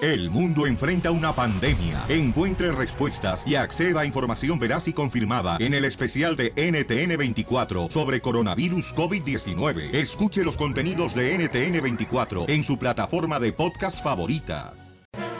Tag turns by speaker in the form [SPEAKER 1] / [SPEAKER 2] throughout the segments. [SPEAKER 1] El mundo enfrenta una pandemia. Encuentre respuestas y acceda a información veraz y confirmada en el especial de NTN24 sobre coronavirus COVID-19. Escuche los contenidos de NTN24 en su plataforma de podcast favorita.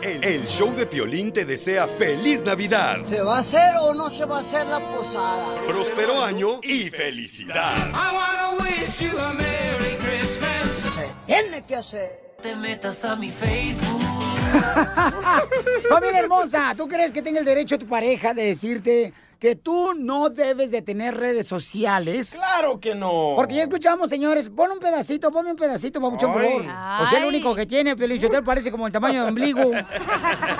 [SPEAKER 2] El, el show de Piolín te desea feliz Navidad,
[SPEAKER 3] ¿Se va a hacer o no se va a hacer la posada?
[SPEAKER 2] próspero año y felicidad.
[SPEAKER 4] I wanna wish you a Merry Christmas.
[SPEAKER 3] Se tiene que hacer.
[SPEAKER 4] Te metas a mi Facebook.
[SPEAKER 5] Familia hermosa, ¿tú crees que tenga el derecho tu pareja de decirte que tú no debes de tener redes sociales?
[SPEAKER 6] Claro que no.
[SPEAKER 5] Porque ya escuchamos, señores, pon un pedacito, ponme un pedacito, papuchón, por
[SPEAKER 6] Ay.
[SPEAKER 5] favor. O sea, el único que tiene, Pelichotel, parece como el tamaño de ombligo.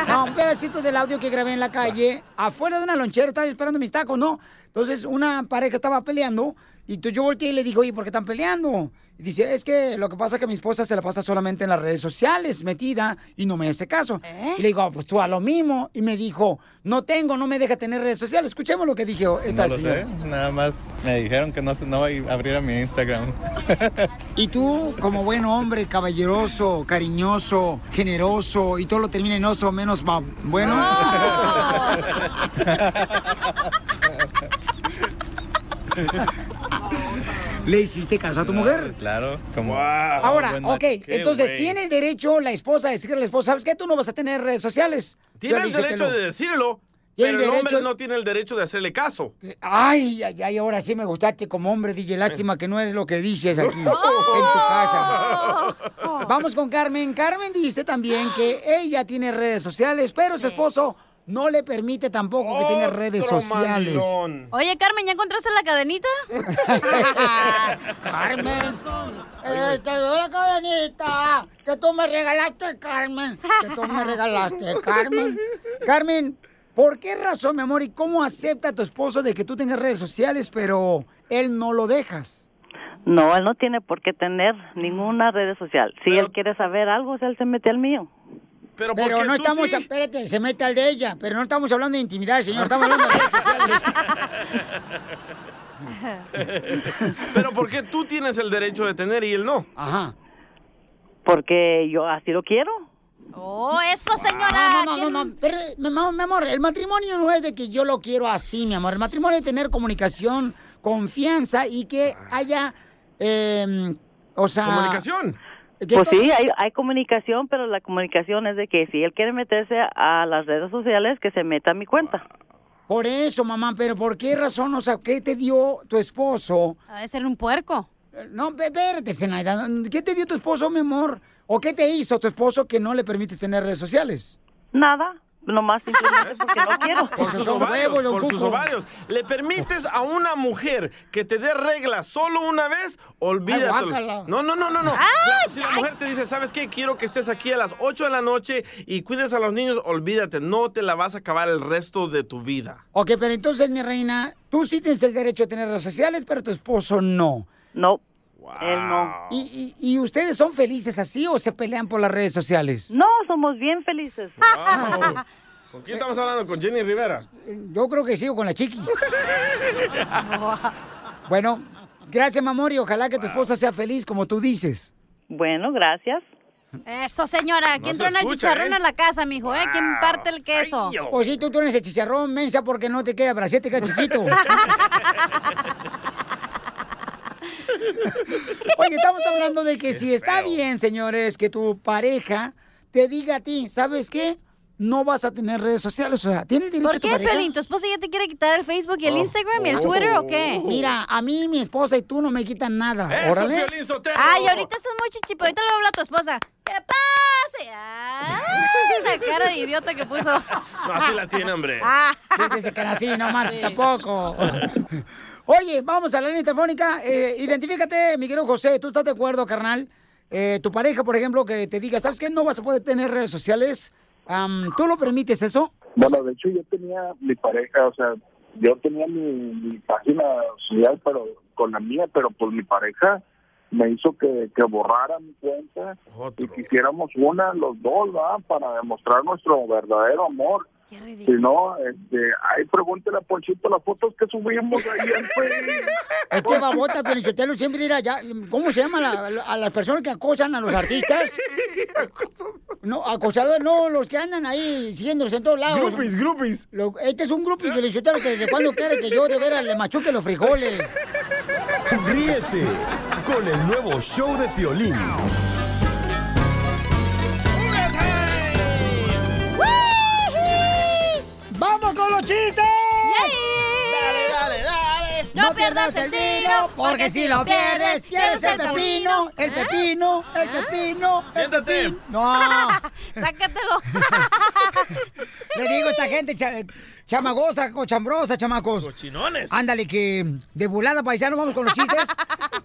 [SPEAKER 5] No, un pedacito del audio que grabé en la calle, afuera de una lonchera, estaba yo esperando mis tacos, ¿no? Entonces, una pareja estaba peleando y entonces yo volteé y le digo, oye, ¿por qué están peleando? Y dice, es que lo que pasa es que mi esposa se la pasa solamente en las redes sociales, metida, y no me hace caso. Y le digo, "Ah, pues tú a lo mismo. Y me dijo, no tengo, no me deja tener redes sociales. Escuchemos lo que dijo esta
[SPEAKER 7] No lo
[SPEAKER 5] señora.
[SPEAKER 7] sé, nada más me dijeron que no, se- no voy a abrir a mi Instagram.
[SPEAKER 5] Y tú, como buen hombre, caballeroso, cariñoso, generoso, y todo lo termina en oso, menos va- bueno. ¿Le hiciste caso a tu mujer?
[SPEAKER 7] Claro, como...
[SPEAKER 6] Ah,
[SPEAKER 5] Ahora,
[SPEAKER 7] buen
[SPEAKER 5] ok,
[SPEAKER 7] macho.
[SPEAKER 5] entonces
[SPEAKER 6] güey.
[SPEAKER 5] tiene el derecho la esposa a decirle a la esposa, ¿sabes qué? Tú no vas a tener redes sociales.
[SPEAKER 6] Tiene el
[SPEAKER 5] Piolín
[SPEAKER 6] derecho
[SPEAKER 5] Sotelo.
[SPEAKER 6] de decirlo,
[SPEAKER 5] Tiene el
[SPEAKER 6] pero el hombre
[SPEAKER 5] derecho-
[SPEAKER 6] no tiene el derecho de hacerle caso.
[SPEAKER 5] Ay, ay, ay, ahora sí me gustaste como hombre, DJ. Lástima que no eres lo que dices aquí, en tu casa. Vamos con Carmen. Carmen dice también que ella tiene redes sociales, pero su esposo no le permite tampoco que tenga redes
[SPEAKER 6] Otro
[SPEAKER 5] sociales.
[SPEAKER 6] mandilón.
[SPEAKER 8] Oye, Carmen, ¿ya encontraste la cadenita?
[SPEAKER 5] Carmen. Eh, te doy la cadenita que tú me regalaste, Carmen. Que tú me regalaste, Carmen. Carmen, ¿por qué razón, mi amor, y cómo acepta tu esposo de que tú tengas redes sociales, pero él no lo dejas?
[SPEAKER 9] No, él no tiene por qué tener ninguna red social. Si
[SPEAKER 6] Ah. Pero-
[SPEAKER 9] él quiere saber algo, o sea, él se mete al mío.
[SPEAKER 6] Pero, ¿por
[SPEAKER 5] Pero
[SPEAKER 6] qué
[SPEAKER 5] no
[SPEAKER 6] tú
[SPEAKER 5] estamos,
[SPEAKER 6] sí?
[SPEAKER 5] espérate, se mete al de ella, pero no estamos hablando de intimidad, señor, estamos hablando de redes sociales.
[SPEAKER 6] Pero ¿por qué tú tienes el derecho de tener y él no?
[SPEAKER 5] Ajá.
[SPEAKER 9] Porque yo así lo quiero.
[SPEAKER 8] Oh,
[SPEAKER 5] Ah.
[SPEAKER 8] eso, señora.
[SPEAKER 5] No, no, no,
[SPEAKER 8] ¿Quién-
[SPEAKER 5] no, no, pero, mi amor, mi amor, el matrimonio no es de que yo lo quiero así, mi amor. El matrimonio es tener comunicación, confianza y que
[SPEAKER 6] Ah.
[SPEAKER 5] haya, eh, o sea...
[SPEAKER 6] Comunicación.
[SPEAKER 5] que
[SPEAKER 9] Pues
[SPEAKER 5] todo-
[SPEAKER 9] sí, hay, hay comunicación, pero la comunicación es de que si él quiere meterse a las redes sociales, que se meta a mi cuenta.
[SPEAKER 5] Por eso, mamá, pero ¿por qué razón? O sea, ¿qué te dio tu esposo?
[SPEAKER 8] Ha de ser un puerco.
[SPEAKER 5] Eh, No, pe- espérate, Zenaida. ¿Qué te dio tu esposo, mi amor? ¿O qué te hizo tu esposo que no le permite tener redes sociales?
[SPEAKER 9] Nada, nomás simplemente porque no quiero.
[SPEAKER 6] Por
[SPEAKER 5] Esos
[SPEAKER 6] sus
[SPEAKER 5] son
[SPEAKER 6] ovarios,
[SPEAKER 5] huevos, don
[SPEAKER 6] por sus
[SPEAKER 5] Cuco.
[SPEAKER 6] ovarios. ¿Le permites a una mujer que te dé reglas solo una vez?
[SPEAKER 5] Ay,
[SPEAKER 6] Olvídate.
[SPEAKER 5] guácala.
[SPEAKER 6] No, no, no, no, no. La- si la mujer te dice, ¿sabes qué? Quiero que estés aquí a las 8 de la noche y cuides a los niños, olvídate, no te la vas a acabar el resto de tu vida.
[SPEAKER 5] Ok, pero entonces, mi reina, tú sí tienes el derecho a tener redes sociales, pero tu esposo no.
[SPEAKER 9] No, él no.
[SPEAKER 5] ¿Y, y, y ustedes son felices así o se pelean por las redes sociales?
[SPEAKER 9] No, somos bien felices.
[SPEAKER 6] Wow. ¿Con quién estamos hablando? ¿Con Jenny Rivera?
[SPEAKER 5] Yo creo que sigo con la chiqui. bueno, gracias, mi amor, y ojalá que tu esposo sea feliz como tú dices.
[SPEAKER 9] Bueno, gracias.
[SPEAKER 8] Eso, señora. ¿Quién
[SPEAKER 6] se
[SPEAKER 8] trona el
[SPEAKER 6] escucha,
[SPEAKER 8] chicharrón
[SPEAKER 6] ¿eh?
[SPEAKER 8] a la casa, mijo? ¿eh? ¿Quién parte el queso?
[SPEAKER 6] Ay, yo.
[SPEAKER 5] O si Oh, tú tienes el chicharrón, mensa, porque no te queda bracete, te queda chiquito. Oye, estamos hablando de que si está bien, señores, que tu pareja te diga a ti, ¿sabes qué? No vas a tener redes sociales, o sea, tiene el derecho
[SPEAKER 8] ¿Por
[SPEAKER 5] tu
[SPEAKER 8] qué,
[SPEAKER 5] pareja?
[SPEAKER 8] Pelín? ¿Tu esposa ya te quiere quitar el Facebook y el
[SPEAKER 6] Oh.
[SPEAKER 8] Instagram y el
[SPEAKER 6] Oh.
[SPEAKER 8] Twitter o qué?
[SPEAKER 5] Mira, a mí, mi esposa y tú no me quitan nada.
[SPEAKER 6] ¡Eso,
[SPEAKER 5] Órale.
[SPEAKER 6] Piolín Sotelo!
[SPEAKER 8] Ay, ahorita estás muy chichipo. Ahorita le voy a hablar a tu esposa. ¿Qué pase? Ay, la cara de idiota que puso.
[SPEAKER 6] No, así la tiene, hombre.
[SPEAKER 8] Ah,
[SPEAKER 5] Sí, desde que nací, no marches tampoco. Oye, vamos a la línea telefónica. Eh, identifícate, mi querido José. ¿Tú estás de acuerdo, carnal? Eh, tu pareja, por ejemplo, que te diga, ¿sabes qué? No vas a poder tener redes sociales. Am, ¿Tú lo permites eso?
[SPEAKER 10] Bueno, de hecho yo tenía mi pareja, o sea, yo tenía mi, mi página social, pero con la mía, pero pues mi pareja me hizo que, que borrara mi cuenta y quisiéramos una, los dos, ¿verdad? Para demostrar nuestro verdadero amor. Si no, este, ahí pregúntele a Ponchito las fotos que subimos ayer,
[SPEAKER 5] Este babota, Pelichotelo, siempre ir allá. ¿Cómo se llama la- la- a las personas que acosan a los artistas? No, acosadores, no, los que andan ahí siguiéndose en todos lados.
[SPEAKER 6] Groupies,
[SPEAKER 5] groupies. este es un groupie, Pelichotelo, que desde cuando quiere que yo de veras le machuque los frijoles.
[SPEAKER 11] Ríete con el nuevo show de Piolín.
[SPEAKER 5] ¡Vamos con los chistes!
[SPEAKER 4] Dale, dale, dale.
[SPEAKER 5] No pierdas el vino, porque si lo pierdes, pierdes el ¿Eh? pepino, el pepino, el pepino, el pepino. No. Sácatelo. Le digo a esta gente cha- chamagosa, cochambrosa, chamacos.
[SPEAKER 6] Cochinones.
[SPEAKER 5] Ándale, que de volada, paisano, vamos con los chistes.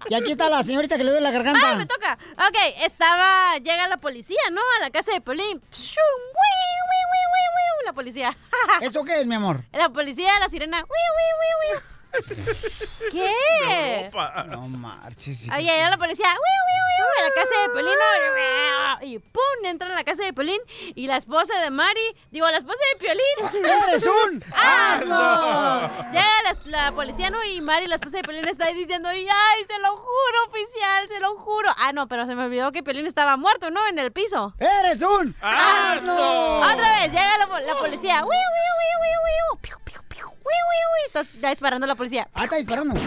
[SPEAKER 5] Y aquí está la señorita que le doy la garganta.
[SPEAKER 8] Ay, me toca. Ok, estaba, llega la policía, ¿no? A la casa de Piolín. ¡Shum! ¡Wii, wii, wii, wii, wii! La policía.
[SPEAKER 5] ¿Eso qué es, mi amor?
[SPEAKER 8] La policía, la sirena. ¡Wii, wii, wii, wii! ¿Qué?
[SPEAKER 5] No marches. hijo.
[SPEAKER 8] Ahí llega la policía, ¡wiu, wiu, wiu! a la casa de Piolín, ¿no? y ¡pum! entra en la casa de Piolín y la esposa de Mari, digo, la esposa de Piolín.
[SPEAKER 5] ¡Eres un
[SPEAKER 8] asno!
[SPEAKER 4] asno!
[SPEAKER 8] Llega la, la policía, ¿no? Y Mari, la esposa de Piolín, está ahí diciendo, "Y, ¡ay, se lo juro, oficial, se lo juro! Ah, no, pero se me olvidó que Piolín estaba muerto, ¿no? En el piso.
[SPEAKER 5] ¡Eres un
[SPEAKER 4] asno!
[SPEAKER 8] Otra vez, llega la, la policía, ¡wiu, wiu, wiu, wiu, wiu! ¡Piu, piu, piu! ¡Wiu, wiu, wiu! Está, está disparando la policía.
[SPEAKER 5] Ah, está disparando.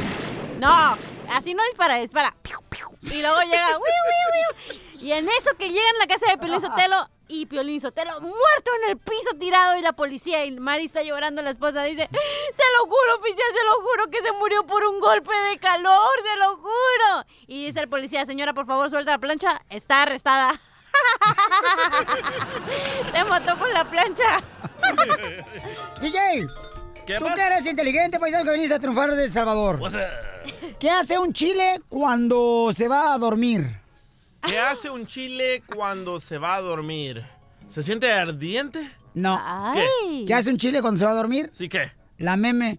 [SPEAKER 8] No, así no dispara, dispara. Piu, piu. Y luego llega, "Wiu, wiu, wiu". Y en eso que llega en la casa de Piolín Sotelo y Piolín Sotelo muerto en el piso tirado y la policía y Mari está llorando, la esposa dice, se lo juro, oficial, se lo juro que se murió por un golpe de calor, se lo juro. Y dice el policía, señora, por favor, suelta la plancha, está arrestada. Te mató con la plancha.
[SPEAKER 5] DJ,
[SPEAKER 8] ¿Qué
[SPEAKER 5] tú
[SPEAKER 8] pasa?
[SPEAKER 5] que eres inteligente, paisano, que viniste a triunfar de El Salvador. ¿Qué hace un chile cuando se va a dormir?
[SPEAKER 6] ¿Qué hace un chile cuando se va a dormir? ¿Se siente ardiente?
[SPEAKER 5] No.
[SPEAKER 6] ¿Qué?
[SPEAKER 5] ¿Qué? hace un chile cuando se va a dormir?
[SPEAKER 6] Sí, ¿qué?
[SPEAKER 5] La meme.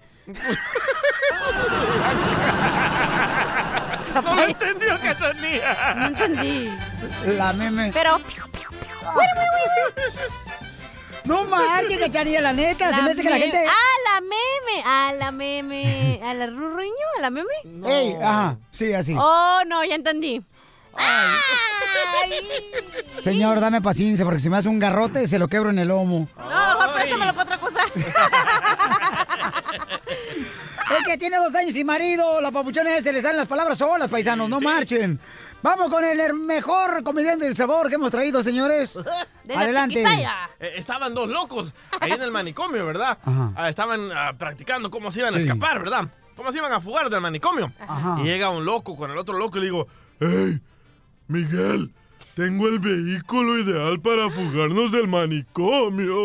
[SPEAKER 6] No me entendió, Catalina.
[SPEAKER 8] No entendí.
[SPEAKER 5] La meme.
[SPEAKER 8] Pero...
[SPEAKER 5] No marche, cachanilla, la neta. se me hace que la
[SPEAKER 8] meme-
[SPEAKER 5] gente...
[SPEAKER 8] ¡Ah, la meme! ¡Ah, la meme! ¿A la rurriño? ¿A la meme?
[SPEAKER 5] Ey, ajá, sí, así.
[SPEAKER 8] Oh, no, ya entendí.
[SPEAKER 5] Señor, dame paciencia, porque si me hace un garrote, se lo quebro en el lomo.
[SPEAKER 8] No, mejor préstamelo para otra cosa.
[SPEAKER 5] El que tiene dos años y marido, la papuchona se le salen las palabras solas, paisanos, no marchen. Vamos con el her- mejor comediante del sabor que hemos traído, señores. Adelante.
[SPEAKER 6] Eh, estaban dos locos ahí en el manicomio, ¿verdad?
[SPEAKER 5] Ajá.
[SPEAKER 6] Ah, estaban ah, practicando cómo se iban
[SPEAKER 5] Sí.
[SPEAKER 6] a escapar, ¿verdad? Cómo se iban a fugar del manicomio.
[SPEAKER 5] Ajá.
[SPEAKER 6] Y llega un loco con el otro loco y le digo, ¡Hey, Miguel! Tengo el vehículo ideal para fugarnos del manicomio.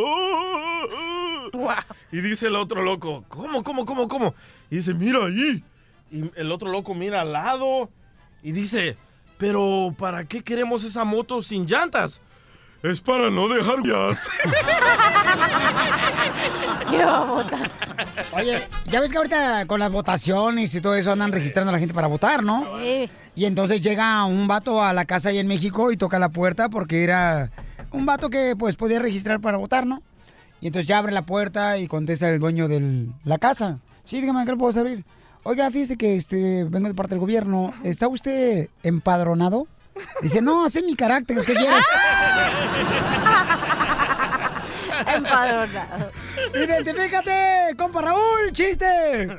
[SPEAKER 6] Y dice el otro loco, ¿cómo, cómo, cómo, cómo? Y dice, mira ahí. Y el otro loco mira al lado y dice, pero ¿para qué queremos esa moto sin llantas? Es para no dejar huellas.
[SPEAKER 8] ¡Qué botas!
[SPEAKER 5] Oye, ya ves que ahorita con las votaciones y todo eso andan registrando a la gente para votar, ¿no? Y entonces llega un vato a la casa ahí en México y toca la puerta porque era un vato que pues podía registrar para votar, ¿no? Y entonces ya abre la puerta y contesta el dueño de la casa. Sí, dígame, ¿en ¿qué le puedo servir? Oiga, fíjese que este, vengo de parte del gobierno. ¿Está usted empadronado? Dice, no, ese es mi carácter, ¿qué quiere?
[SPEAKER 8] Empadronado.
[SPEAKER 5] ¡Identifícate, compa Raúl! ¡Chiste!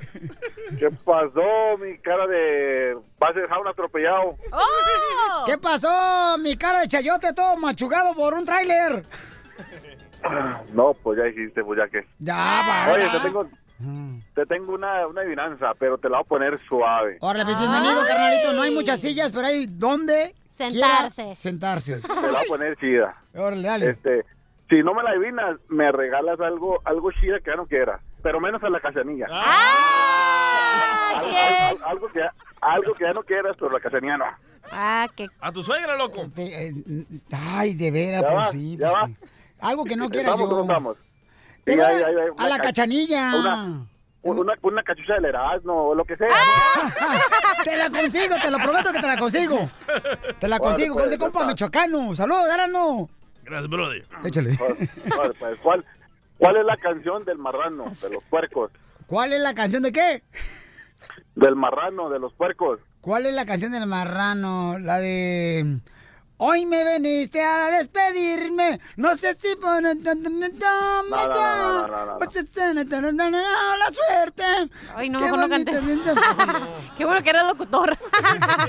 [SPEAKER 10] ¿Qué pasó, mi cara de... vas a dejar un atropellado?
[SPEAKER 5] ¿Qué pasó? Mi cara de chayote todo machugado por un tráiler.
[SPEAKER 10] No, pues ya hiciste, pues ya que...
[SPEAKER 5] Ya, va.
[SPEAKER 10] Oye, te tengo, te tengo una, una adivinanza, pero te la voy a poner suave.
[SPEAKER 5] Órale, pues, bienvenido,
[SPEAKER 10] Ay.
[SPEAKER 5] carnalito. No hay muchas sillas, pero hay donde sentarse. Sentarse.
[SPEAKER 10] Te la voy a poner chida.
[SPEAKER 5] Órale, dale.
[SPEAKER 10] Este, si no me la adivinas, me regalas algo, algo chida que ya no quieras, pero menos a la cachanilla.
[SPEAKER 5] Ah,
[SPEAKER 10] Algo, algo- algo que, ya- algo que ya no quieras, pero la cachanilla no.
[SPEAKER 8] Ah, qué.
[SPEAKER 6] A tu suegra, loco.
[SPEAKER 5] Ay, de veras,
[SPEAKER 10] Ya
[SPEAKER 5] pues
[SPEAKER 10] va,
[SPEAKER 5] sí.
[SPEAKER 10] ya
[SPEAKER 5] pues
[SPEAKER 10] va.
[SPEAKER 5] sí. Algo que no quiera
[SPEAKER 10] ¿Estamos o
[SPEAKER 5] yo.
[SPEAKER 10] no estamos?
[SPEAKER 5] Pero
[SPEAKER 10] Ahí, ahí, ahí,
[SPEAKER 5] a
[SPEAKER 10] una
[SPEAKER 5] la
[SPEAKER 10] ca-
[SPEAKER 5] cachanilla.
[SPEAKER 10] una-
[SPEAKER 12] Con una, con una cachucha del Erasmo o lo que sea.
[SPEAKER 5] Te la consigo, te lo prometo que te la consigo. Te la
[SPEAKER 12] Órale,
[SPEAKER 5] consigo, con
[SPEAKER 12] pues,
[SPEAKER 5] ese
[SPEAKER 12] ya
[SPEAKER 5] compa
[SPEAKER 12] está.
[SPEAKER 5] michoacano. Saludos, Garano.
[SPEAKER 6] Gracias, brother.
[SPEAKER 5] Échale.
[SPEAKER 12] Órale, pues, ¿cuál, ¿Cuál es la canción del marrano, de los puercos?
[SPEAKER 5] ¿Cuál es la canción de qué?
[SPEAKER 12] Del marrano, de los puercos.
[SPEAKER 5] ¿Cuál es la canción del marrano? La de... Hoy me veniste a despedirme, no sé si por...
[SPEAKER 12] No, no, no, no, no, no, no.
[SPEAKER 5] Pues La suerte.
[SPEAKER 8] Ay, no,
[SPEAKER 5] Qué
[SPEAKER 8] mejor no
[SPEAKER 5] bonita
[SPEAKER 8] cantes.
[SPEAKER 5] linda.
[SPEAKER 8] Qué bueno que eres locutor.
[SPEAKER 12] Ah,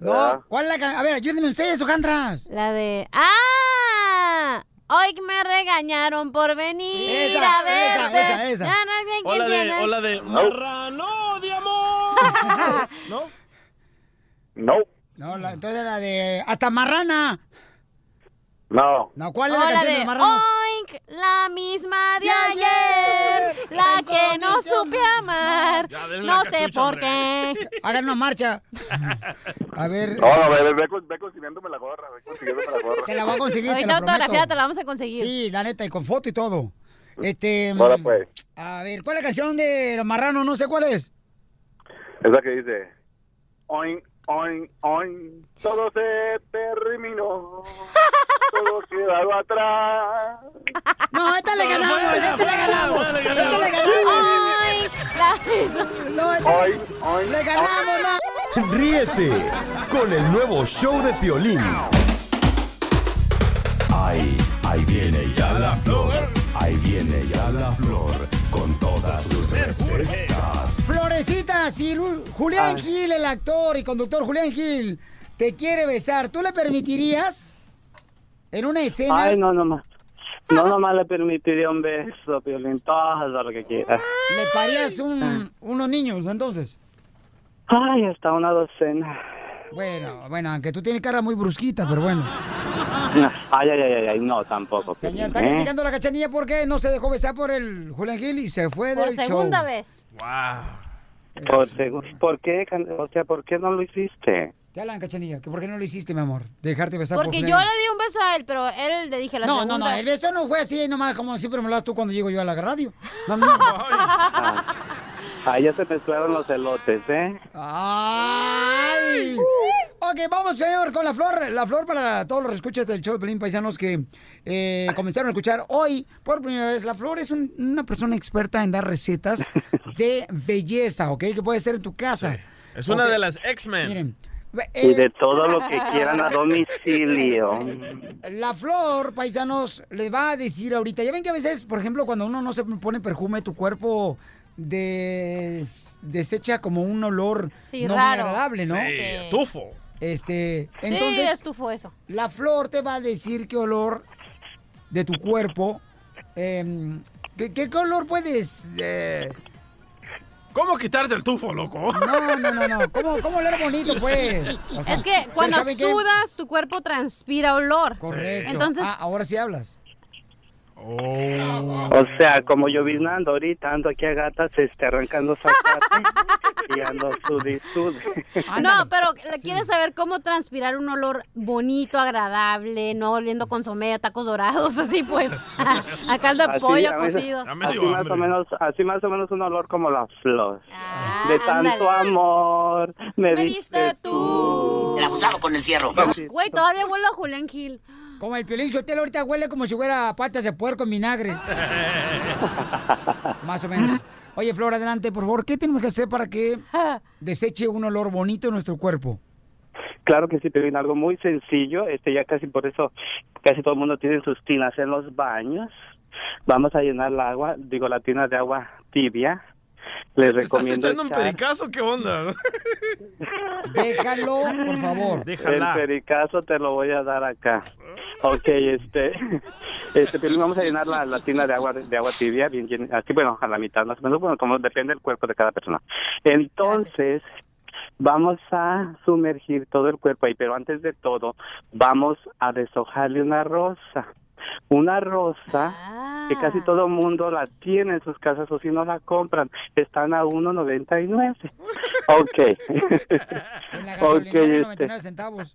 [SPEAKER 5] No, ¿cuál es la canción? A ver, ayúdenme ustedes, Ojandras.
[SPEAKER 8] La de... ¡Ah! Hoy me regañaron por venir
[SPEAKER 5] Esa,
[SPEAKER 8] a
[SPEAKER 5] esa,
[SPEAKER 8] verte.
[SPEAKER 5] esa, esa.
[SPEAKER 8] Ya no sé
[SPEAKER 6] O la
[SPEAKER 8] quién
[SPEAKER 6] de,
[SPEAKER 8] tiene-
[SPEAKER 6] o la de marrano de amor. ¿No?
[SPEAKER 12] No,
[SPEAKER 5] No, la- entonces la de... Hasta Marrana.
[SPEAKER 12] no.
[SPEAKER 5] No, ¿cuál es
[SPEAKER 8] O
[SPEAKER 5] la
[SPEAKER 8] Oh, la
[SPEAKER 5] canción
[SPEAKER 8] de
[SPEAKER 5] del marrano?
[SPEAKER 8] Oink, la misma de
[SPEAKER 5] De ayer,
[SPEAKER 8] ayer, la que no
[SPEAKER 5] Encontré
[SPEAKER 8] supe amar,
[SPEAKER 5] Ya, denle la
[SPEAKER 8] no sé
[SPEAKER 5] cachucha,
[SPEAKER 8] por qué.
[SPEAKER 5] Hagan una marcha. A ver.
[SPEAKER 12] No, no, ve, ve, ve, cons- ve consiguiéndome la gorra, ve consiguiéndome la gorra.
[SPEAKER 5] Te la voy a conseguir, te
[SPEAKER 8] Ahorita
[SPEAKER 5] la
[SPEAKER 8] autografiada
[SPEAKER 5] prometo.
[SPEAKER 8] te la vamos a conseguir.
[SPEAKER 5] Sí, la neta, y con foto y todo. Este,
[SPEAKER 12] Ahora pues,
[SPEAKER 5] a ver, ¿cuál es la canción de Los Marranos? No sé cuál es.
[SPEAKER 12] esa que dice, oin, oin, oin, todo se terminó, todo quedado atrás.
[SPEAKER 5] No, esta le ganamos, esta le ganamos. Esta le ganamos. No, esta
[SPEAKER 12] Hoy, hoy,
[SPEAKER 5] le ganamos, no.
[SPEAKER 1] Ríete con el nuevo show de Piolín. Ahí, ahí viene ya la flor. Ahí viene ya la flor con todas sus recetas.
[SPEAKER 5] Florecita, si Lu- Julián
[SPEAKER 1] Ah.
[SPEAKER 5] Gil, el actor y conductor Julián Gil, te quiere besar, ¿tú le permitirías? En una escena.
[SPEAKER 10] Ay, no, nomás. No, nomás le permitiría un beso, Piolín. Todo lo que quiera.
[SPEAKER 5] ¿Le parías un- unos niños entonces?
[SPEAKER 10] Ay, hasta una docena.
[SPEAKER 5] Bueno, bueno, aunque tú tienes cara muy brusquita, pero bueno.
[SPEAKER 10] Ay, ay, ay, ay, ay, no, tampoco.
[SPEAKER 5] Ah. Señor, está
[SPEAKER 10] Piolín, ¿eh?
[SPEAKER 5] criticando a la cachanilla porque no se dejó besar por el Julián Gil y se fue
[SPEAKER 8] Por
[SPEAKER 5] del
[SPEAKER 8] segunda
[SPEAKER 5] show.
[SPEAKER 8] vez.
[SPEAKER 10] Por, segu- ¿Por qué? can- O sea, ¿por qué no lo hiciste?
[SPEAKER 5] Te hablan, cachanilla, que por qué no lo hiciste, mi amor, dejarte besar por
[SPEAKER 8] Porque yo le di un beso a él, pero él le dije la
[SPEAKER 5] No,
[SPEAKER 8] segunda.
[SPEAKER 5] no, no, el beso no fue así nomás como siempre me lo das tú cuando llego yo a la radio. No, no.
[SPEAKER 10] Ahí ya se mezclaron los elotes, ¿eh?
[SPEAKER 5] ¡Ay! Ok, vamos, señor, con la flor. La flor para todos los escuchas del show de Pelín Paisanos que eh, comenzaron a escuchar hoy por primera vez. La flor es un- una persona experta en dar recetas de belleza, ¿ok? Que puede ser en tu casa.
[SPEAKER 6] Es una
[SPEAKER 5] Ok. Eh,
[SPEAKER 6] de las X-Men.
[SPEAKER 10] Y de todo lo que quieran a domicilio.
[SPEAKER 5] La flor, paisanos, les va a decir ahorita. Ya ven que a veces, por ejemplo, cuando uno no se pone perfume, tu cuerpo des- desecha como un olor
[SPEAKER 8] Sí,
[SPEAKER 5] no muy
[SPEAKER 8] raro.
[SPEAKER 5] agradable, ¿no?
[SPEAKER 8] Sí, Sí. estufo.
[SPEAKER 5] Este,
[SPEAKER 8] Sí,
[SPEAKER 5] entonces
[SPEAKER 8] estufo eso.
[SPEAKER 5] la flor te va a decir qué olor de tu cuerpo, em, ¿qué, qué olor puedes eh,
[SPEAKER 6] ¿Cómo quitarte el tufo, loco?
[SPEAKER 5] No, no, no, no. ¿Cómo, cómo oler bonito, pues? O sea,
[SPEAKER 8] es que cuando
[SPEAKER 5] ¿saben qué?
[SPEAKER 8] sudas, tu cuerpo transpira olor.
[SPEAKER 5] Correcto.
[SPEAKER 8] Entonces,
[SPEAKER 5] Ah, ahora sí hablas.
[SPEAKER 10] O sea, como lloviznando ahorita, ando aquí a gatas, este, arrancando zacate y ando sudi, sudi.
[SPEAKER 8] no, pero le quieres saber cómo transpirar un olor bonito, agradable, no oliendo consomé, a tacos dorados, así pues. a caldo de
[SPEAKER 10] Así,
[SPEAKER 8] pollo
[SPEAKER 10] a veces-
[SPEAKER 8] cocido.
[SPEAKER 10] así más o menos, así más o menos un olor como la flor. de tanto
[SPEAKER 8] Ah, ándale.
[SPEAKER 10] amor me,
[SPEAKER 8] Me
[SPEAKER 10] diste
[SPEAKER 5] Este
[SPEAKER 8] diste tú.
[SPEAKER 10] El abusado con el fierro.
[SPEAKER 8] Ah, Güey, todavía huele a Julián Gil.
[SPEAKER 5] Como el piolín hotel ahorita huele como si hubiera patas de puerco en vinagre. Más o menos. Oye, Flor, adelante, por favor. ¿Qué tenemos que hacer para que deseche un olor bonito en nuestro cuerpo?
[SPEAKER 10] Claro que sí, Piolín, algo muy sencillo, este ya casi por eso casi todo el mundo tiene sus tinas en los baños. Vamos a llenar la agua, digo la tina de agua tibia. Les
[SPEAKER 6] ¿Estás
[SPEAKER 10] recomiendo
[SPEAKER 6] echando un
[SPEAKER 10] echar
[SPEAKER 6] pericazo? ¿Qué onda?
[SPEAKER 5] Déjalo, por favor.
[SPEAKER 10] El pericazo te lo voy a dar acá. Ok, este, este Piolín, vamos a llenar la, la tina de agua de agua tibia, bien llen- así bueno, a la mitad más o menos, bueno, como depende del cuerpo de cada persona. Entonces, vamos a sumergir todo el cuerpo ahí, pero antes de todo, vamos a deshojarle una rosa. Una rosa
[SPEAKER 5] Ah.
[SPEAKER 10] que casi todo mundo la tiene en sus casas o si no la compran, están a 1.99. Ok.
[SPEAKER 5] En la
[SPEAKER 10] ok,
[SPEAKER 5] gasolina,
[SPEAKER 10] este.
[SPEAKER 5] 99 centavos.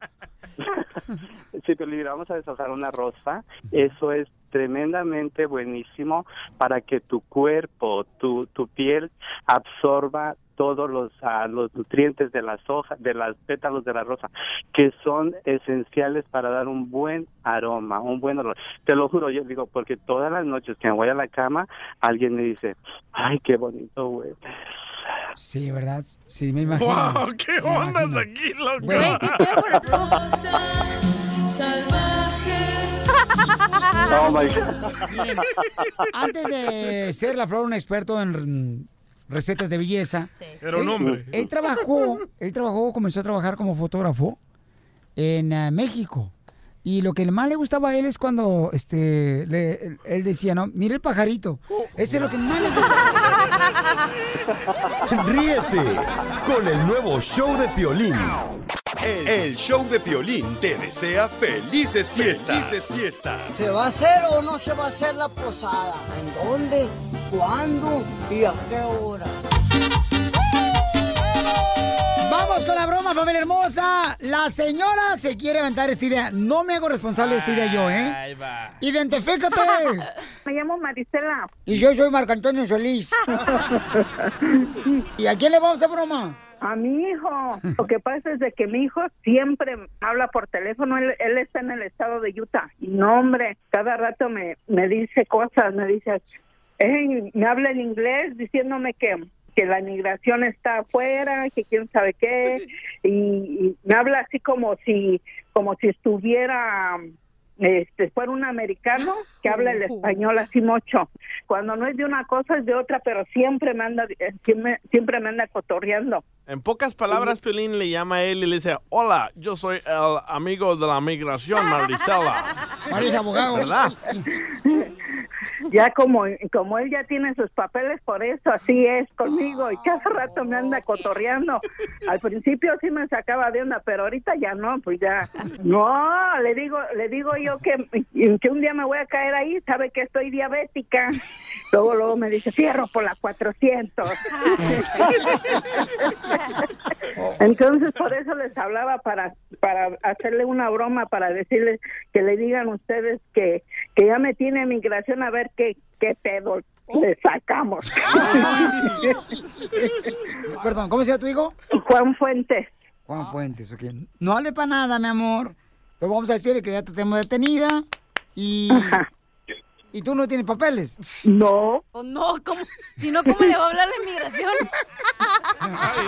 [SPEAKER 10] Sí, pero mira, vamos a desatar una rosa. Eso es tremendamente buenísimo para que tu cuerpo, tu, tu piel absorba todos los, ah, los nutrientes de las hojas, de las pétalos de la rosa, que son esenciales para dar un buen aroma, un buen olor. Te lo juro, yo digo, porque todas las noches que me voy a la cama, alguien me dice, ay, qué bonito, güey.
[SPEAKER 5] Sí, ¿verdad? Sí, me imagino.
[SPEAKER 6] ¡Wow! ¿Qué ondas aquí, loco?
[SPEAKER 5] Güey, ¿qué pedo con
[SPEAKER 13] Oh my God.
[SPEAKER 5] Antes de ser la flor un experto en mm, recetas de belleza,
[SPEAKER 6] Era un
[SPEAKER 5] él-
[SPEAKER 6] hombre.
[SPEAKER 5] Él trabajó, él trabajó, comenzó a trabajar como fotógrafo en eh, México. Y lo que más le gustaba a él es cuando este, le- él- él decía, ¿no? Mira el pajarito. Ese es lo que más le gusta.
[SPEAKER 11] Ríete con el nuevo show de Piolín.
[SPEAKER 2] El, el show de Piolín te desea felices fiestas. Felices fiestas.
[SPEAKER 3] ¿Se va a hacer o no se va a hacer la posada? ¿En dónde? ¿Cuándo? ¿Y a qué hora?
[SPEAKER 5] Vamos con la broma, familia hermosa. La señora se quiere aventar esta idea. No me hago responsable de esta idea yo, ¿eh?
[SPEAKER 6] Ahí va.
[SPEAKER 5] Identifícate.
[SPEAKER 14] Me llamo Marisela.
[SPEAKER 5] Y yo soy Marco Antonio Solís. ¿Y a quién le vamos a broma?
[SPEAKER 14] A mi hijo. Lo que pasa es de que mi hijo siempre habla por teléfono. Él, él está en el estado de Utah. Y no, hombre, cada rato me, me dice cosas. Me dice, "Ey, me habla en inglés diciéndome que, que la inmigración está afuera, que quién sabe qué. Y, y me habla así como si, como si estuviera este, fuera un americano que habla el español así mucho. Cuando no es de una cosa es de otra, pero siempre me anda, eh, siempre, siempre me anda cotorreando.
[SPEAKER 6] En pocas palabras, Piolín le llama a él y le dice, hola, yo soy el amigo de la migración, Marisela.
[SPEAKER 5] Parece abogado.
[SPEAKER 6] ¿Verdad?
[SPEAKER 14] Ya como, como él ya tiene sus papeles, por eso así es conmigo y cada rato me anda cotorreando. Al principio sí me sacaba de onda, pero ahorita ya no, pues ya. No, le digo, le digo yo que, que un día me voy a caer ahí, sabe que estoy diabética. Luego, luego me dice, cierro por la 400. Entonces por eso les hablaba para para hacerle una broma para decirles que le digan ustedes que, que ya me tiene migración a ver qué qué pedo le sacamos.
[SPEAKER 5] Perdón, ¿cómo se llama tu hijo?
[SPEAKER 14] Juan Fuentes.
[SPEAKER 5] Juan Fuentes, ok. No hable para nada, mi amor. Te vamos a decir que ya te tenemos detenida y... ¿Y tú no tienes papeles?
[SPEAKER 14] No.
[SPEAKER 8] O Oh, no, ¿cómo? Si no, ¿cómo le va a hablar la inmigración?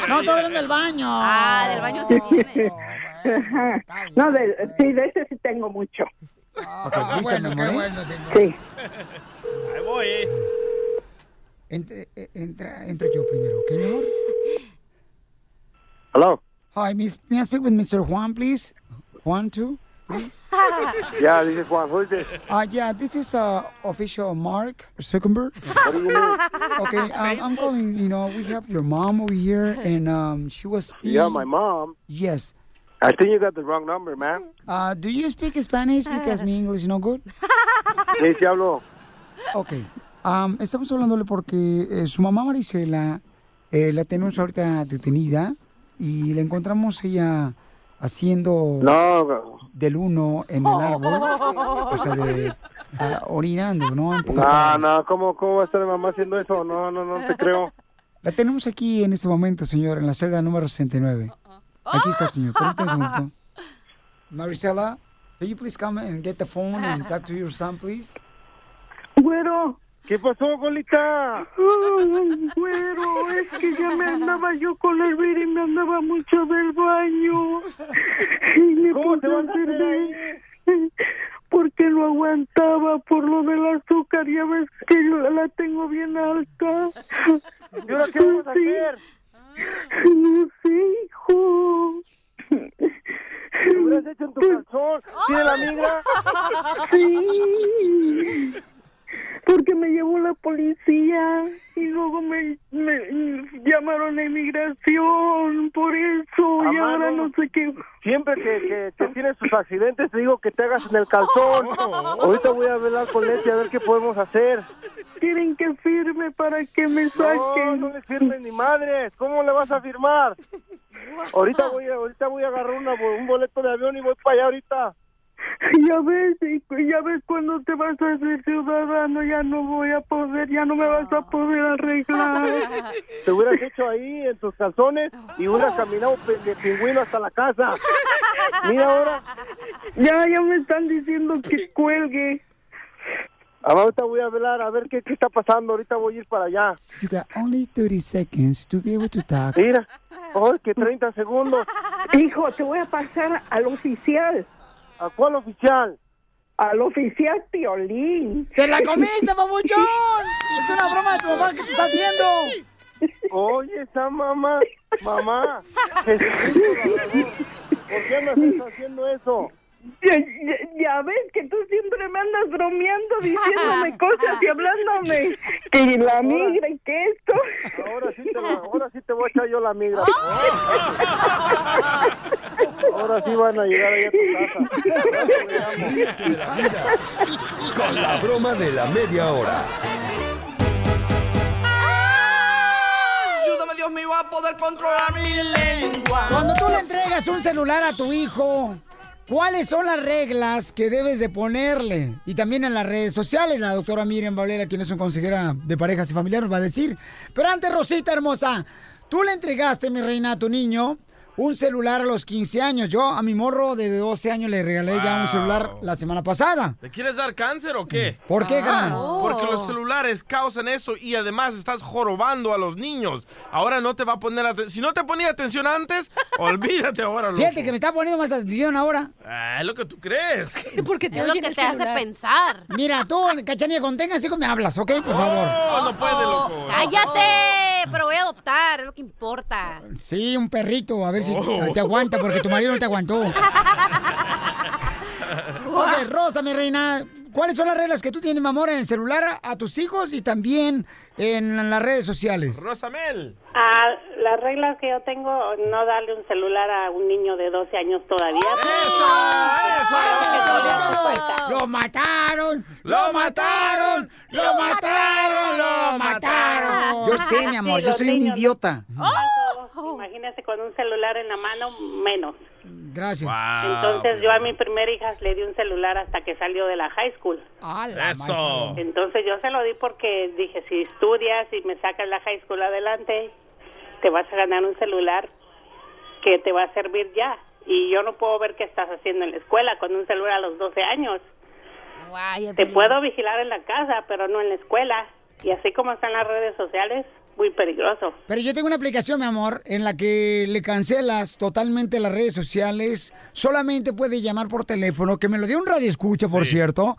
[SPEAKER 5] No, estoy hablando del baño.
[SPEAKER 8] Ah, del baño sí.
[SPEAKER 14] Ajá. No, de, sí, de ese sí tengo mucho.
[SPEAKER 5] Ah, bueno, qué bueno, señor.
[SPEAKER 14] Sí.
[SPEAKER 6] Ahí voy, eh.
[SPEAKER 5] Entre- eh, entra, entro yo primero, ¿ok, mi amor?
[SPEAKER 15] Hello.
[SPEAKER 5] Hi, miss, may I speak with Mr. Juan, please? Juan, two, three.
[SPEAKER 15] Yeah, this is Juan. Who is this?
[SPEAKER 5] Uh, yeah, this is uh, official Mark Zuckerberg. okay, um, I'm calling, you know, we have your mom over here, and um, she was speaking.
[SPEAKER 15] Yeah, my mom.
[SPEAKER 5] Yes.
[SPEAKER 15] I think you got the wrong number, man.
[SPEAKER 5] Uh, do you speak Spanish? Because my English is no good.
[SPEAKER 15] Sí, sí hablo.
[SPEAKER 5] Ok. Am, estamos hablándole porque eh, su mamá Marisela eh, la tenemos ahorita detenida y la encontramos ella haciendo del uno en el árbol, o sea, de, ah, orinando, ¿no? En pocas
[SPEAKER 15] No,
[SPEAKER 5] palabras.
[SPEAKER 15] no, ¿cómo, ¿cómo va a estar mi mamá haciendo eso? No, no, no te creo.
[SPEAKER 5] La tenemos aquí en este momento, señor, en la celda número 69. Aquí está, señor. Permítame un segundo. Marisela, can you please come and get the phone and talk to your son, please?
[SPEAKER 15] Güero. ¿Qué pasó, Golita?
[SPEAKER 14] Güero, es que ya me andaba yo con el vir y me andaba mucho del baño. Y me puse a enfermar porque no aguantaba por lo del azúcar. Ya ves que yo la tengo bien alta.
[SPEAKER 15] ¿Y ahora qué vamos a
[SPEAKER 14] Sí.
[SPEAKER 15] hacer?
[SPEAKER 14] No sé, hijo. Pues
[SPEAKER 15] ¿Te hubieras hecho en tu calzón? ¿Tiene la migra?
[SPEAKER 14] Sí. Porque me llevó la policía y luego me, me llamaron a inmigración por eso y
[SPEAKER 15] Amado.
[SPEAKER 14] ahora no sé qué.
[SPEAKER 15] Ah, Siempre que, que, que tienes tus accidentes te digo que te hagas en el calzón. Ahorita voy a hablar con Leti a ver qué podemos hacer.
[SPEAKER 14] Quieren que firme para que me
[SPEAKER 15] No,
[SPEAKER 14] saquen.
[SPEAKER 15] no les firmes ni madres. ¿Cómo le vas a firmar? Ahorita voy, a- ahorita voy a agarrar una bo- un boleto de avión y voy para allá ahorita.
[SPEAKER 16] Ya ves, y- ya ves cuando te vas a ser ciudadano, ya no voy a poder, ya no me vas a poder arreglar.
[SPEAKER 15] Te hubieras hecho ahí en tus calzones y
[SPEAKER 16] Oh.
[SPEAKER 15] hubieras caminado pe- de pingüino hasta la casa. Mira ahora.
[SPEAKER 16] Ya, ya me están diciendo que cuelgue.
[SPEAKER 15] Ahorita voy a velar a ver qué, qué está pasando. Ahorita voy a ir para allá.
[SPEAKER 5] You got only 30 seconds to be able to talk.
[SPEAKER 15] Mira, oh, que 30 segundos.
[SPEAKER 16] Hijo, te voy a pasar al oficial.
[SPEAKER 15] ¿A cuál oficial?
[SPEAKER 16] Al oficial Piolín.
[SPEAKER 5] ¡Te la comiste, papuchón! ¡Es una broma de tu mamá que te está haciendo!
[SPEAKER 15] Oye, esa mamá, mamá, Jesucristo, Salvador, ¿por qué me estás haciendo eso?
[SPEAKER 16] Ya, ya- ya ves que tú siempre me andas bromeando, diciéndome cosas y hablándome. Que la migra y que esto.
[SPEAKER 15] Ahora sí te, ahora sí te voy a echar yo la migra. Ahora sí van a llegar allá a tu casa.
[SPEAKER 11] Ríete de la vida con la broma de la media hora.
[SPEAKER 13] Ayúdame, Dios mío, a poder controlar mi lengua.
[SPEAKER 5] Cuando tú le entregas un celular a tu hijo, ¿cuáles son las reglas que debes de ponerle? Y también en las redes sociales, la doctora Miriam Valera, quien es una consejera de parejas y familiares, nos va a decir. Pero antes, Rosita hermosa, tú le entregaste, mi reina, a tu niño un celular a los 15 años. Yo a mi morro de 12 años le regalé ya un
[SPEAKER 6] Wow.
[SPEAKER 5] celular la semana pasada.
[SPEAKER 6] ¿Le quieres dar cáncer o qué? Ah,
[SPEAKER 5] ¿Por qué, carnal? Oh.
[SPEAKER 6] Porque los celulares causan eso y además estás jorobando a los niños. Ahora no te va a poner atención. Si no te ponía atención antes, olvídate ahora. Loco.
[SPEAKER 5] Fíjate que me está poniendo más atención ahora.
[SPEAKER 6] Ah, es lo que tú crees.
[SPEAKER 5] Porque
[SPEAKER 8] Es lo que te hace pensar.
[SPEAKER 5] Mira, tú, cachanilla, contenga así como me hablas, ¿ok? Por favor.
[SPEAKER 8] Oh, oh, ¡Cállate!
[SPEAKER 10] Oh.
[SPEAKER 8] Pero voy a adoptar, es lo que importa.
[SPEAKER 5] Sí, un perrito, a ver si te- te aguanta, porque tu marido no te aguantó. Ok, Rosa, mi reina, ¿cuáles son las reglas que tú tienes, mi amor, en el celular a, a tus hijos y también en las redes sociales?
[SPEAKER 6] Rosamel.
[SPEAKER 17] Ah, las reglas que yo tengo, no darle un celular a un niño de 12 años todavía.
[SPEAKER 5] ¡Lo mataron! ¡Lo mataron! ¡Lo mataron! ¡Lo mataron! Yo sé, mi amor,
[SPEAKER 17] Sí,
[SPEAKER 5] yo
[SPEAKER 17] los
[SPEAKER 5] soy un
[SPEAKER 17] niños,
[SPEAKER 5] idiota.
[SPEAKER 17] Imagínese con un celular en la mano, menos.
[SPEAKER 5] Gracias.
[SPEAKER 17] Entonces yo a mi primera hija le di un celular hasta que salió de la high school.
[SPEAKER 5] la
[SPEAKER 13] Oh.
[SPEAKER 5] Eso. madre.
[SPEAKER 17] Entonces yo se lo di porque dije, si estudias y me sacas la high school adelante, te vas a ganar un celular que te va a servir ya. Y yo no puedo ver qué estás haciendo en la escuela con un celular a los 12 años. Te puedo vigilar en la casa, pero no en la escuela. Y así como están las redes sociales, muy peligroso.
[SPEAKER 5] Pero yo tengo una aplicación, mi amor, en la que le cancelas totalmente las redes sociales. Solamente puede llamar por teléfono, que me lo dio un radio escucha, por cierto,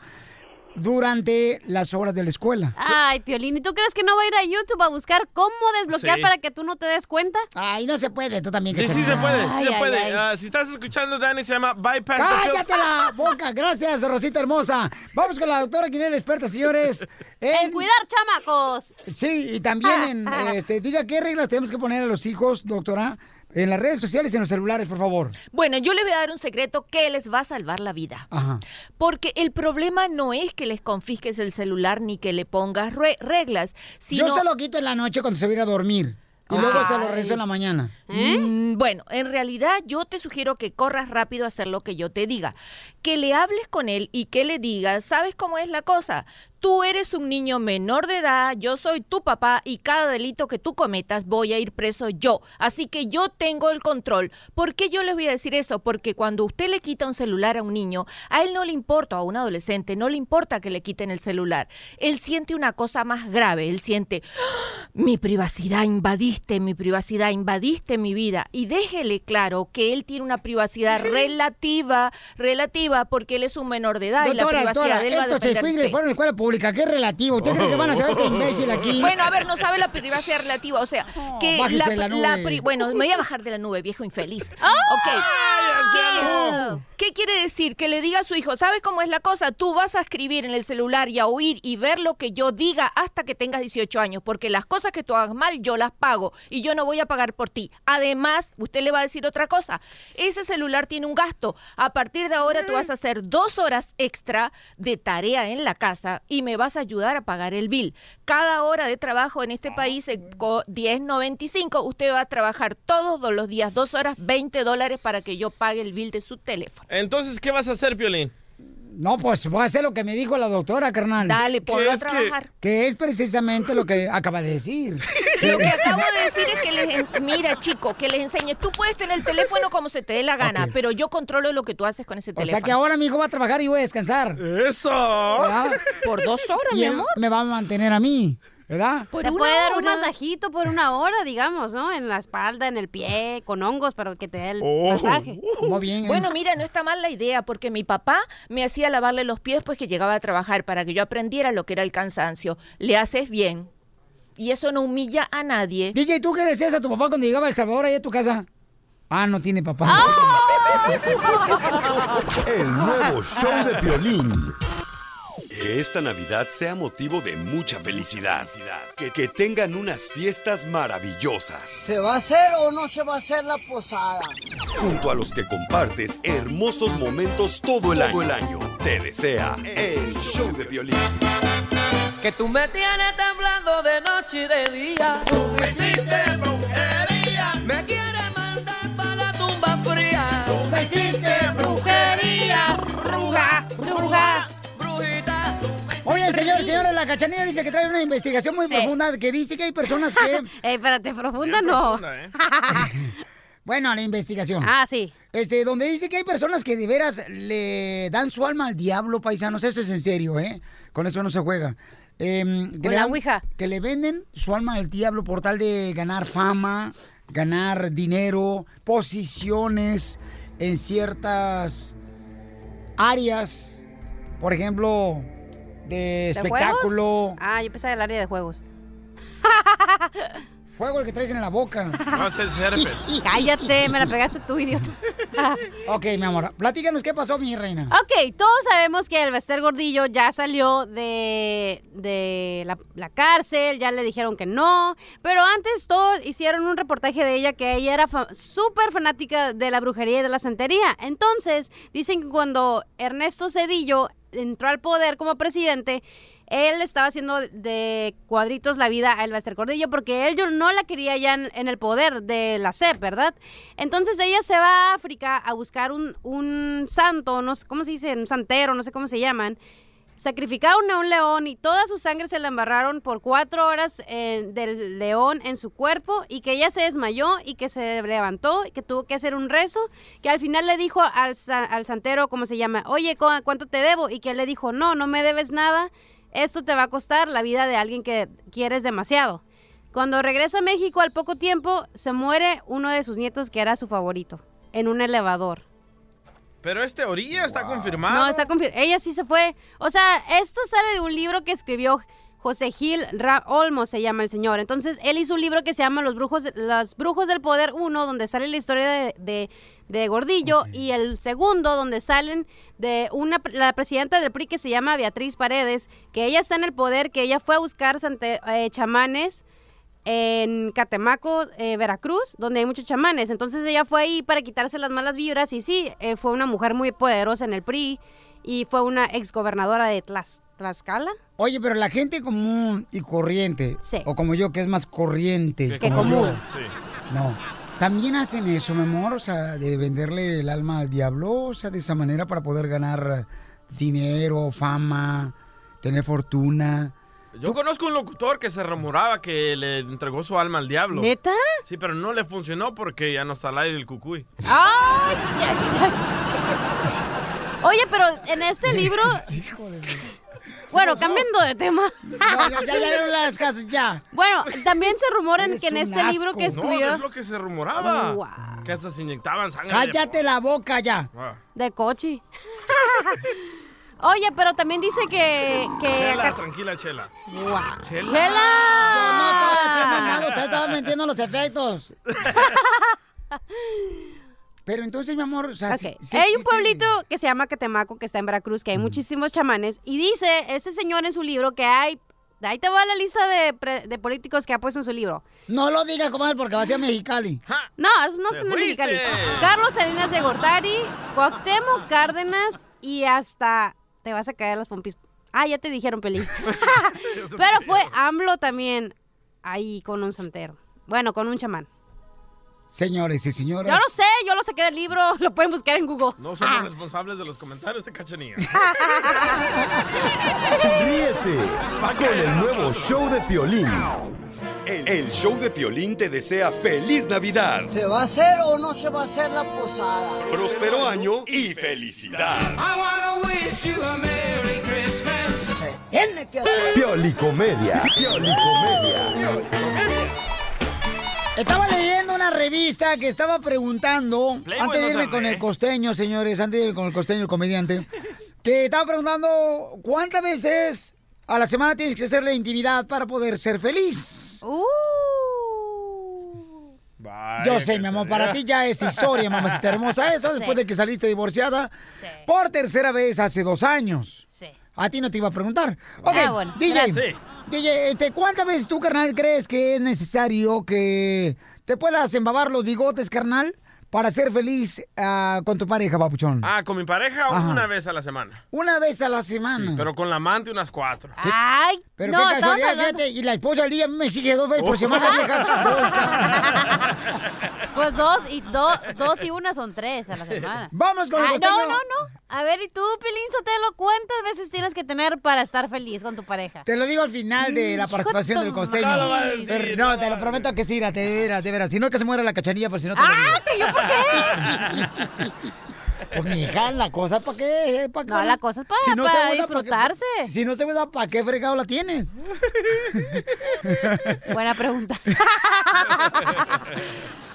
[SPEAKER 5] durante las horas de la escuela.
[SPEAKER 8] Ay, Piolín, ¿y tú crees que no va a ir a YouTube a buscar cómo desbloquear
[SPEAKER 6] Sí.
[SPEAKER 8] para que tú no te des cuenta?
[SPEAKER 5] Ay, no se puede, tú también.
[SPEAKER 6] Sí, sí se puede, sí se puede.
[SPEAKER 8] ay.
[SPEAKER 6] Ah, si estás escuchando, Dani, se llama Bypass the Filter.
[SPEAKER 5] ¡Cállate la boca! Gracias, Rosita hermosa. Vamos con la doctora, quien es la experta, señores. En
[SPEAKER 8] cuidar chamacos.
[SPEAKER 5] Sí, y también en,
[SPEAKER 18] Ah.
[SPEAKER 5] este, diga qué reglas tenemos que poner a los hijos, doctora, en las redes sociales y en los celulares, por favor.
[SPEAKER 18] Bueno, yo les voy a dar un secreto que les va a salvar la vida.
[SPEAKER 5] Ajá.
[SPEAKER 18] Porque el problema no es que les confisques el celular ni que le pongas re- reglas, sino...
[SPEAKER 5] Yo se lo quito en la noche cuando se va a ir a dormir. Y luego se lo rezo en la mañana.
[SPEAKER 18] Mm, Bueno, en realidad yo te sugiero que corras rápido a hacer lo que yo te diga. Que le hables con él y que le digas, ¿sabes cómo es la cosa? Tú eres un niño menor de edad, yo soy tu papá y cada delito que tú cometas voy a ir preso yo. Así que yo tengo el control. ¿Por qué yo les voy a decir eso? Porque cuando usted le quita un celular a un niño, a él no le importa, a un adolescente, no le importa que le quiten el celular. Él siente una cosa más grave, él siente, mi privacidad, invadiste mi privacidad, invadiste mi vida. Y déjele claro que él tiene una privacidad relativa, relativa, porque él es un menor de edad y la
[SPEAKER 5] doctora,
[SPEAKER 18] privacidad
[SPEAKER 5] doctora,
[SPEAKER 18] de él va a
[SPEAKER 5] estos
[SPEAKER 18] depender de
[SPEAKER 5] escuingles
[SPEAKER 18] usted.
[SPEAKER 5] fueron a la escuela pública. ¿Qué relativo? ¿Usted cree que van a saber este imbécil aquí?
[SPEAKER 18] Bueno, a ver, no sabe la privacidad relativa, o sea, que
[SPEAKER 5] bájese de la nube.
[SPEAKER 18] pri- bueno, me voy a bajar de la nube, viejo infeliz. Ok. ¿Qué quiere decir? Que le diga a su hijo, ¿sabes cómo es la cosa? Tú vas a escribir en el celular y a oír y ver lo que yo diga hasta que tengas 18 años, porque las cosas que tú hagas mal yo las pago y yo no voy a pagar por ti. Además, usted le va a decir otra cosa, ese celular tiene un gasto. A partir de ahora tú vas a hacer dos horas extra de tarea en la casa y me vas a ayudar a pagar el bill. Cada hora de trabajo en
[SPEAKER 5] Ah,
[SPEAKER 18] este país, eh, co- 10.95, usted va a trabajar todos los días dos horas, 20 dólares para que yo pague el bill de su teléfono.
[SPEAKER 6] Entonces, ¿qué vas a hacer, Piolín?
[SPEAKER 5] No, pues voy a hacer lo que me dijo la doctora, carnal.
[SPEAKER 18] Dale, ponlo ¿Qué a es que- trabajar.
[SPEAKER 5] Que es precisamente lo que acaba de decir.
[SPEAKER 18] Lo que acabo de decir es que les en- mira, chico, que les enseñe. Tú puedes tener el teléfono como se te dé la gana, pero yo controlo lo que tú haces con ese
[SPEAKER 5] O
[SPEAKER 18] teléfono.
[SPEAKER 5] sea que ahora mi hijo va a trabajar y voy a descansar.
[SPEAKER 6] ¡Eso!
[SPEAKER 18] Por dos horas, mi amor.
[SPEAKER 5] Me va a mantener a mí, ¿verdad?
[SPEAKER 8] Te puede dar un masajito por una hora, digamos, ¿no? En la espalda, en el pie, con hongos, pero que te dé el
[SPEAKER 18] Oh.
[SPEAKER 8] masaje.
[SPEAKER 5] Oh,
[SPEAKER 18] Bueno, mira, no está mal la idea porque mi papá me hacía lavarle los pies pues que llegaba a trabajar para que yo aprendiera lo que era el cansancio. Le haces bien. Y eso no humilla a nadie.
[SPEAKER 5] DJ, ¿tú qué le decías a tu papá cuando llegaba a El Salvador ahí a tu casa? Ah, no tiene papá.
[SPEAKER 11] El nuevo show de Piolín.
[SPEAKER 2] Que esta Navidad sea motivo de mucha felicidad. Que, que tengan unas fiestas maravillosas.
[SPEAKER 3] ¿Se va a hacer o no se va a hacer la posada?
[SPEAKER 2] Junto a los que compartes hermosos momentos todo el año. Eh. Te desea el show de violín.
[SPEAKER 13] Que tú me tienes temblando de noche y de día. Tú me hiciste brujería. Me quieres mandar para la tumba fría. Tú me hiciste brujería. Bruja, bruja.
[SPEAKER 5] Oye, señor, señores, la cachanilla dice que trae una investigación muy profunda que dice que hay personas que...
[SPEAKER 8] Eh, espérate, profunda no.
[SPEAKER 5] bueno, la investigación.
[SPEAKER 8] Ah, sí.
[SPEAKER 5] Este, donde dice que hay personas que de veras le dan su alma al diablo, paisanos. Eso es en serio, ¿eh? Con eso no se juega. Em, que
[SPEAKER 8] Con
[SPEAKER 5] le
[SPEAKER 8] la
[SPEAKER 5] dan- Que le venden su alma al diablo por tal de ganar fama, ganar dinero, posiciones en ciertas áreas. Por ejemplo, de
[SPEAKER 8] ¿De
[SPEAKER 5] espectáculo.
[SPEAKER 8] juegos? Ah, yo pensaba el área de juegos.
[SPEAKER 5] Fuego el que traes en la boca.
[SPEAKER 6] No es el pues. herpes.
[SPEAKER 8] Cállate, me la pegaste tú, idiota.
[SPEAKER 5] ok, mi amor, platícanos qué pasó, mi reina.
[SPEAKER 8] Ok, todos sabemos que el Bester Gordillo ya salió de, de la, la cárcel, ya le dijeron que no, pero antes todos hicieron un reportaje de ella que ella era fa- súper fanática de la brujería y de la santería. Entonces, dicen que cuando Ernesto Cedillo entró al poder como presidente, él estaba haciendo de cuadritos la vida a Elvester Cordillo porque él yo no la quería ya en, en el poder de la CEP, ¿verdad? Entonces ella se va a África a buscar un, un santo, no sé cómo se dice, un santero, no sé cómo se llaman. Sacrificaron a un león y toda su sangre se la embarraron por cuatro horas eh, del león en su cuerpo y que ella se desmayó y que se levantó y que tuvo que hacer un rezo, que al final le dijo al, sa- al santero, ¿cómo se llama? Oye, ¿cu- ¿cuánto te debo? Y que él le dijo, no, no me debes nada, esto te va a costar la vida de alguien que quieres demasiado. Cuando regresa a México al poco tiempo, se muere uno de sus nietos que era su favorito, en un elevador.
[SPEAKER 6] Pero es teoría, está confirmado.
[SPEAKER 8] No, está confir- Ella sí se fue. O sea, esto sale de un libro que escribió José Gil Ra Olmos, se llama el señor. Entonces, él hizo un libro que se llama Los Brujos, Los Brujos del Poder 1, donde sale la historia de, de- de Gordillo, y el segundo, donde salen de una pre- la presidenta del PRI que se llama Beatriz Paredes, que ella está en el poder, que ella fue a buscar sante- eh, chamanes en Catemaco, eh, Veracruz, donde hay muchos chamanes. Entonces ella fue ahí para quitarse las malas vibras y sí, eh, fue una mujer muy poderosa en el PRI y fue una exgobernadora de Tlax- Tlaxcala.
[SPEAKER 5] Oye, pero la gente común y corriente, o como yo que es más corriente
[SPEAKER 8] Que
[SPEAKER 5] yo.
[SPEAKER 8] común.
[SPEAKER 5] No. También hacen eso, mi amor, o sea, de venderle el alma al diablo, o sea, de esa manera para poder ganar dinero, fama, tener fortuna.
[SPEAKER 6] Yo conozco un locutor que se rumoraba que le entregó su alma al diablo.
[SPEAKER 8] ¿Neta?
[SPEAKER 6] Sí, pero no le funcionó porque ya no está al aire el cucuy.
[SPEAKER 8] ¡Ay! ay, ay! Oye, pero en este libro... Bueno, cambiando de tema.
[SPEAKER 5] no, ya, ya, no le hagas caso, ya.
[SPEAKER 8] Bueno, también se rumoran
[SPEAKER 6] Eres
[SPEAKER 8] que en
[SPEAKER 6] un
[SPEAKER 8] este libro que
[SPEAKER 6] asco.
[SPEAKER 8] escribió...
[SPEAKER 6] No, es lo que se rumoraba.
[SPEAKER 8] Wow.
[SPEAKER 6] Que hasta se inyectaban sangre.
[SPEAKER 5] Cállate la boca ya.
[SPEAKER 6] Ah.
[SPEAKER 8] De cochi. Oye, pero también dice que... que
[SPEAKER 6] Chela,
[SPEAKER 8] acá-
[SPEAKER 6] tranquila, Chela.
[SPEAKER 8] Guau.
[SPEAKER 6] Chela.
[SPEAKER 8] ¡Chela!
[SPEAKER 5] Yo no estaba haciendo nada, usted estaba metiendo los efectos. Pero entonces, mi amor, o sea, sí- sí
[SPEAKER 8] hay un
[SPEAKER 5] existe-
[SPEAKER 8] pueblito que se llama Catemaco, que está en Veracruz, que hay muchísimos chamanes. Y dice ese señor en su libro que hay. Ahí te va la lista de, pre- de políticos que ha puesto en su libro.
[SPEAKER 5] No lo digas, comadre, porque va a ser Mexicali.
[SPEAKER 8] No, esos no
[SPEAKER 5] ¡Te
[SPEAKER 8] son de Mexicali.
[SPEAKER 5] fuiste!
[SPEAKER 8] Carlos Salinas de Gortari, Cuauhtémoc Cárdenas y hasta... Te vas a caer las pompis. Ah, ya te dijeron, Peli. Pero fue AMLO también ahí con un santero. Bueno, con un chamán.
[SPEAKER 5] Señores y
[SPEAKER 8] Yo
[SPEAKER 5] señoras.
[SPEAKER 8] lo sé, yo lo saqué del libro, lo pueden buscar en Google.
[SPEAKER 6] No somos
[SPEAKER 5] Ah.
[SPEAKER 6] responsables de los comentarios de Cachanía.
[SPEAKER 11] Ríete con el nuevo show de Piolín.
[SPEAKER 2] El, el show de Piolín te desea feliz Navidad,
[SPEAKER 3] ¿Se va a hacer o no se va a hacer la posada?
[SPEAKER 2] próspero año y felicidad.
[SPEAKER 4] I wanna wish you a Merry Christmas.
[SPEAKER 3] Tiene que hacer.
[SPEAKER 11] Piolicomedia. Piolicomedia.
[SPEAKER 5] Estaba leyendo una revista que estaba preguntando,
[SPEAKER 13] Playboy
[SPEAKER 5] antes
[SPEAKER 13] no
[SPEAKER 5] de irme
[SPEAKER 13] se
[SPEAKER 5] con
[SPEAKER 13] lee.
[SPEAKER 5] el costeño, señores, antes de irme con el costeño, el comediante, que estaba preguntando cuántas veces a la semana tienes que hacer la intimidad para poder ser feliz.
[SPEAKER 13] Uh.
[SPEAKER 5] Yo sé, mi amor, para ti ya es historia, mamacita hermosa, eso
[SPEAKER 13] Sí.
[SPEAKER 5] después de que saliste divorciada
[SPEAKER 13] Sí.
[SPEAKER 5] por tercera vez hace dos años.
[SPEAKER 13] Sí.
[SPEAKER 5] A ti no te iba a preguntar. Ok,
[SPEAKER 13] Ah, bueno,
[SPEAKER 5] DJ,
[SPEAKER 13] gracias. Sí.
[SPEAKER 5] DJ, este, ¿cuántas veces tú, carnal, crees que es necesario que te puedas embabar los bigotes, carnal, para ser feliz ah, con tu pareja, papuchón?
[SPEAKER 6] Ah, con mi pareja
[SPEAKER 5] Ajá.
[SPEAKER 6] una vez a la semana.
[SPEAKER 5] Una vez a la semana.
[SPEAKER 6] Pero con la amante unas cuatro.
[SPEAKER 8] Ay,
[SPEAKER 5] Pero
[SPEAKER 8] no,
[SPEAKER 5] qué
[SPEAKER 8] estamos
[SPEAKER 5] casualidad,
[SPEAKER 8] hablando-
[SPEAKER 5] fíjate, y la esposa al día me exige dos veces por
[SPEAKER 6] Oh.
[SPEAKER 5] semana, vieja.
[SPEAKER 8] Pues dos y do- dos y una son tres a la semana.
[SPEAKER 5] Vamos con el
[SPEAKER 8] Ah,
[SPEAKER 5] costeño.
[SPEAKER 8] No, no, no. A ver, ¿y tú, Pilín Sotelo, cuántas veces tienes que tener para estar feliz con tu pareja?
[SPEAKER 5] Te lo digo al final de la participación del costeño.
[SPEAKER 8] No lo va a decir,
[SPEAKER 5] Pero no, te lo prometo que sí, irate, de veras. Si no, que se muera la cachanilla, por si no te lo digo.
[SPEAKER 8] ¿Yo por qué?
[SPEAKER 5] Pues, mija, la cosa para qué, ¿Para qué?
[SPEAKER 8] No, la cosa es para- para disfrutarse.
[SPEAKER 5] ¿para qué? si no se usa, ¿para qué fregado la tienes?
[SPEAKER 8] Buena pregunta.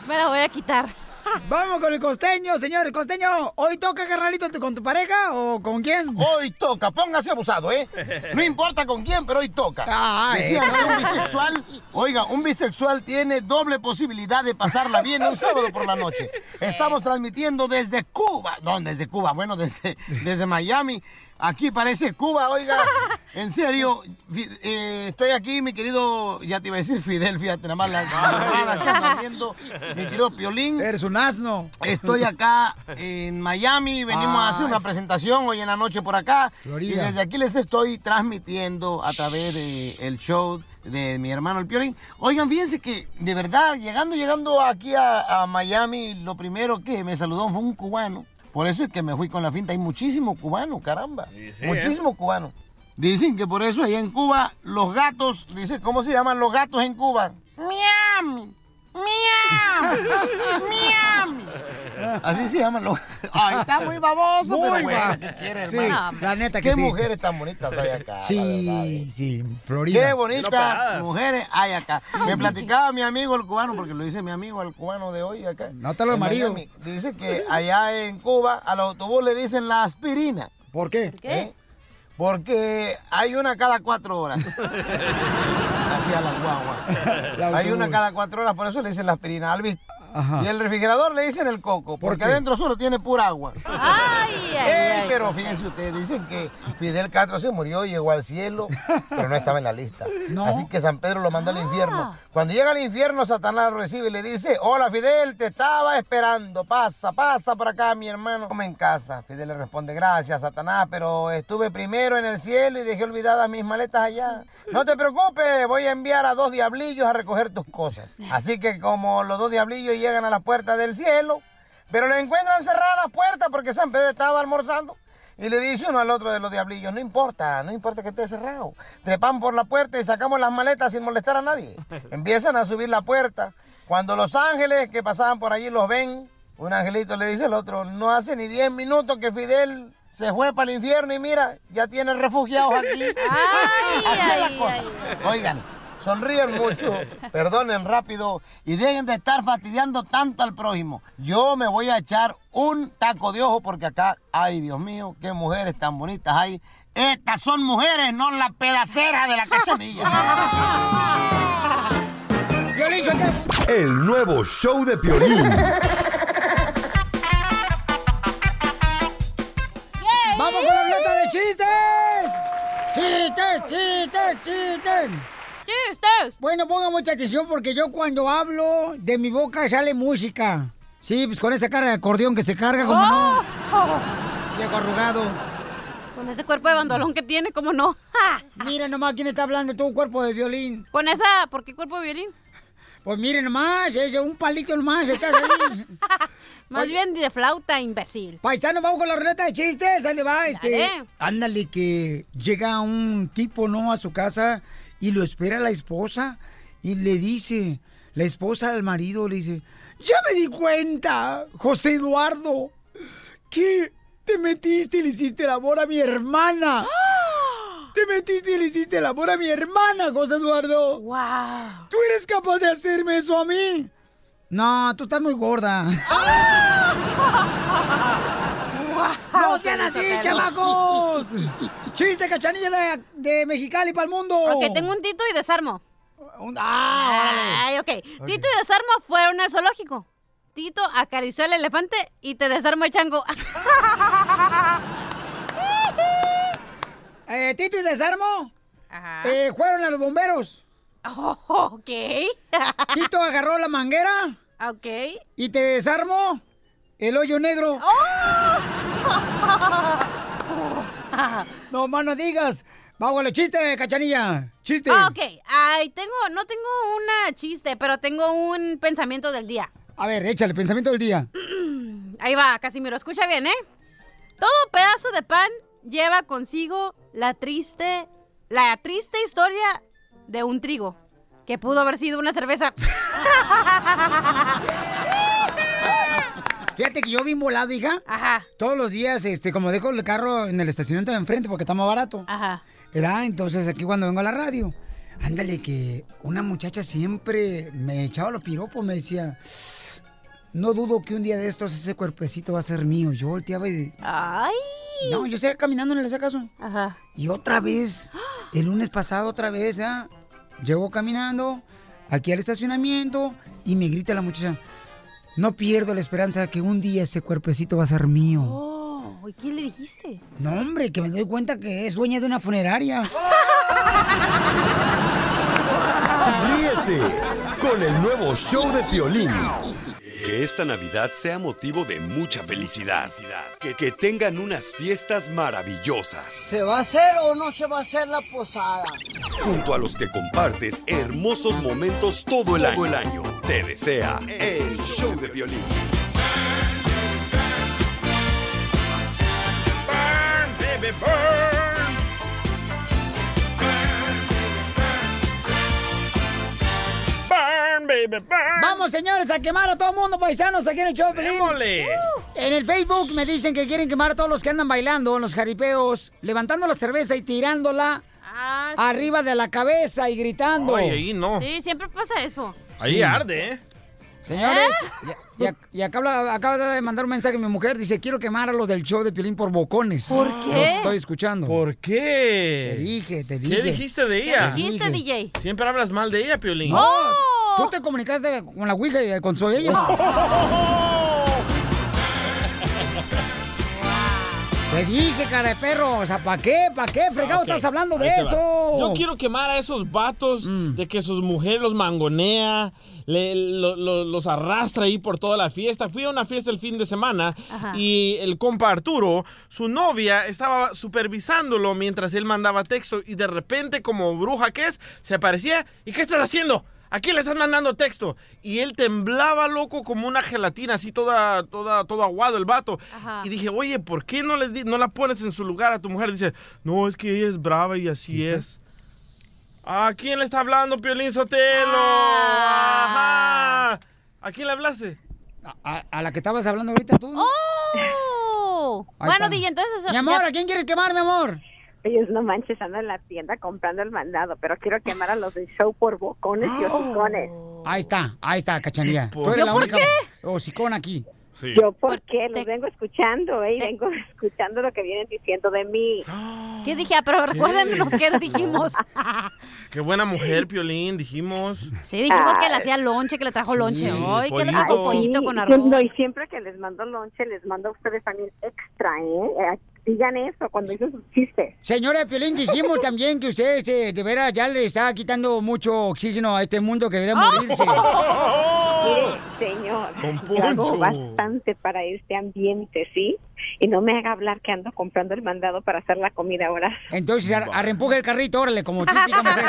[SPEAKER 8] Me la voy a quitar.
[SPEAKER 5] Vamos con el costeño, señor. El costeño, ¿hoy toca, carnalito, con tu pareja o con quién?
[SPEAKER 19] Hoy toca, póngase abusado, ¿eh? No importa con quién, pero hoy toca.
[SPEAKER 5] Ah,
[SPEAKER 19] Decían
[SPEAKER 5] eh.
[SPEAKER 19] que un bisexual, oiga, un bisexual tiene doble posibilidad de pasarla bien un sábado por la noche. Estamos transmitiendo desde Cuba, no, desde Cuba, bueno, desde, desde Miami. Aquí parece Cuba, oiga, en serio, fi- eh, estoy aquí, mi querido, ya te iba a decir Fidel, fíjate, nada más las barradas que ando haciendo, mi querido Piolín.
[SPEAKER 5] Eres un asno.
[SPEAKER 19] Estoy acá en Miami, venimos a hacer
[SPEAKER 5] Ay.
[SPEAKER 19] una presentación hoy en la noche por acá.
[SPEAKER 5] Florida.
[SPEAKER 19] Y desde aquí les estoy transmitiendo a través del show de mi hermano el Piolín. Oigan, fíjense que de verdad, llegando, llegando aquí a, a Miami, lo primero que me saludó fue un cubano. Por eso es que me fui con la finta. Hay muchísimo cubano, caramba.
[SPEAKER 5] ¿eh?
[SPEAKER 20] sí,
[SPEAKER 19] muchísimo cubano. Dicen que por eso allá en Cuba los gatos, dice, ¿cómo se llaman los gatos en Cuba? Miami. Miami. Miami. Así se llaman los Ay, está muy baboso,
[SPEAKER 5] Muy
[SPEAKER 19] pero bueno,
[SPEAKER 5] bab-
[SPEAKER 19] ¿qué quiere,
[SPEAKER 5] Sí,
[SPEAKER 19] hermano?
[SPEAKER 5] la neta que
[SPEAKER 19] ¿Qué
[SPEAKER 5] sí.
[SPEAKER 19] mujeres tan bonitas hay acá?
[SPEAKER 5] Sí, sí, Florida.
[SPEAKER 19] Qué bonitas mujeres hay acá. Me platicaba mi amigo el cubano, porque lo dice mi amigo el cubano de hoy acá.
[SPEAKER 5] No te lo
[SPEAKER 19] en
[SPEAKER 5] marido.
[SPEAKER 19] Miami. Dice que allá en Cuba a los autobús le dicen la aspirina.
[SPEAKER 5] ¿Por qué?
[SPEAKER 19] qué? Porque hay una cada cuatro horas. Así a las guaguas.
[SPEAKER 20] La
[SPEAKER 19] hay una
[SPEAKER 20] autobús.
[SPEAKER 19] cada cuatro horas, por eso le dicen la aspirina. Alvis.
[SPEAKER 20] Ajá.
[SPEAKER 19] Y el refrigerador le dicen el coco, porque
[SPEAKER 20] qué?
[SPEAKER 19] adentro solo tiene pura agua.
[SPEAKER 20] Ay, ay,
[SPEAKER 19] Ey,
[SPEAKER 20] ay,
[SPEAKER 19] pero
[SPEAKER 20] costeño.
[SPEAKER 19] fíjense ustedes, dicen que Fidel Castro se murió, llegó al cielo, pero no estaba en la lista. Así que San Pedro lo mandó al infierno. Cuando llega al infierno, Satanás lo recibe y le dice, hola Fidel, te estaba esperando, pasa, pasa por acá, mi hermano. Come en casa. Fidel le responde, gracias Satanás, pero estuve primero en el cielo y dejé olvidadas mis maletas allá. No te preocupes, voy a enviar a dos diablillos a recoger tus cosas. Así que como los dos diablillos llegan a la puerta del cielo, pero le encuentran cerrada la puerta porque San Pedro estaba almorzando. Y le dice uno al otro de los diablillos, no importa, no importa que esté cerrado. Trepan por la puerta y sacamos las maletas sin molestar a nadie. Empiezan a subir la puerta. Cuando los ángeles que pasaban por allí los ven, un angelito le dice al otro, no hace ni 10 minutos que Fidel se fue para el infierno y mira, ya tiene refugiados aquí. Así es la cosa. Oigan, sonríen mucho, perdonen rápido y dejen de estar fastidiando tanto al prójimo. Yo me voy a echar un taco de ojo porque acá, ay Dios mío, qué mujeres tan bonitas hay. Estas son mujeres, no la pedacera de la cachanilla.
[SPEAKER 5] Yo le he dicho
[SPEAKER 11] El nuevo show de Piolín.
[SPEAKER 5] ¡Chistes, chistes! ¡Chistes! Bueno, pongan mucha atención porque yo cuando hablo de mi boca sale música. Sí, pues con esa cara de acordeón que se carga,
[SPEAKER 8] ¡Oh!
[SPEAKER 5] como no. Llego arrugado.
[SPEAKER 8] Con ese cuerpo de bandolón que tiene, como no.
[SPEAKER 5] Mira nomás quién está hablando, todo cuerpo de violín.
[SPEAKER 8] Con esa, ¿por qué cuerpo de violín?
[SPEAKER 5] Pues miren nomás, es un palito nomás, estás ahí.
[SPEAKER 8] Más bien de flauta, imbécil.
[SPEAKER 5] Paisano, vamos con la ruleta de chistes, ahí le va, este.
[SPEAKER 8] Dale.
[SPEAKER 5] Ándale, que llega un tipo, ¿no? A su casa y lo espera la esposa y le dice, la esposa al marido le dice, ya me di cuenta, José Eduardo, que te metiste y le hiciste el amor a mi hermana. Te metiste y le hiciste el amor a mi hermana, José Eduardo. ¡Wow! ¿Tú eres capaz de hacerme eso a mí? No, tú estás muy gorda. ¡No sean así, chamacos! ¡Chiste, cachanilla de, de Mexicali para el mundo!
[SPEAKER 8] Ok, tengo un tito y desarmo.
[SPEAKER 5] ah,
[SPEAKER 8] Ay, ok. Tito y desarmo fueron al zoológico. Tito acarició al elefante y te desarmo el chango.
[SPEAKER 5] Eh, Tito y Desarmo
[SPEAKER 8] Ajá. Oh,
[SPEAKER 5] eh, fueron a los bomberos.
[SPEAKER 8] ok.
[SPEAKER 5] Tito agarró la manguera.
[SPEAKER 8] Ok.
[SPEAKER 5] Y te desarmo el hoyo negro.
[SPEAKER 8] Oh.
[SPEAKER 5] no más no digas. Vamos a los chistes, cachanilla. Chiste.
[SPEAKER 8] Ok, ay, tengo, no tengo una chiste, pero tengo un pensamiento del día.
[SPEAKER 5] A ver, échale, pensamiento del día.
[SPEAKER 8] Ahí va, Casimiro, escucha bien, ¿eh? Todo pedazo de pan lleva consigo la triste, la triste historia de un trigo, que pudo haber sido una cerveza.
[SPEAKER 5] Fíjate que yo bien volado, hija.
[SPEAKER 8] Ajá.
[SPEAKER 5] Todos los días, este, como dejo el carro en el estacionamiento de enfrente porque está más barato.
[SPEAKER 8] Ajá.
[SPEAKER 5] ¿Verdad? Entonces aquí cuando vengo a la radio, ándale que una muchacha siempre me echaba los piropos, me decía, no dudo que un día de estos ese cuerpecito va a ser mío. Yo volteaba y...
[SPEAKER 8] ¡Ay!
[SPEAKER 5] No, yo seguía caminando en el acaso.
[SPEAKER 8] Ajá.
[SPEAKER 5] Y otra vez, el lunes pasado otra vez, ¿ya? Llego caminando aquí al estacionamiento y me grita la muchacha, no pierdo la esperanza de que un día ese cuerpecito va a ser mío.
[SPEAKER 8] Oh, ¿y ¿Qué le dijiste?
[SPEAKER 5] No, hombre, que me doy cuenta que es dueña de una funeraria.
[SPEAKER 2] Ríete con el nuevo show de Piolín. Que esta Navidad sea motivo de mucha felicidad. Que, que tengan unas fiestas maravillosas.
[SPEAKER 3] ¿Se va a hacer o no se va a hacer la posada?
[SPEAKER 2] Junto a los que compartes hermosos momentos todo el año. Todo el año. Te desea el show de Piolín.
[SPEAKER 6] Burn, baby, burn.
[SPEAKER 5] Burn, baby, burn. Vamos, señores, a quemar a todo el mundo, paisanos, aquí en el show. de Piolín.
[SPEAKER 6] Démosle.
[SPEAKER 5] En el Facebook me dicen que quieren quemar a todos los que andan bailando en los jaripeos, levantando la cerveza y tirándola arriba de la cabeza y gritando.
[SPEAKER 6] Ay, ahí no.
[SPEAKER 8] Ah, Sí, siempre pasa eso.
[SPEAKER 6] Ahí
[SPEAKER 5] Sí.
[SPEAKER 6] arde, ¿eh?
[SPEAKER 5] Señores,
[SPEAKER 8] ¿Eh?
[SPEAKER 5] y, y- y acaba, acaba de mandar un mensaje mi mujer, dice, quiero quemar a los del show de Piolín por bocones.
[SPEAKER 8] ¿Por qué?
[SPEAKER 5] Los estoy escuchando. ¿Por
[SPEAKER 6] qué?
[SPEAKER 5] Te dije, te dije.
[SPEAKER 6] ¿Qué dijiste de ella?
[SPEAKER 8] dijiste, DJ?
[SPEAKER 6] Siempre hablas mal de ella, Piolín.
[SPEAKER 5] No,
[SPEAKER 6] ¡Oh!
[SPEAKER 5] tú te comunicaste con la Ouija y con su ella.
[SPEAKER 6] ¡Oh!
[SPEAKER 5] Te dije, cara de perro, o sea, ¿para qué? ¿Para qué, fregado,
[SPEAKER 6] Ok,
[SPEAKER 5] estás hablando de
[SPEAKER 6] ahí te va.
[SPEAKER 5] eso? Mm.
[SPEAKER 6] Yo quiero quemar a esos vatos de que sus mujeres los mangonea, le- lo- lo- los arrastra ahí por toda la fiesta. Fui a una fiesta el fin de semana
[SPEAKER 21] Ajá.
[SPEAKER 6] y el compa Arturo, su novia, estaba supervisándolo mientras él mandaba texto y de repente, como bruja que es, se aparecía. ¿Y qué estás haciendo? ¿A quién le estás mandando texto? Y él temblaba loco como una gelatina, así toda, toda, todo aguado el vato.
[SPEAKER 21] Ajá.
[SPEAKER 6] Y dije, oye, ¿por qué no, le di- no la pones en su lugar a tu mujer? Dice, no, es que ella es brava y así es. ¿A quién le está hablando, Piolín Sotelo? Ajá. ¿A quién le hablaste?
[SPEAKER 5] A, a la que estabas hablando ahorita tú.
[SPEAKER 8] ¡Oh!
[SPEAKER 5] Ahí
[SPEAKER 8] bueno,
[SPEAKER 5] está.
[SPEAKER 8] DJ, entonces...
[SPEAKER 5] Mi amor, ¿a quién quieres quemar, mi amor?
[SPEAKER 22] Ellos no manches, ando en la tienda comprando el mandado, pero quiero quemar a los del show por bocones y hocicones.
[SPEAKER 5] Ahí está, ahí está, cachanilla. Tú
[SPEAKER 22] ¿Yo
[SPEAKER 5] eres la
[SPEAKER 22] por
[SPEAKER 5] única
[SPEAKER 22] qué?
[SPEAKER 5] hocicón aquí.
[SPEAKER 22] Yo, ¿por qué? Los vengo escuchando, ¿eh? Y vengo escuchando lo que vienen diciendo de mí.
[SPEAKER 8] ¿Qué dije? Ah, pero recuérdenme los que dijimos.
[SPEAKER 6] Qué buena mujer, Piolín, dijimos.
[SPEAKER 8] Sí, dijimos que le hacía lonche, que le trajo lonche. Ay,
[SPEAKER 6] pues
[SPEAKER 8] que le trajo pollito
[SPEAKER 6] pollito.
[SPEAKER 22] Sí,
[SPEAKER 8] con
[SPEAKER 22] y
[SPEAKER 8] arroz.
[SPEAKER 22] No, y siempre que les mando lonche, les mando a ustedes también extra, ¿eh? Eh,
[SPEAKER 14] digan eso cuando dicen sus chistes.
[SPEAKER 5] Señora Piolín, dijimos también que usted, este, de veras, ya le está quitando mucho oxígeno a este mundo que debería morirse.
[SPEAKER 14] Mire, ¡Oh! señor,
[SPEAKER 5] Don
[SPEAKER 14] yo hago
[SPEAKER 5] Poncho.
[SPEAKER 14] bastante para este ambiente, ¿sí? Y no me haga hablar que ando comprando el mandado para hacer la comida ahora.
[SPEAKER 5] Entonces, ar- arrempuja el carrito, órale, como típica mujer.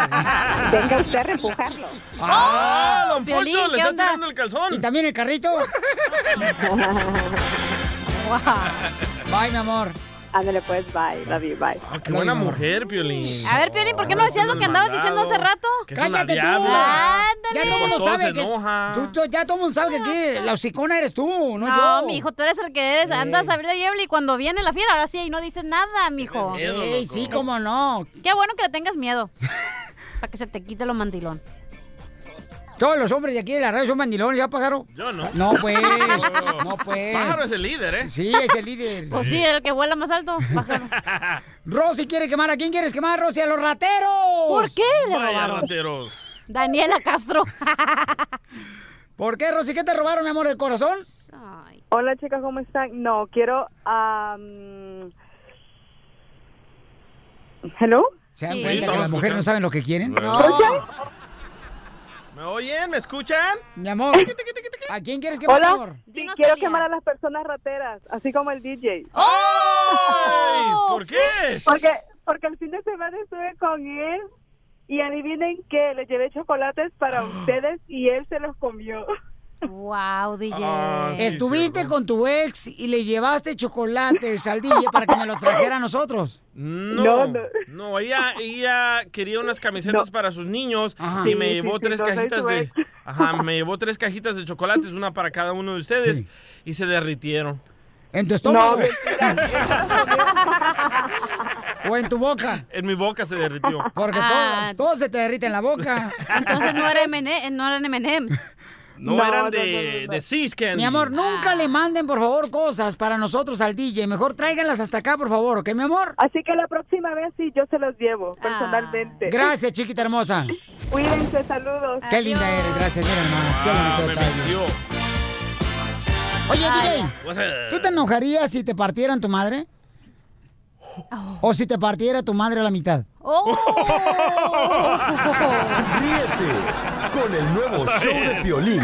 [SPEAKER 14] Venga usted a reempujarlo.
[SPEAKER 5] ¡Ah!
[SPEAKER 14] ¡Ah,
[SPEAKER 5] don
[SPEAKER 14] don
[SPEAKER 5] Poncho,
[SPEAKER 14] Piolín, Poncho,
[SPEAKER 5] le
[SPEAKER 14] le ¿qué está
[SPEAKER 5] está
[SPEAKER 14] onda?
[SPEAKER 5] tirando
[SPEAKER 14] tirando
[SPEAKER 5] el calzón. ¿Y también el carrito? Bye, mi amor.
[SPEAKER 14] Ándale pues, bye, love you, bye.
[SPEAKER 6] Ah, Qué buena mujer, Piolín.
[SPEAKER 8] A ver, Piolín, ¿por qué no decías lo que andabas diciendo hace rato?
[SPEAKER 6] Que es una
[SPEAKER 5] ¡Cállate tú!
[SPEAKER 6] diabla.
[SPEAKER 5] Ya
[SPEAKER 6] Que
[SPEAKER 5] todo el
[SPEAKER 6] por
[SPEAKER 5] mundo
[SPEAKER 6] todo
[SPEAKER 5] sabe
[SPEAKER 6] se
[SPEAKER 5] que...
[SPEAKER 6] enoja.
[SPEAKER 5] tú- tú- ya todo el mundo sabe que aquí la hocicona eres tú, no,
[SPEAKER 8] No,
[SPEAKER 5] yo.
[SPEAKER 8] mi hijo, tú eres el que eres. Andas a ver la lleble y cuando viene la fiera, ahora sí, ahí no dices nada, mijo.
[SPEAKER 5] miedo, Ey, loco. sí, cómo no.
[SPEAKER 8] Qué bueno que le tengas miedo. Para que se te quite lo mandilón.
[SPEAKER 5] Todos los hombres de aquí de la radio son mandilones, ¿ya pagaron?
[SPEAKER 6] Yo no.
[SPEAKER 5] No, pues. no, pues.
[SPEAKER 6] Pájaro es el líder, ¿eh?
[SPEAKER 5] Sí, es el líder.
[SPEAKER 8] Pues sí, el que vuela más alto. Pájaro.
[SPEAKER 5] Rosy quiere quemar. ¿A quién quieres quemar, Rosy? ¡A los rateros!
[SPEAKER 8] ¿Por qué le
[SPEAKER 6] Vaya
[SPEAKER 8] robaron?
[SPEAKER 6] rateros.
[SPEAKER 8] Daniela Castro.
[SPEAKER 5] ¿Por qué, Rosy? ¿Qué te robaron, mi amor, el corazón?
[SPEAKER 21] Hola chicas, ¿cómo están? No, quiero... am, ¿Hello?
[SPEAKER 5] ¿Se dan
[SPEAKER 21] Sí.
[SPEAKER 5] cuenta que
[SPEAKER 6] Estamos
[SPEAKER 5] las mujeres no
[SPEAKER 6] escuchando.
[SPEAKER 5] saben lo que quieren?
[SPEAKER 6] ¿Me oyen? ¿Me escuchan?
[SPEAKER 5] Mi amor, ¿a quién quieres quemar, mi amor?
[SPEAKER 21] Hola, Sí, quiero quemar a las personas rateras, así como el DJ.
[SPEAKER 6] ¡Ay!
[SPEAKER 8] Oh.
[SPEAKER 6] ¿Por qué?
[SPEAKER 21] Porque, porque el fin de semana estuve con él y adivinen que le llevé chocolates para ustedes y él se los comió.
[SPEAKER 8] Wow, DJ.
[SPEAKER 5] Estuviste con tu ex y le llevaste chocolates al DJ para que me los trajera a nosotros.
[SPEAKER 6] No, no, ella, ella quería unas camisetas para sus niños y me
[SPEAKER 5] Sí,
[SPEAKER 6] llevó
[SPEAKER 5] sí, sí,
[SPEAKER 6] tres
[SPEAKER 5] no soy
[SPEAKER 6] cajitas
[SPEAKER 5] su
[SPEAKER 6] de,
[SPEAKER 5] ex.
[SPEAKER 6] ajá, me llevó tres cajitas de chocolates, una para cada uno de ustedes y se derritieron.
[SPEAKER 5] ¿En tu estómago? ¿O en tu boca?
[SPEAKER 6] En mi boca se derritió.
[SPEAKER 5] Porque
[SPEAKER 8] Ah.
[SPEAKER 5] todos, todos se te derriten la boca.
[SPEAKER 8] Entonces no, era M&M, no eran M&M's.
[SPEAKER 6] No,
[SPEAKER 5] No,
[SPEAKER 6] eran
[SPEAKER 5] no,
[SPEAKER 6] de,
[SPEAKER 5] no, no, no.
[SPEAKER 6] de Seas Candy.
[SPEAKER 5] Mi amor, nunca
[SPEAKER 8] Ah.
[SPEAKER 5] le manden, por favor, cosas para nosotros al DJ. Mejor tráiganlas hasta acá, por favor, ¿ok, mi amor?
[SPEAKER 21] Así que la próxima vez sí, yo se los llevo personalmente.
[SPEAKER 5] Ah. Gracias, chiquita hermosa.
[SPEAKER 21] Cuídense, saludos.
[SPEAKER 5] Qué linda eres, gracias, mira nomás. Qué
[SPEAKER 6] Ah,
[SPEAKER 5] bonito
[SPEAKER 6] me
[SPEAKER 5] detalle.
[SPEAKER 6] mintió.
[SPEAKER 5] Oye,
[SPEAKER 6] Ay.
[SPEAKER 5] DJ,
[SPEAKER 6] What's up?
[SPEAKER 5] ¿tú te enojarías si te partieran tu madre? ¿O si te partiera tu madre a la mitad? ¡Oh!
[SPEAKER 2] Oh. Ríete con el nuevo
[SPEAKER 5] Vas a
[SPEAKER 2] show
[SPEAKER 5] ver.
[SPEAKER 2] de Piolín.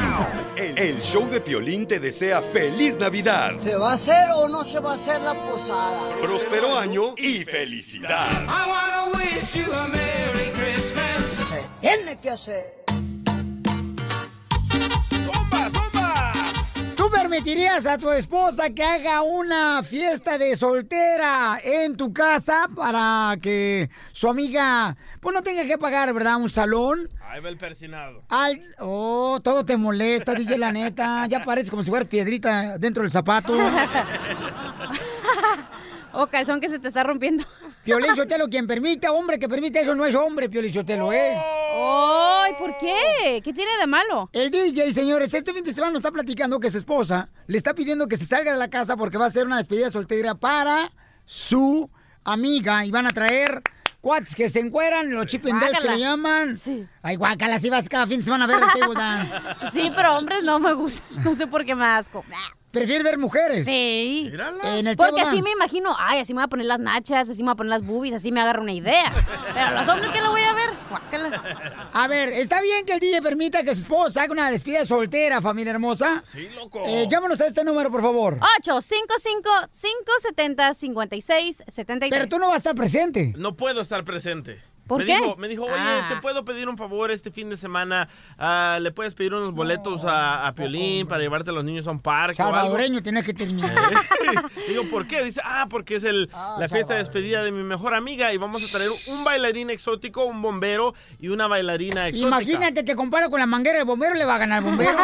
[SPEAKER 2] El, el show de Piolín te desea feliz Navidad,
[SPEAKER 3] ¿Se va a hacer o no se va a hacer la posada?
[SPEAKER 2] próspero año y felicidad.
[SPEAKER 4] I wanna wish you a Merry Christmas.
[SPEAKER 3] Tiene que hacer.
[SPEAKER 5] ¿Tú permitirías a tu esposa que haga una fiesta de soltera en tu casa para que su amiga, pues no tenga que pagar, ¿verdad? Un salón.
[SPEAKER 6] Ahí va el persinado.
[SPEAKER 5] Al... Oh, todo te molesta, DJ, la neta. Ya parece como si fuera piedrita dentro del zapato.
[SPEAKER 8] O calzón que se te está rompiendo.
[SPEAKER 5] Piolín Sotelo, quien permite, hombre que permite eso no es hombre, Piolín Sotelo, ¿eh?
[SPEAKER 8] ¡Ay, ¿por qué? ¿Qué tiene de malo?
[SPEAKER 5] El DJ, señores, este fin de semana nos está platicando que su esposa le está pidiendo que se salga de la casa porque va a hacer una despedida soltera para su amiga y van a traer cuates que se encueran, los chip and dales que
[SPEAKER 8] Guácala.
[SPEAKER 5] le llaman. Ay, guacala, si vas cada fin de semana a ver el table dance.
[SPEAKER 8] Sí, pero hombres no me gusta. No sé por qué me da asco.
[SPEAKER 5] ¿Prefieres ver mujeres?
[SPEAKER 8] Sí.
[SPEAKER 5] En el
[SPEAKER 8] Porque
[SPEAKER 5] table
[SPEAKER 8] así
[SPEAKER 5] dance.
[SPEAKER 8] me imagino, ay, así me voy a poner las nachas, así me voy a poner las boobies, así me agarro una idea. Pero a los hombres que lo voy a ver, guácala.
[SPEAKER 5] A ver, ¿está bien que el DJ permita que su esposa haga una despedida soltera, familia hermosa?
[SPEAKER 6] Sí, loco.
[SPEAKER 5] Eh, llámanos a este número, por favor.
[SPEAKER 8] 855-570-5673.
[SPEAKER 5] Pero tú no vas a estar presente.
[SPEAKER 6] No puedo estar presente.
[SPEAKER 8] ¿Por
[SPEAKER 6] me
[SPEAKER 8] qué?
[SPEAKER 6] Dijo, me dijo, oye,
[SPEAKER 8] Ah.
[SPEAKER 6] ¿te puedo pedir un favor este fin de semana? Ah, ¿Le puedes pedir unos boletos a, a Piolín para llevarte a los niños a un parque
[SPEAKER 5] Salvadoreño, tienes que terminar.
[SPEAKER 6] o algo? Digo, ¿por qué? Dice, ah, porque es el, la fiesta de despedida de mi mejor amiga y vamos a traer un bailarín exótico, un bombero y una bailarina exótica.
[SPEAKER 5] Imagínate, te comparo con la manguera, el bombero le va a ganar el bombero.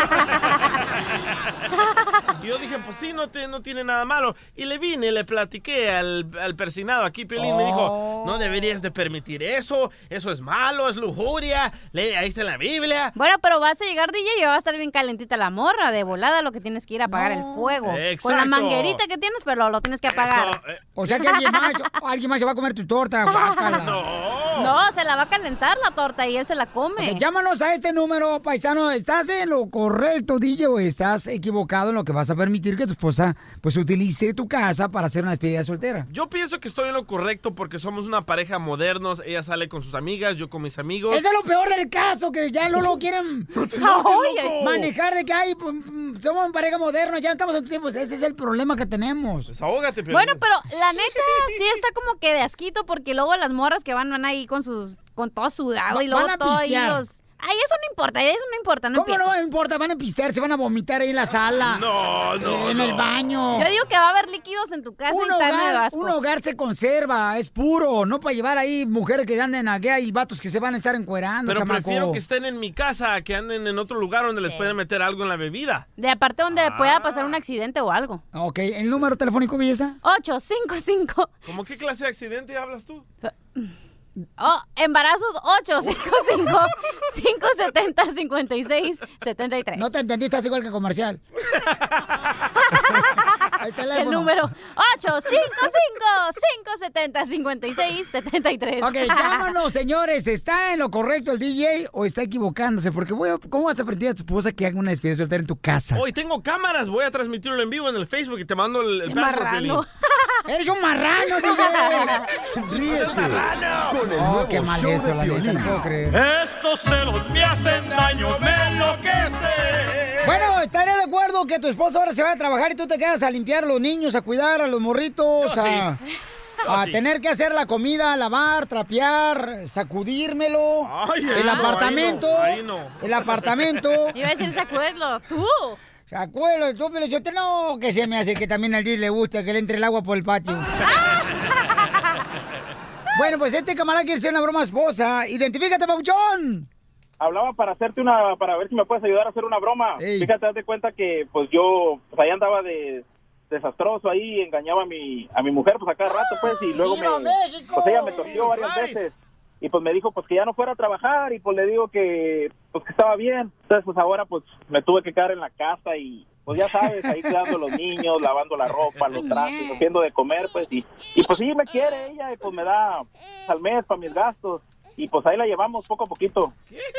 [SPEAKER 6] Y yo dije, pues sí, no, te, no tiene nada malo. Y le vine, le platiqué al, al persinado aquí, Piolín, me dijo, no deberías de permitir eso, eso es malo, es lujuria, lee, ahí está en la Biblia.
[SPEAKER 8] Bueno, pero vas a llegar DJ y va a estar bien calentita la morra de volada, lo que tienes que ir a apagar el fuego. Con la
[SPEAKER 5] Exacto.
[SPEAKER 8] manguerita que tienes,
[SPEAKER 6] eh.
[SPEAKER 8] pero lo tienes que apagar.
[SPEAKER 5] O sea que alguien más, alguien más se va a comer tu torta, guácala.
[SPEAKER 8] No, se la va a calentar la torta y él se la come.
[SPEAKER 5] Llámanos a este número, paisano. ¿Estás en lo correcto, DJ, o estás equivocado en lo que vas a permitir que tu esposa pues utilice tu casa para hacer una despedida soltera?
[SPEAKER 6] Yo pienso que estoy en lo correcto porque somos una pareja modernos. Ella sale con sus amigas, yo con mis amigos.
[SPEAKER 5] Eso es lo peor del caso, que ya no lo quieren
[SPEAKER 6] no,
[SPEAKER 5] Oye,
[SPEAKER 6] loco.
[SPEAKER 5] manejar de que ay, pues, mm, somos pareja moderna, ya no estamos en tu tiempo. Ese es el problema que tenemos.
[SPEAKER 6] Desahógate, Piolín.
[SPEAKER 8] Bueno, pero la neta sí está como que de asquito porque luego las morras que van van ahí con sus con todo sudado
[SPEAKER 5] Va-
[SPEAKER 8] y luego
[SPEAKER 5] van a
[SPEAKER 8] todo ahí
[SPEAKER 5] pistear.
[SPEAKER 8] los Ay, eso no importa, ¿eh? eso no importa, no
[SPEAKER 5] ¿Cómo no importa? Van a pistear, se van a vomitar ahí en la sala.
[SPEAKER 6] No, no,
[SPEAKER 5] En el
[SPEAKER 6] no.
[SPEAKER 5] baño.
[SPEAKER 8] Yo digo que va a haber líquidos en tu casa
[SPEAKER 5] un
[SPEAKER 8] y está
[SPEAKER 5] hogar,
[SPEAKER 8] medio asco.
[SPEAKER 5] un hogar se conserva, es puro, no para llevar ahí mujeres que anden a gay y vatos que se van a estar encuerando,
[SPEAKER 6] Pero
[SPEAKER 5] chamaco.
[SPEAKER 6] prefiero que estén en mi casa a que anden en otro lugar donde les pueden meter algo en la bebida.
[SPEAKER 8] De aparte donde
[SPEAKER 6] Ah.
[SPEAKER 8] pueda pasar un accidente o algo.
[SPEAKER 5] Ok, ¿el número telefónico, belleza?
[SPEAKER 8] 855.
[SPEAKER 6] ¿Cómo qué clase de accidente hablas tú?
[SPEAKER 8] Oh, embarazos 855 570 56 73.
[SPEAKER 5] No te entendí, estás igual que comercial. Ahí está
[SPEAKER 8] El
[SPEAKER 5] teléfono.
[SPEAKER 8] número 855-570-5673.
[SPEAKER 5] Ok, llámanos, señores. ¿Está en lo correcto el DJ o está equivocándose? Porque, voy a- ¿cómo vas a permitir a tu esposa que haga una despedida soltera en tu casa?
[SPEAKER 6] Hoy tengo cámaras, voy a transmitirlo en vivo en el Facebook y te mando el, el password,
[SPEAKER 5] marrano.
[SPEAKER 6] Piolín.
[SPEAKER 5] ¡Eres un marrano, DJ!
[SPEAKER 23] Ríete con el
[SPEAKER 5] Oh,
[SPEAKER 23] nuevo
[SPEAKER 5] qué mal
[SPEAKER 23] show
[SPEAKER 5] eso, la
[SPEAKER 23] de
[SPEAKER 5] neta,
[SPEAKER 23] violín.
[SPEAKER 5] no puedo creer.
[SPEAKER 23] Estos celos me hacen daño, me enloquece.
[SPEAKER 5] Bueno, estaré de acuerdo que tu esposa ahora se va a trabajar y tú te quedas a limpiar a los niños, a cuidar a los morritos,
[SPEAKER 13] Yo
[SPEAKER 5] a,
[SPEAKER 13] sí.
[SPEAKER 5] a
[SPEAKER 13] sí.
[SPEAKER 5] tener que hacer la comida, lavar, trapear, sacudírmelo,
[SPEAKER 6] Ay,
[SPEAKER 5] el
[SPEAKER 6] ahí no,
[SPEAKER 5] apartamento,
[SPEAKER 6] ahí no, ahí no.
[SPEAKER 5] el apartamento.
[SPEAKER 8] Iba a decir, sacúdelo tú.
[SPEAKER 5] Sacúdelo tú, pero yo te no, que se me hace que también al DJ le gusta que le entre el agua por el patio. bueno, pues este camarada quiere hacer una broma a su esposa. Identifícate, Pabuchón.
[SPEAKER 24] Hablaba para hacerte una, para ver si me puedes ayudar a hacer una broma. Fíjate, haz de cuenta que pues yo, pues ahí andaba de desastroso ahí, engañaba a mi, a mi mujer pues a cada rato pues y luego
[SPEAKER 5] ¡Viva
[SPEAKER 24] me,
[SPEAKER 5] México!
[SPEAKER 24] pues ella me torció varias
[SPEAKER 5] Nice.
[SPEAKER 24] veces y pues me dijo pues que ya no fuera a trabajar y pues le digo que pues que estaba bien. Entonces pues ahora pues me tuve que quedar en la casa y pues ya sabes, ahí cuidando a los niños, lavando la ropa, los trajes, haciendo de comer pues y, y pues sí me quiere ella y pues me da al mes para mis gastos y pues ahí la llevamos poco a poquito.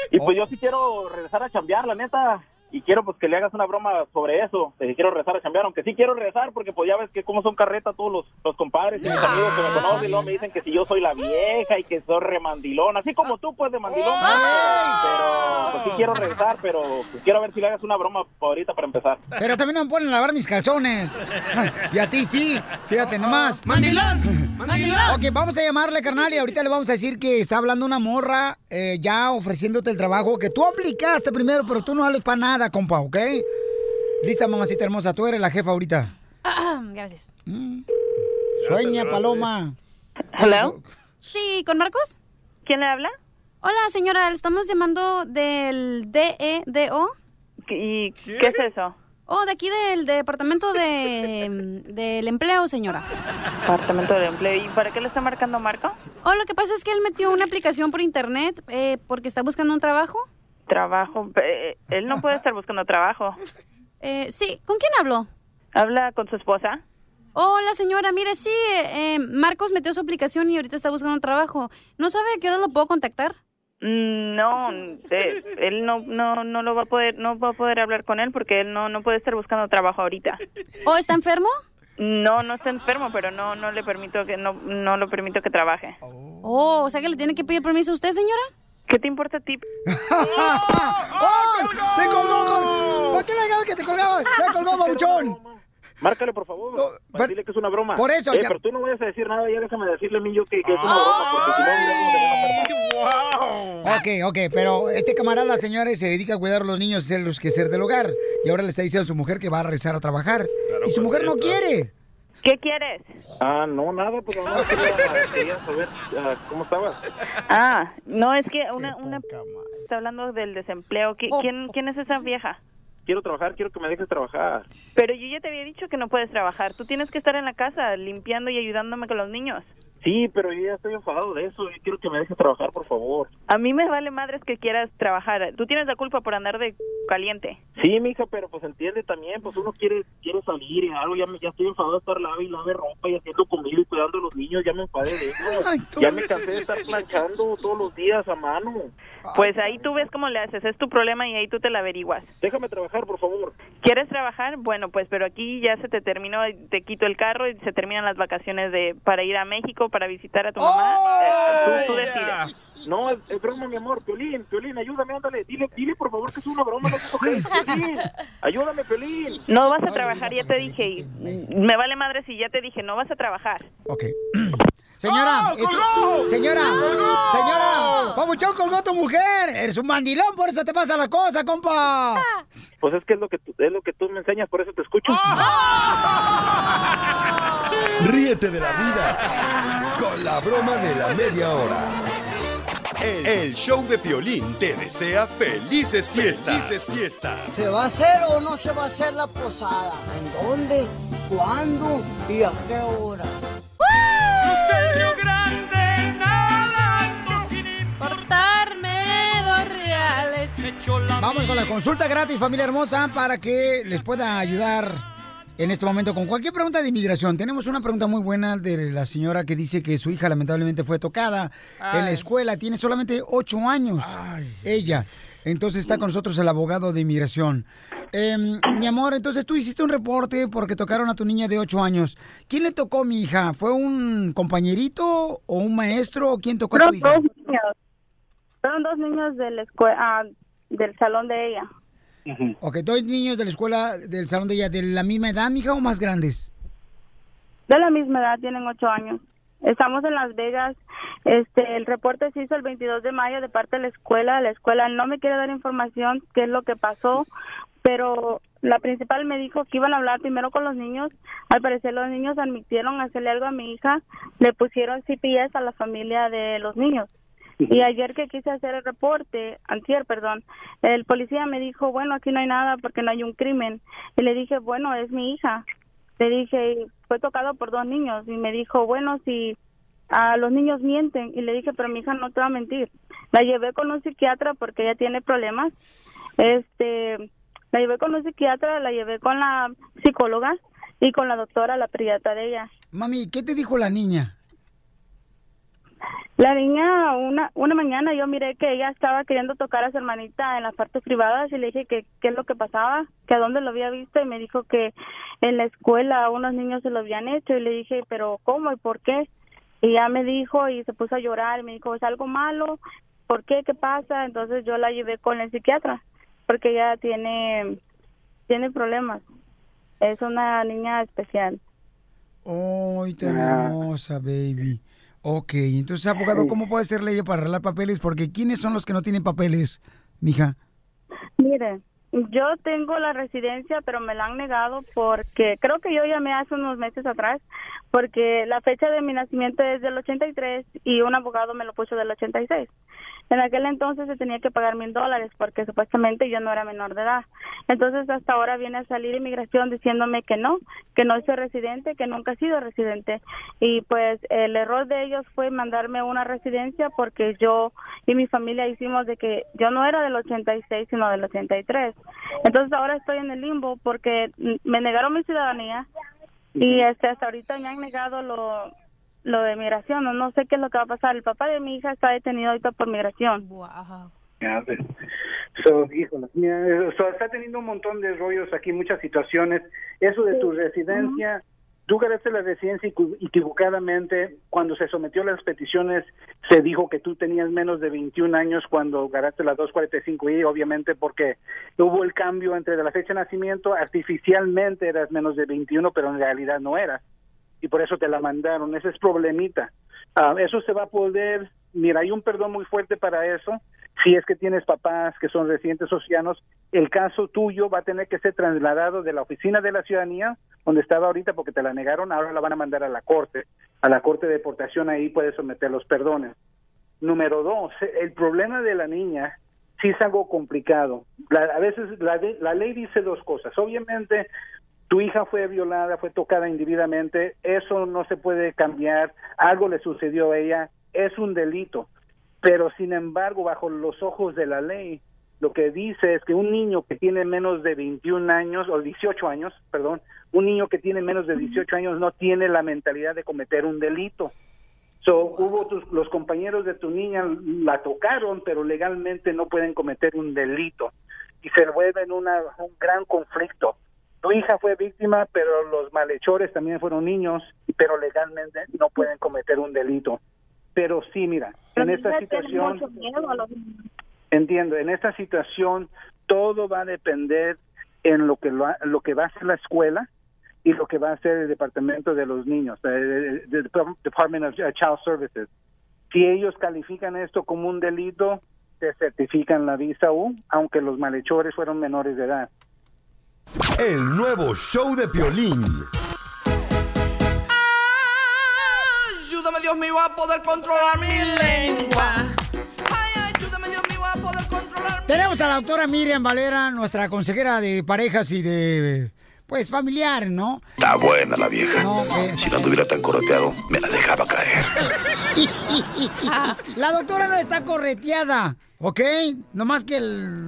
[SPEAKER 24] Y
[SPEAKER 5] Oh.
[SPEAKER 24] pues yo sí quiero regresar a chambear, la neta. Y quiero pues que le hagas una broma sobre eso, de que quiero regresar a chambear, aunque sí quiero regresar porque pues ya ves que como son carreta todos los, los compadres y mis
[SPEAKER 5] Ah,
[SPEAKER 24] amigos que me conocen, y luego me dicen que si yo soy la vieja y que soy remandilón, así como tú pues de mandilón. Pero pues sí quiero regresar, pero pues, quiero ver si le hagas una broma ahorita para empezar.
[SPEAKER 5] Pero también no me ponen a lavar mis calzones. Y a ti sí, fíjate nomás.
[SPEAKER 24] ¡Mandilón!
[SPEAKER 5] ¡Mandilón! Ok, vamos a llamarle, carnal, y ahorita le vamos a decir que está hablando una morra eh, ya ofreciéndote el trabajo que tú aplicaste primero, pero tú no vales para nada, compa, ¿ok? Lista, mamacita hermosa, tú eres la jefa ahorita.
[SPEAKER 8] Gracias.
[SPEAKER 5] Mm. Sueña, paloma.
[SPEAKER 8] Hello. Sí, ¿con Marcos? ¿Quién le habla? Hola, señora, le estamos llamando del DEDO. ¿Y
[SPEAKER 24] qué es eso?
[SPEAKER 8] Oh, de aquí del departamento de, mm, del empleo, señora.
[SPEAKER 24] Departamento del Empleo. ¿Y para qué le está marcando Marco?
[SPEAKER 8] Oh, lo que pasa es que él metió una aplicación por internet eh, porque está buscando un trabajo.
[SPEAKER 24] Trabajo. Eh, él no puede estar buscando trabajo.
[SPEAKER 8] Eh, sí, ¿con quién habló?
[SPEAKER 24] ¿Habla con su esposa?
[SPEAKER 8] Hola, señora, mire, sí, eh, eh, Marcos metió su aplicación y ahorita está buscando un trabajo. ¿No sabe a qué hora lo puedo contactar?
[SPEAKER 24] Mm, No, eh, él no, no, no lo va a poder, no va a poder hablar con él porque él no, no puede estar buscando trabajo ahorita.
[SPEAKER 8] ¿O está enfermo?
[SPEAKER 24] No, no está enfermo, pero no, no le permito que, no, no lo permito que trabaje.
[SPEAKER 8] Oh, o sea que le tiene que pedir permiso a usted, señora.
[SPEAKER 24] ¿Qué te importa a ti?
[SPEAKER 25] ¡Oh!
[SPEAKER 5] ¡Te colgó! col- ¿Por qué le dejaba que te colgaba? ¡Te colgó, babuchón!
[SPEAKER 24] Márcale, por favor. para decirle que es una broma.
[SPEAKER 5] por eso,
[SPEAKER 24] Eh,
[SPEAKER 5] ya- Ah.
[SPEAKER 24] Pero tú no vayas a decir nada, ya déjame decirle a mí yo que, que es una broma, porque si no, no, no,
[SPEAKER 5] Ok, ok, pero este camarada, señores, se dedica a cuidar a los niños y ser los quehacer del hogar. Y ahora le está diciendo a su mujer que va a regresar a trabajar. y su mujer no quiere.
[SPEAKER 24] ¿Qué quieres? Ah, no, nada, pues nada, quería, quería saber ah, cómo estabas. Ah, no, es que una... una... Está hablando del desempleo. ¿Qui-
[SPEAKER 8] Oh.
[SPEAKER 24] ¿Quién, ¿Quién es esa vieja?
[SPEAKER 4] Quiero trabajar, quiero que me dejes trabajar.
[SPEAKER 24] Pero yo ya te había dicho que no puedes trabajar. Tú tienes que estar en la casa limpiando y ayudándome con los niños.
[SPEAKER 4] Sí, pero yo ya estoy enfadado de eso. Yo quiero que me dejes trabajar, por favor.
[SPEAKER 24] A mí me vale madres que quieras trabajar. Tú tienes la culpa por andar de
[SPEAKER 22] caliente.
[SPEAKER 24] Sí, mija, pero pues entiende también, pues uno quiere quiere salir y algo, ya, me- ya estoy enfadado de estar lave y lave ropa y haciendo comida y cuidando a los niños, ya me enfadé de eso. ya me cansé de estar planchando todos los días a mano.
[SPEAKER 22] Pues ahí tú ves cómo le haces, es tu problema y ahí tú te la averiguas.
[SPEAKER 24] Déjame trabajar, por favor.
[SPEAKER 22] ¿Quieres trabajar? Bueno, pues pero aquí ya se te terminó, te quito el carro y se terminan las vacaciones de para ir a México, para visitar a tu mamá.
[SPEAKER 24] ¡Oh!
[SPEAKER 22] Eh, tú- tú decides.
[SPEAKER 24] No, es, es broma, mi amor. Piolín, Piolín, ayúdame, ándale. Dile, dile, por favor, que es una broma. No te toques, Piolín. Ayúdame, Piolín.
[SPEAKER 22] No vas a trabajar, ya te dije. y Me vale madre si ya te dije, no vas a trabajar.
[SPEAKER 5] Ok. Señora,
[SPEAKER 22] ¡Ah,
[SPEAKER 5] es-
[SPEAKER 22] colgó!
[SPEAKER 5] señora,
[SPEAKER 22] ¡Colgó!
[SPEAKER 5] señora, papuchón colgó a tu mujer. Eres un mandilón, por eso te pasa la cosa,
[SPEAKER 22] Ah.
[SPEAKER 5] compa.
[SPEAKER 24] Pues es que es lo que, tú, es lo que tú me enseñas, por eso te escucho.
[SPEAKER 2] Ríete de la vida con la broma de la media hora. El, el show de Piolín te desea felices fiestas. Felices fiestas.
[SPEAKER 3] ¿Se va a hacer o no se va a hacer la posada? ¿En dónde? ¿Cuándo? ¿Y a qué hora?
[SPEAKER 8] Portarme dos reales.
[SPEAKER 5] Vamos con la consulta gratis, familia hermosa, para que les pueda ayudar en este momento con cualquier pregunta de inmigración. Tenemos una pregunta muy buena de la señora que dice que su hija lamentablemente fue tocada en la
[SPEAKER 1] Ay.
[SPEAKER 5] escuela. Tiene solamente ocho años ella. Entonces está con nosotros el abogado de inmigración. Em, mi amor, entonces tú hiciste un reporte porque tocaron a tu niña de ocho años. ¿Quién le tocó mi hija? ¿Fue un compañerito o un maestro? ¿Quién tocó a tu hija?
[SPEAKER 22] dos niños. Fueron dos niños de la escue- ah, del salón de ella.
[SPEAKER 5] Ok, dos niños de la escuela, del salón de ella, ¿de la misma edad, mija, o más grandes?
[SPEAKER 22] De la misma edad, tienen ocho años. Estamos en Las Vegas. Este, el reporte se hizo el 22 de mayo de parte de la escuela. La escuela no me quiere dar información qué es lo que pasó, pero la principal me dijo que iban a hablar primero con los niños. Al parecer los niños admitieron hacerle algo a mi hija. Le pusieron CPS a la familia de los niños. Y ayer que quise hacer el reporte, antier, perdón, el policía me dijo, bueno, aquí no hay nada porque no hay un crimen. Y le dije, bueno, es mi hija. Le dije, fue tocado por dos niños. Y me dijo, bueno, si a los niños mienten. Y le dije, pero mi hija no te va a mentir. La llevé con un psiquiatra porque ella tiene problemas. Este, la llevé con un psiquiatra, la llevé con la psicóloga y con la doctora, la pediatra de ella.
[SPEAKER 5] Mami, ¿qué te dijo la niña?
[SPEAKER 22] La niña, una, una mañana yo miré que ella estaba queriendo tocar a su hermanita en las partes privadas y le dije que qué es lo que pasaba, que a dónde lo había visto y me dijo que en la escuela unos niños se lo habían hecho y le dije, pero ¿cómo y por qué? Y ya me dijo y se puso a llorar y me dijo, ¿es algo malo? ¿Por qué? ¿Qué pasa? Entonces yo la llevé con el psiquiatra porque ella tiene, tiene problemas. Es una niña especial.
[SPEAKER 5] Ay, tan hermosa, baby. Ok, entonces, abogado, ¿cómo puede ser ley para arreglar papeles? Porque ¿quiénes son los que no tienen papeles, mija?
[SPEAKER 22] Mire, yo tengo la residencia, pero me la han negado porque creo que yo llamé hace unos meses atrás, porque la fecha de mi nacimiento es del 83 y un abogado me lo puso del 86. En aquel entonces se tenía que pagar mil dólares porque supuestamente yo no era menor de edad. Entonces hasta ahora viene a salir inmigración diciéndome que no, que no soy residente, que nunca he sido residente. Y pues el error de ellos fue mandarme a una residencia porque yo y mi familia hicimos de que yo no era del 86 sino del 83. Entonces ahora estoy en el limbo porque mm, me negaron mi ciudadanía y este hasta ahorita me han negado lo lo de migración, no, no sé qué es lo que va a pasar. El papá de mi hija está detenido ahorita por migración.
[SPEAKER 7] Ya, pues. So, híjole, mira, eh, so, está teniendo un montón de rollos aquí, muchas situaciones. Eso de tu residencia, tú ganaste la residencia equi- equivocadamente. Cuando se sometió a las peticiones, se dijo que tú tenías menos de 21 años cuando ganaste la 245I, obviamente porque hubo el cambio entre la fecha de nacimiento, artificialmente eras menos de 21, pero en realidad no eras. Y por eso te la mandaron. Ese es problemita. Ah, eso se va a poder. Mira, hay un perdón muy fuerte para eso. Si es que tienes papás que son residentes oceanos, el caso tuyo va a tener que ser trasladado de la oficina de la ciudadanía, donde estaba ahorita porque te la negaron, ahora la van a mandar a la corte, a la corte de deportación, ahí puedes someter los perdones. Número dos, el problema de la niña sí es algo complicado. La- a veces la, de- la ley dice dos cosas. Obviamente, tu hija fue violada, fue tocada individualmente, eso no se puede cambiar, algo le sucedió a ella, es un delito. Pero sin embargo, bajo los ojos de la ley, lo que dice es que un niño que tiene menos de 21 años, o 18 años, perdón, un niño que tiene menos de 18 años no tiene la mentalidad de cometer un delito. So, hubo tus- los compañeros de tu niña la tocaron, pero legalmente no pueden cometer un delito y se vuelve en una, un gran conflicto. Tu hija fue víctima, pero los malhechores también fueron niños, pero legalmente no pueden cometer un delito. Pero sí, mira, en esta situación Entiendo, en esta situación todo va a depender en lo que lo, ha- lo que va a hacer la escuela y lo que va a hacer el departamento de los niños, eh, el, el Depar- Department of uh, Child Services. Si ellos califican esto como un delito, te certifican la visa U, aunque los malhechores fueron menores de edad.
[SPEAKER 2] El nuevo show de Piolín.
[SPEAKER 13] Ayúdame Dios mío a poder controlar mi lengua. Ay, ayúdame Dios mío a poder controlar
[SPEAKER 5] Tenemos a la doctora Miriam Valera, nuestra consejera de parejas y de, pues, familiar, ¿no?
[SPEAKER 1] Está buena la vieja.
[SPEAKER 5] No, eh.
[SPEAKER 1] Si no anduviera tan correteado, me la dejaba caer.
[SPEAKER 5] la doctora no está correteada, ¿ok? Nomás que el...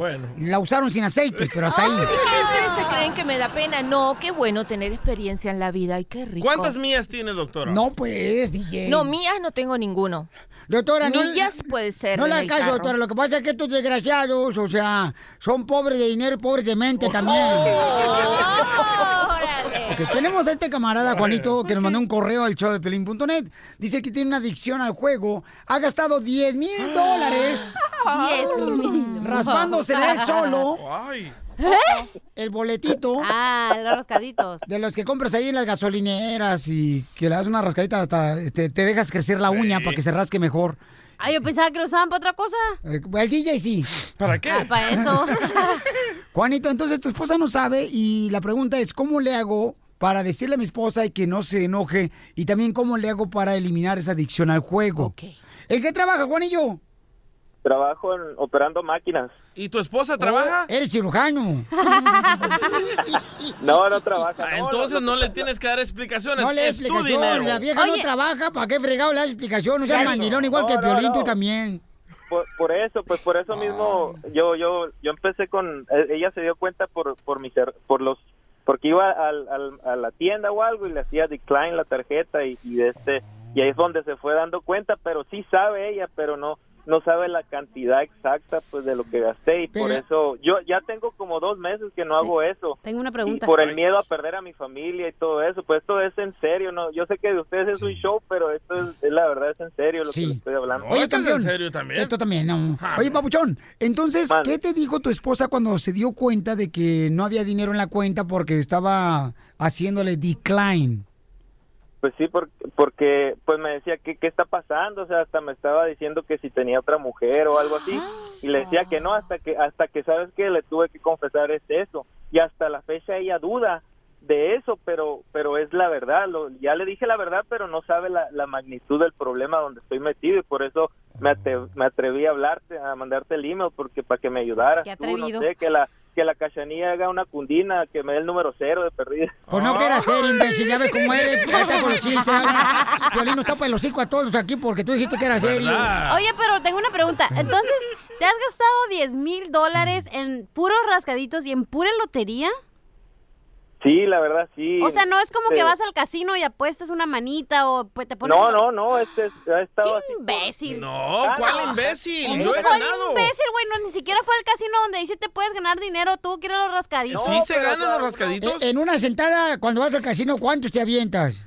[SPEAKER 6] Bueno.
[SPEAKER 5] la usaron sin aceite, pero hasta ahí.
[SPEAKER 18] Ay, ¿qué ustedes se creen que me da pena? No, qué bueno tener experiencia en la vida y qué rico.
[SPEAKER 6] ¿Cuántas mías tiene, doctora?
[SPEAKER 5] No, pues, DJ.
[SPEAKER 18] No, mías no tengo ninguno.
[SPEAKER 5] Doctora, no-
[SPEAKER 18] Millas puede ser.
[SPEAKER 5] No
[SPEAKER 18] en
[SPEAKER 5] le
[SPEAKER 18] el
[SPEAKER 5] hagas caso,
[SPEAKER 18] carro.
[SPEAKER 5] doctora. Lo que pasa es que estos desgraciados, o sea, son pobres de dinero y pobres de mente también. Ok, tenemos a este camarada, Juanito, que nos mandó un correo al show de pelín.net. Dice que tiene una adicción al juego. Ha gastado 10 mil dólares.
[SPEAKER 18] 10 mil.
[SPEAKER 5] Raspándosela él solo.
[SPEAKER 6] Ay.
[SPEAKER 5] El boletito.
[SPEAKER 8] Ah, los rascaditos.
[SPEAKER 5] De los que compras ahí en las gasolineras y que le das una rascadita hasta este, te dejas crecer la uña para que se rasque mejor.
[SPEAKER 8] Ay, yo pensaba que lo usaban para otra cosa.
[SPEAKER 5] Eh, El DJ sí.
[SPEAKER 6] ¿Para
[SPEAKER 8] Ah, para eso.
[SPEAKER 5] Juanito, entonces tu esposa no sabe y la pregunta es, ¿cómo le hago para decirle a mi esposa y que no se enoje? Y también, ¿cómo le hago para eliminar esa adicción al juego? ¿En qué trabaja, Juanillo?
[SPEAKER 25] Trabajo en, operando máquinas.
[SPEAKER 6] ¿Y tu esposa trabaja?
[SPEAKER 5] Oh, Eres cirujano.
[SPEAKER 25] No, no trabaja.
[SPEAKER 6] Ah, Entonces no le tienes que dar explicaciones.
[SPEAKER 5] No le
[SPEAKER 6] es tu
[SPEAKER 5] explicación,
[SPEAKER 6] dinero.
[SPEAKER 5] la vieja no trabaja, ¿para qué fregado le das explicación? O sea,
[SPEAKER 25] Claro.
[SPEAKER 5] mandilón igual
[SPEAKER 25] No,
[SPEAKER 5] que
[SPEAKER 25] no,
[SPEAKER 5] Piolín,
[SPEAKER 25] no.
[SPEAKER 5] tú también.
[SPEAKER 25] Por, por eso, pues por eso mismo
[SPEAKER 6] Ah.
[SPEAKER 25] yo yo yo empecé con eh, ella se dio cuenta por por mis er- por los porque iba al- al- a la tienda o algo y le hacía decline la tarjeta y, y de este y ahí es donde se fue dando cuenta, pero sí sabe ella, pero no no sabe la cantidad exacta pues de lo que gasté y por eso yo ya tengo como dos meses que no hago eso.
[SPEAKER 8] Tengo una
[SPEAKER 25] Y
[SPEAKER 8] pregunta.
[SPEAKER 25] por el miedo a perder a mi familia y todo eso, pues esto es en serio, no. Yo sé que de ustedes es un show, pero esto es, es la verdad es en serio lo que les estoy hablando.
[SPEAKER 5] Oye, campeón. Esto también, no. Oye, papuchón, entonces, ¿qué te dijo tu esposa cuando se dio cuenta de que no había dinero en la cuenta porque estaba haciéndole decline?
[SPEAKER 25] Pues sí, por- porque pues me decía, ¿qué, ¿qué está pasando? O sea, hasta me estaba diciendo que si tenía otra mujer o algo así. Y le decía que no, hasta que, hasta que sabes que le tuve que confesar es eso. Y hasta la fecha ella duda de eso, pero, pero es la verdad. Lo, ya le dije la verdad, pero no sabe la, la magnitud del problema donde estoy metido. Y por eso me, ate- me atreví a hablarte, a mandarte el email, porque para que me ayudaras.
[SPEAKER 8] Qué
[SPEAKER 25] Tú, no
[SPEAKER 8] atrevido.
[SPEAKER 25] sé, que la, que la cachanilla haga una cundina, que me dé el número cero de perdida.
[SPEAKER 5] Pues no quieras ser imbécil, ya ves cómo eres, ya está con los chistes. Violín nos tapa el hocico a todos aquí porque tú dijiste que era serio.
[SPEAKER 8] Oye, pero tengo una pregunta. Entonces, ¿te has gastado 10 mil dólares en puros rascaditos y en pura lotería?
[SPEAKER 25] Sí, la verdad, sí.
[SPEAKER 8] O sea, no es como
[SPEAKER 25] Este,
[SPEAKER 8] que vas al casino y apuestas una manita o pues, te pones...
[SPEAKER 25] No, no, no, este es- ha estado así.
[SPEAKER 8] Imbécil.
[SPEAKER 25] No,
[SPEAKER 6] ¿cuál imbécil?
[SPEAKER 25] Yo he
[SPEAKER 8] ¿Cuál
[SPEAKER 25] ganado.
[SPEAKER 8] imbécil, güey? No, ni siquiera fue al casino donde dice te puedes ganar dinero, tú quieres los rascaditos.
[SPEAKER 5] Eh, En una sentada, cuando vas al casino, ¿cuántos te avientas?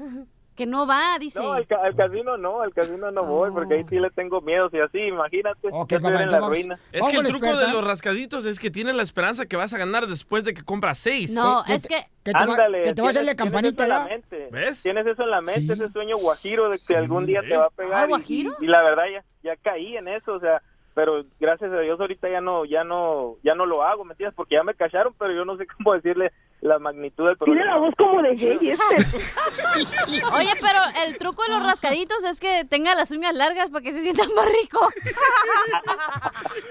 [SPEAKER 8] Que no va, dice.
[SPEAKER 25] No, al, ca- al casino no, al casino no voy, porque ahí sí le tengo miedo, si así, imagínate, ya estoy en la ruina.
[SPEAKER 6] Es que el truco de los rascaditos es que tienes la esperanza que vas a ganar después de que compras seis.
[SPEAKER 25] No, Que- es que- que te va- Ándale, que te va a hacer la tienes- tienes campanita, eso en la ¿no?
[SPEAKER 6] ¿Ves?
[SPEAKER 25] Tienes eso en la mente, ese sueño guajiro de que algún día te va a pegar.
[SPEAKER 6] Ah,
[SPEAKER 25] y-
[SPEAKER 6] ¿guajiro?
[SPEAKER 25] Y, y la verdad ya, ya caí en eso, o sea, pero gracias a Dios ahorita ya no, ya no, ya no lo hago, ¿me entiendes? Porque ya me callaron, pero yo no sé cómo decirle la magnitud del problema.
[SPEAKER 8] este. Oye, pero el truco de los rascaditos es que tenga las uñas largas para que se sientan más rico.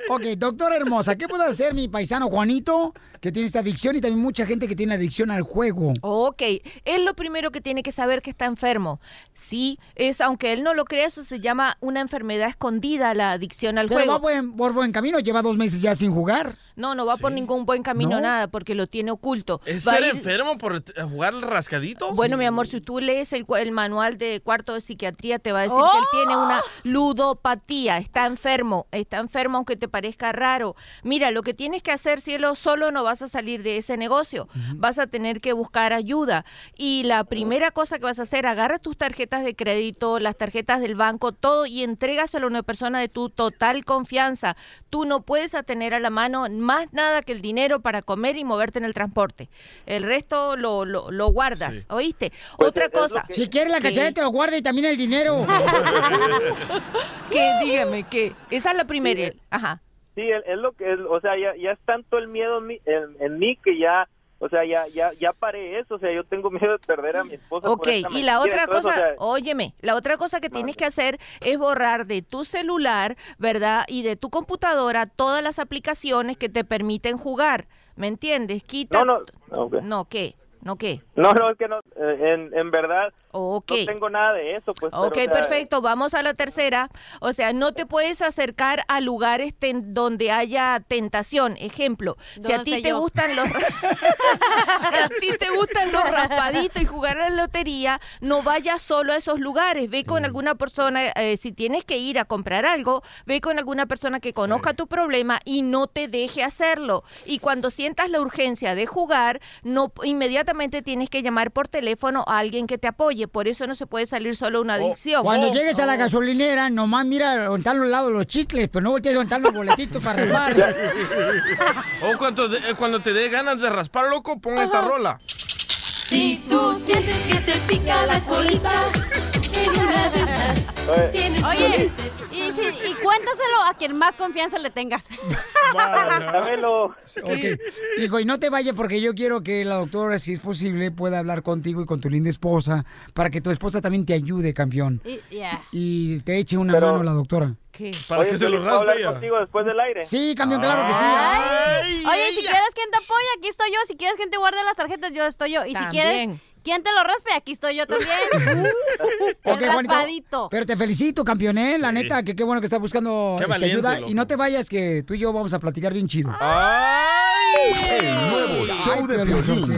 [SPEAKER 5] Ok, doctora hermosa, ¿qué puede hacer mi paisano Juanito, que tiene esta adicción y también mucha gente que tiene adicción al juego?
[SPEAKER 18] Ok, es lo primero que tiene que saber que está enfermo. Sí, es aunque él no lo crea, eso se llama una enfermedad escondida, la adicción al
[SPEAKER 5] Pero
[SPEAKER 18] juego.
[SPEAKER 5] va buen- por buen camino, lleva dos meses ya sin jugar.
[SPEAKER 18] No, no va por ningún buen camino,
[SPEAKER 5] No.
[SPEAKER 18] nada, porque lo tiene oculto.
[SPEAKER 6] ¿Es
[SPEAKER 18] Va a
[SPEAKER 6] ser
[SPEAKER 18] ir-
[SPEAKER 6] enfermo por t- jugar rascadito?
[SPEAKER 18] Bueno, mi amor, si tú lees el, cua- el manual de cuarto de psiquiatría, te va a decir que él tiene una ludopatía, está enfermo, está enfermo aunque te parezca raro. Mira, lo que tienes que hacer, cielo, solo no vas a salir de ese negocio, vas a tener que buscar ayuda. Y la primera cosa que vas a hacer, agarra tus tarjetas de crédito, las tarjetas del banco, todo y entrégaselo a una persona de tu total confianza. Tú no puedes a tener a la mano más nada que el dinero para comer y moverte en el transporte. El resto lo, lo, lo guardas,
[SPEAKER 5] Sí.
[SPEAKER 18] ¿oíste?
[SPEAKER 25] Pues
[SPEAKER 18] Otra cosa.
[SPEAKER 5] Si quiere la
[SPEAKER 18] Sí.
[SPEAKER 5] cachada, te lo guarda y también el dinero.
[SPEAKER 18] Que dígame, que esa es la primera. Ajá.
[SPEAKER 25] Sí, es, es lo que, es- o sea, ya, ya es tanto el miedo en mí, en, en mí que ya, o sea, ya, ya, ya paré eso, o sea, yo tengo miedo de perder a mi esposa. por
[SPEAKER 18] Ok,
[SPEAKER 25] esta
[SPEAKER 18] y la
[SPEAKER 25] mentira,
[SPEAKER 18] otra
[SPEAKER 25] entonces,
[SPEAKER 18] cosa,
[SPEAKER 25] o sea,
[SPEAKER 18] óyeme, la otra cosa que tienes que hacer es borrar de tu celular, ¿verdad? Y de tu computadora todas las aplicaciones que te permiten jugar, ¿me entiendes? Quita...
[SPEAKER 25] No, no, ok.
[SPEAKER 18] No, ¿qué? ¿No qué?
[SPEAKER 25] No, no, es que no, eh, en, en verdad
[SPEAKER 18] Ok.
[SPEAKER 25] no tengo nada de eso. Pues, pero,
[SPEAKER 18] Ok,
[SPEAKER 25] o sea,
[SPEAKER 18] perfecto, vamos a la tercera. O sea, no te puedes acercar a lugares ten- donde haya tentación. Ejemplo, si a
[SPEAKER 8] ¿Dónde
[SPEAKER 18] ti te
[SPEAKER 8] yo?
[SPEAKER 18] gustan los si a ti te gustan los raspaditos y jugar a la lotería, no vayas solo a esos lugares. Ve
[SPEAKER 5] Mm.
[SPEAKER 18] con alguna persona, eh, si tienes que ir a comprar algo, ve con alguna persona que conozca tu problema y no te deje hacerlo. Y cuando sientas la urgencia de jugar, no inmediatamente tienes que llamar por teléfono a alguien que te apoye. Por eso no se puede salir solo una adicción.
[SPEAKER 5] Oh,
[SPEAKER 18] Oh,
[SPEAKER 5] Cuando llegues a la
[SPEAKER 18] gasolina
[SPEAKER 5] gasolinera, nomás mira donde están los lados los chicles, pero no voltees donde están los boletitos para arreglar.
[SPEAKER 6] o cuando, de- eh, cuando te dé ganas de raspar, loco, ponga esta rola.
[SPEAKER 4] Si tú sientes que te pica la colita, en una de esas
[SPEAKER 10] Eh,
[SPEAKER 4] tienes
[SPEAKER 8] Oye, y, sí, y cuéntaselo a quien más confianza le tengas.
[SPEAKER 25] Dámelo.
[SPEAKER 5] Ok. Hijo, y no te vayas porque yo quiero que la doctora, si es posible, pueda hablar contigo y con tu linda esposa para que tu esposa también te ayude, campeón.
[SPEAKER 8] Y- ya.
[SPEAKER 5] Y te eche una mano la doctora.
[SPEAKER 18] ¿Qué?
[SPEAKER 6] Para
[SPEAKER 25] Oye,
[SPEAKER 6] que se lo
[SPEAKER 25] Piolín, ¿puedo
[SPEAKER 6] raspe
[SPEAKER 25] hablar
[SPEAKER 6] ella.
[SPEAKER 25] contigo después del aire?
[SPEAKER 5] Sí, campeón, claro que sí.
[SPEAKER 8] Ay. Oye, si quieres quien te apoye, aquí estoy yo. Si quieres quien te guarde las tarjetas, yo estoy yo. Y si quieres
[SPEAKER 5] También.
[SPEAKER 8] quien te lo raspe, aquí estoy yo también. El
[SPEAKER 5] Ok, Juanito,
[SPEAKER 8] raspadito.
[SPEAKER 5] Pero te felicito, campeón, ¿eh? La neta, que qué bueno que estás buscando
[SPEAKER 6] Qué
[SPEAKER 5] esta
[SPEAKER 6] valiente,
[SPEAKER 5] ayuda.
[SPEAKER 6] loco.
[SPEAKER 5] Y no te vayas, que tú y yo vamos a platicar bien chido.
[SPEAKER 4] El
[SPEAKER 5] nuevo show de Piolín.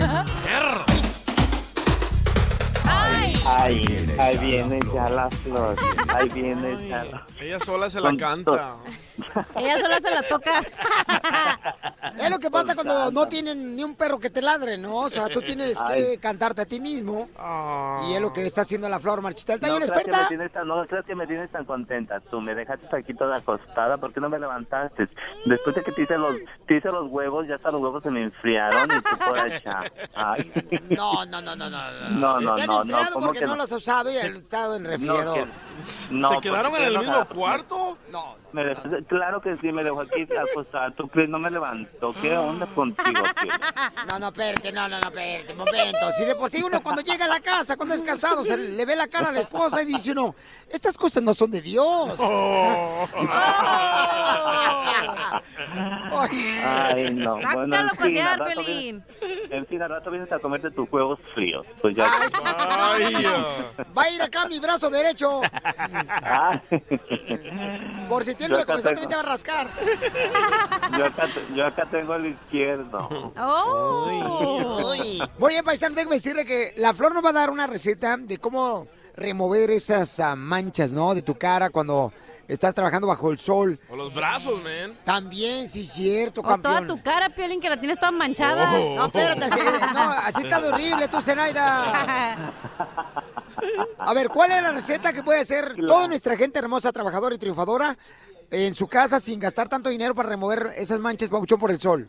[SPEAKER 25] Ahí, ahí viene ya la flor, ahí viene ya la
[SPEAKER 9] Ella sola se la canta.
[SPEAKER 8] Ella solo se la toca.
[SPEAKER 5] Es lo que pasa cuando no tienen ni un perro que te ladre, ¿no? O sea, tú tienes que
[SPEAKER 25] Ay.
[SPEAKER 5] cantarte a ti mismo. Y es lo que está haciendo la flor marchita. Está
[SPEAKER 25] No
[SPEAKER 5] bien
[SPEAKER 25] creas, que me
[SPEAKER 5] experta.
[SPEAKER 25] tienes tan, no creas que me tienes tan contenta. Tú me dejaste aquí toda acostada. ¿Por qué no me levantaste? Después de que te hice los, te hice los huevos, ya hasta los huevos se me enfriaron y tú por allá. Ay.
[SPEAKER 5] No, no, no, no, no.
[SPEAKER 25] No,
[SPEAKER 5] Se
[SPEAKER 25] no,
[SPEAKER 5] te han
[SPEAKER 25] no, no,
[SPEAKER 5] enfriado
[SPEAKER 25] ¿cómo
[SPEAKER 5] porque
[SPEAKER 25] que
[SPEAKER 5] no?
[SPEAKER 25] no?
[SPEAKER 5] los has usado y han estado en refrigerador.
[SPEAKER 25] que- no,
[SPEAKER 9] ¿Se quedaron
[SPEAKER 25] porque
[SPEAKER 9] en el
[SPEAKER 25] no,
[SPEAKER 9] mismo
[SPEAKER 25] nada.
[SPEAKER 9] cuarto?
[SPEAKER 5] No.
[SPEAKER 25] Me dejó- claro que sí, me dejó aquí acostada. ¿Tú crees? No me levantó. ¿Qué onda contigo, tío?
[SPEAKER 5] No, no, espérate, no, no, no, espérate, un momento. Si de por sí uno cuando llega a la casa, cuando es casado, se le ve la cara a la esposa y dice uno, estas cosas no son de Dios.
[SPEAKER 25] Ay, no. Bueno, en
[SPEAKER 8] Sácalo a
[SPEAKER 25] fin, al
[SPEAKER 8] pasear,
[SPEAKER 25] rato
[SPEAKER 8] Pelín.
[SPEAKER 25] vienes- en fin, al rato vienes a comerte tus huevos fríos. Pues ya.
[SPEAKER 5] Va a ir acá mi brazo derecho,
[SPEAKER 25] Ah.
[SPEAKER 5] por si tiene
[SPEAKER 25] Yo
[SPEAKER 5] una
[SPEAKER 25] acá
[SPEAKER 5] constante te
[SPEAKER 25] tengo-
[SPEAKER 5] va a rascar.
[SPEAKER 25] Yo acá, te- yo acá tengo el izquierdo.
[SPEAKER 8] Oh.
[SPEAKER 5] Uy. Voy a paisano, déjame decirle que la flor nos va a dar una receta de cómo remover esas ah, manchas, ¿no? De tu cara cuando estás trabajando bajo el sol.
[SPEAKER 6] O los brazos, man.
[SPEAKER 5] También, sí, cierto,
[SPEAKER 8] O toda
[SPEAKER 5] campeón.
[SPEAKER 8] tu cara, Piolín, que la tienes toda manchada.
[SPEAKER 5] Oh. No, espérate, así, no, así está de horrible tú, Zenaida. A ver, ¿cuál es la receta que puede hacer toda nuestra gente hermosa, trabajadora y triunfadora en su casa sin gastar tanto dinero para remover esas manchas, babuchón, por el sol?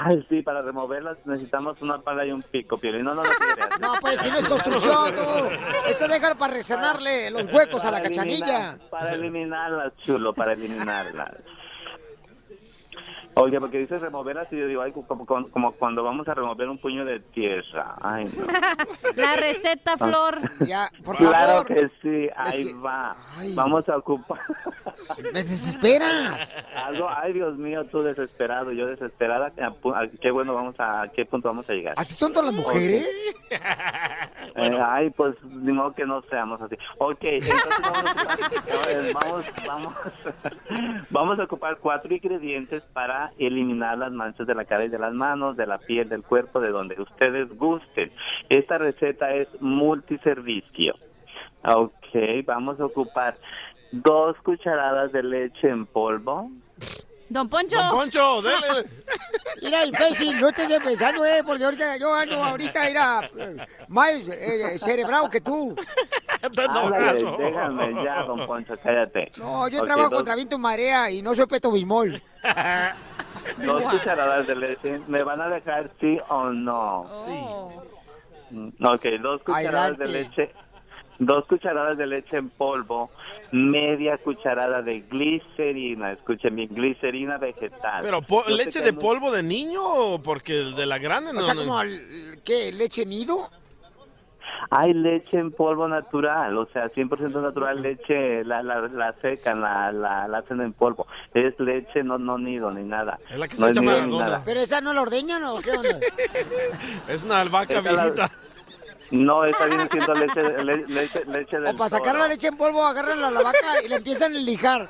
[SPEAKER 25] Ay, sí, para removerlas necesitamos una pala y un pico, Piolín. No, no, no. creas.
[SPEAKER 5] No, pues si no es construcción, tú. Eso dejar para resanarle los huecos a la
[SPEAKER 25] Para eliminar-
[SPEAKER 5] cachanilla.
[SPEAKER 25] Para eliminarlas, chulo, para eliminarlas.
[SPEAKER 10] Oye, porque dice remover así, yo digo, ay, como, como- como cuando vamos a remover un puño de tierra. Ay, no.
[SPEAKER 8] La receta, Flor.
[SPEAKER 5] Ya,
[SPEAKER 10] claro que sí, ahí va. Vamos a ocupar.
[SPEAKER 5] ¡Me desesperas!
[SPEAKER 10] Algo, ay, Dios mío, tú desesperado, yo desesperada. a pu- a qué bueno vamos a, a qué punto vamos a llegar.
[SPEAKER 5] ¿Así son todas las mujeres?
[SPEAKER 10] Eh, ay, pues ni modo que no seamos así. Ok, entonces vamos, a- vamos, vamos, vamos a ocupar cuatro ingredientes para eliminar las manchas de la cara y de las manos, de la piel, del cuerpo, de donde ustedes gusten. Esta receta es multiservicio. Ok, vamos a ocupar dos cucharadas de leche en polvo.
[SPEAKER 8] Don Poncho.
[SPEAKER 5] Don
[SPEAKER 8] Poncho,
[SPEAKER 5] dele. Mira, imbécil, no estés empezando, eh, porque ahorita yo ando ahorita era eh, más eh, cerebrado que tú.
[SPEAKER 10] Háblale, déjame ya, don Poncho, cállate.
[SPEAKER 5] No, Oh, yo
[SPEAKER 10] Ok,
[SPEAKER 5] trabajo
[SPEAKER 10] dos-
[SPEAKER 5] contra viento y marea y no soy peto bismol.
[SPEAKER 10] Dos cucharadas de leche. ¿Me van a dejar sí o no? Mm, Ok, dos cucharadas de leche. Dos cucharadas de leche en polvo, media cucharada de glicerina, escuchen bien, glicerina vegetal.
[SPEAKER 6] Pero po-
[SPEAKER 10] Yo sé
[SPEAKER 6] leche
[SPEAKER 10] que
[SPEAKER 6] de
[SPEAKER 10] no-
[SPEAKER 6] polvo de niño, porque el de la grande no.
[SPEAKER 10] sea,
[SPEAKER 6] no-
[SPEAKER 10] como
[SPEAKER 5] ¿Qué? ¿Leche nido?
[SPEAKER 10] Hay leche en polvo natural, o sea, 100% natural leche, la, la, la secan, la, la, la hacen en polvo. Es leche, no, no nido ni nada.
[SPEAKER 6] Es la que
[SPEAKER 10] no
[SPEAKER 6] se echa
[SPEAKER 10] nido
[SPEAKER 6] para
[SPEAKER 10] ni
[SPEAKER 6] la
[SPEAKER 10] nada.
[SPEAKER 5] ¿Pero esa no la ordeñan o qué onda?
[SPEAKER 6] Es una albahaca
[SPEAKER 10] Esa la-
[SPEAKER 6] viejita.
[SPEAKER 10] No, está viene siendo leche, le- leche, leche del
[SPEAKER 5] O para sacar
[SPEAKER 10] toro.
[SPEAKER 5] la leche en polvo, agarran a la vaca y la empiezan a lijar.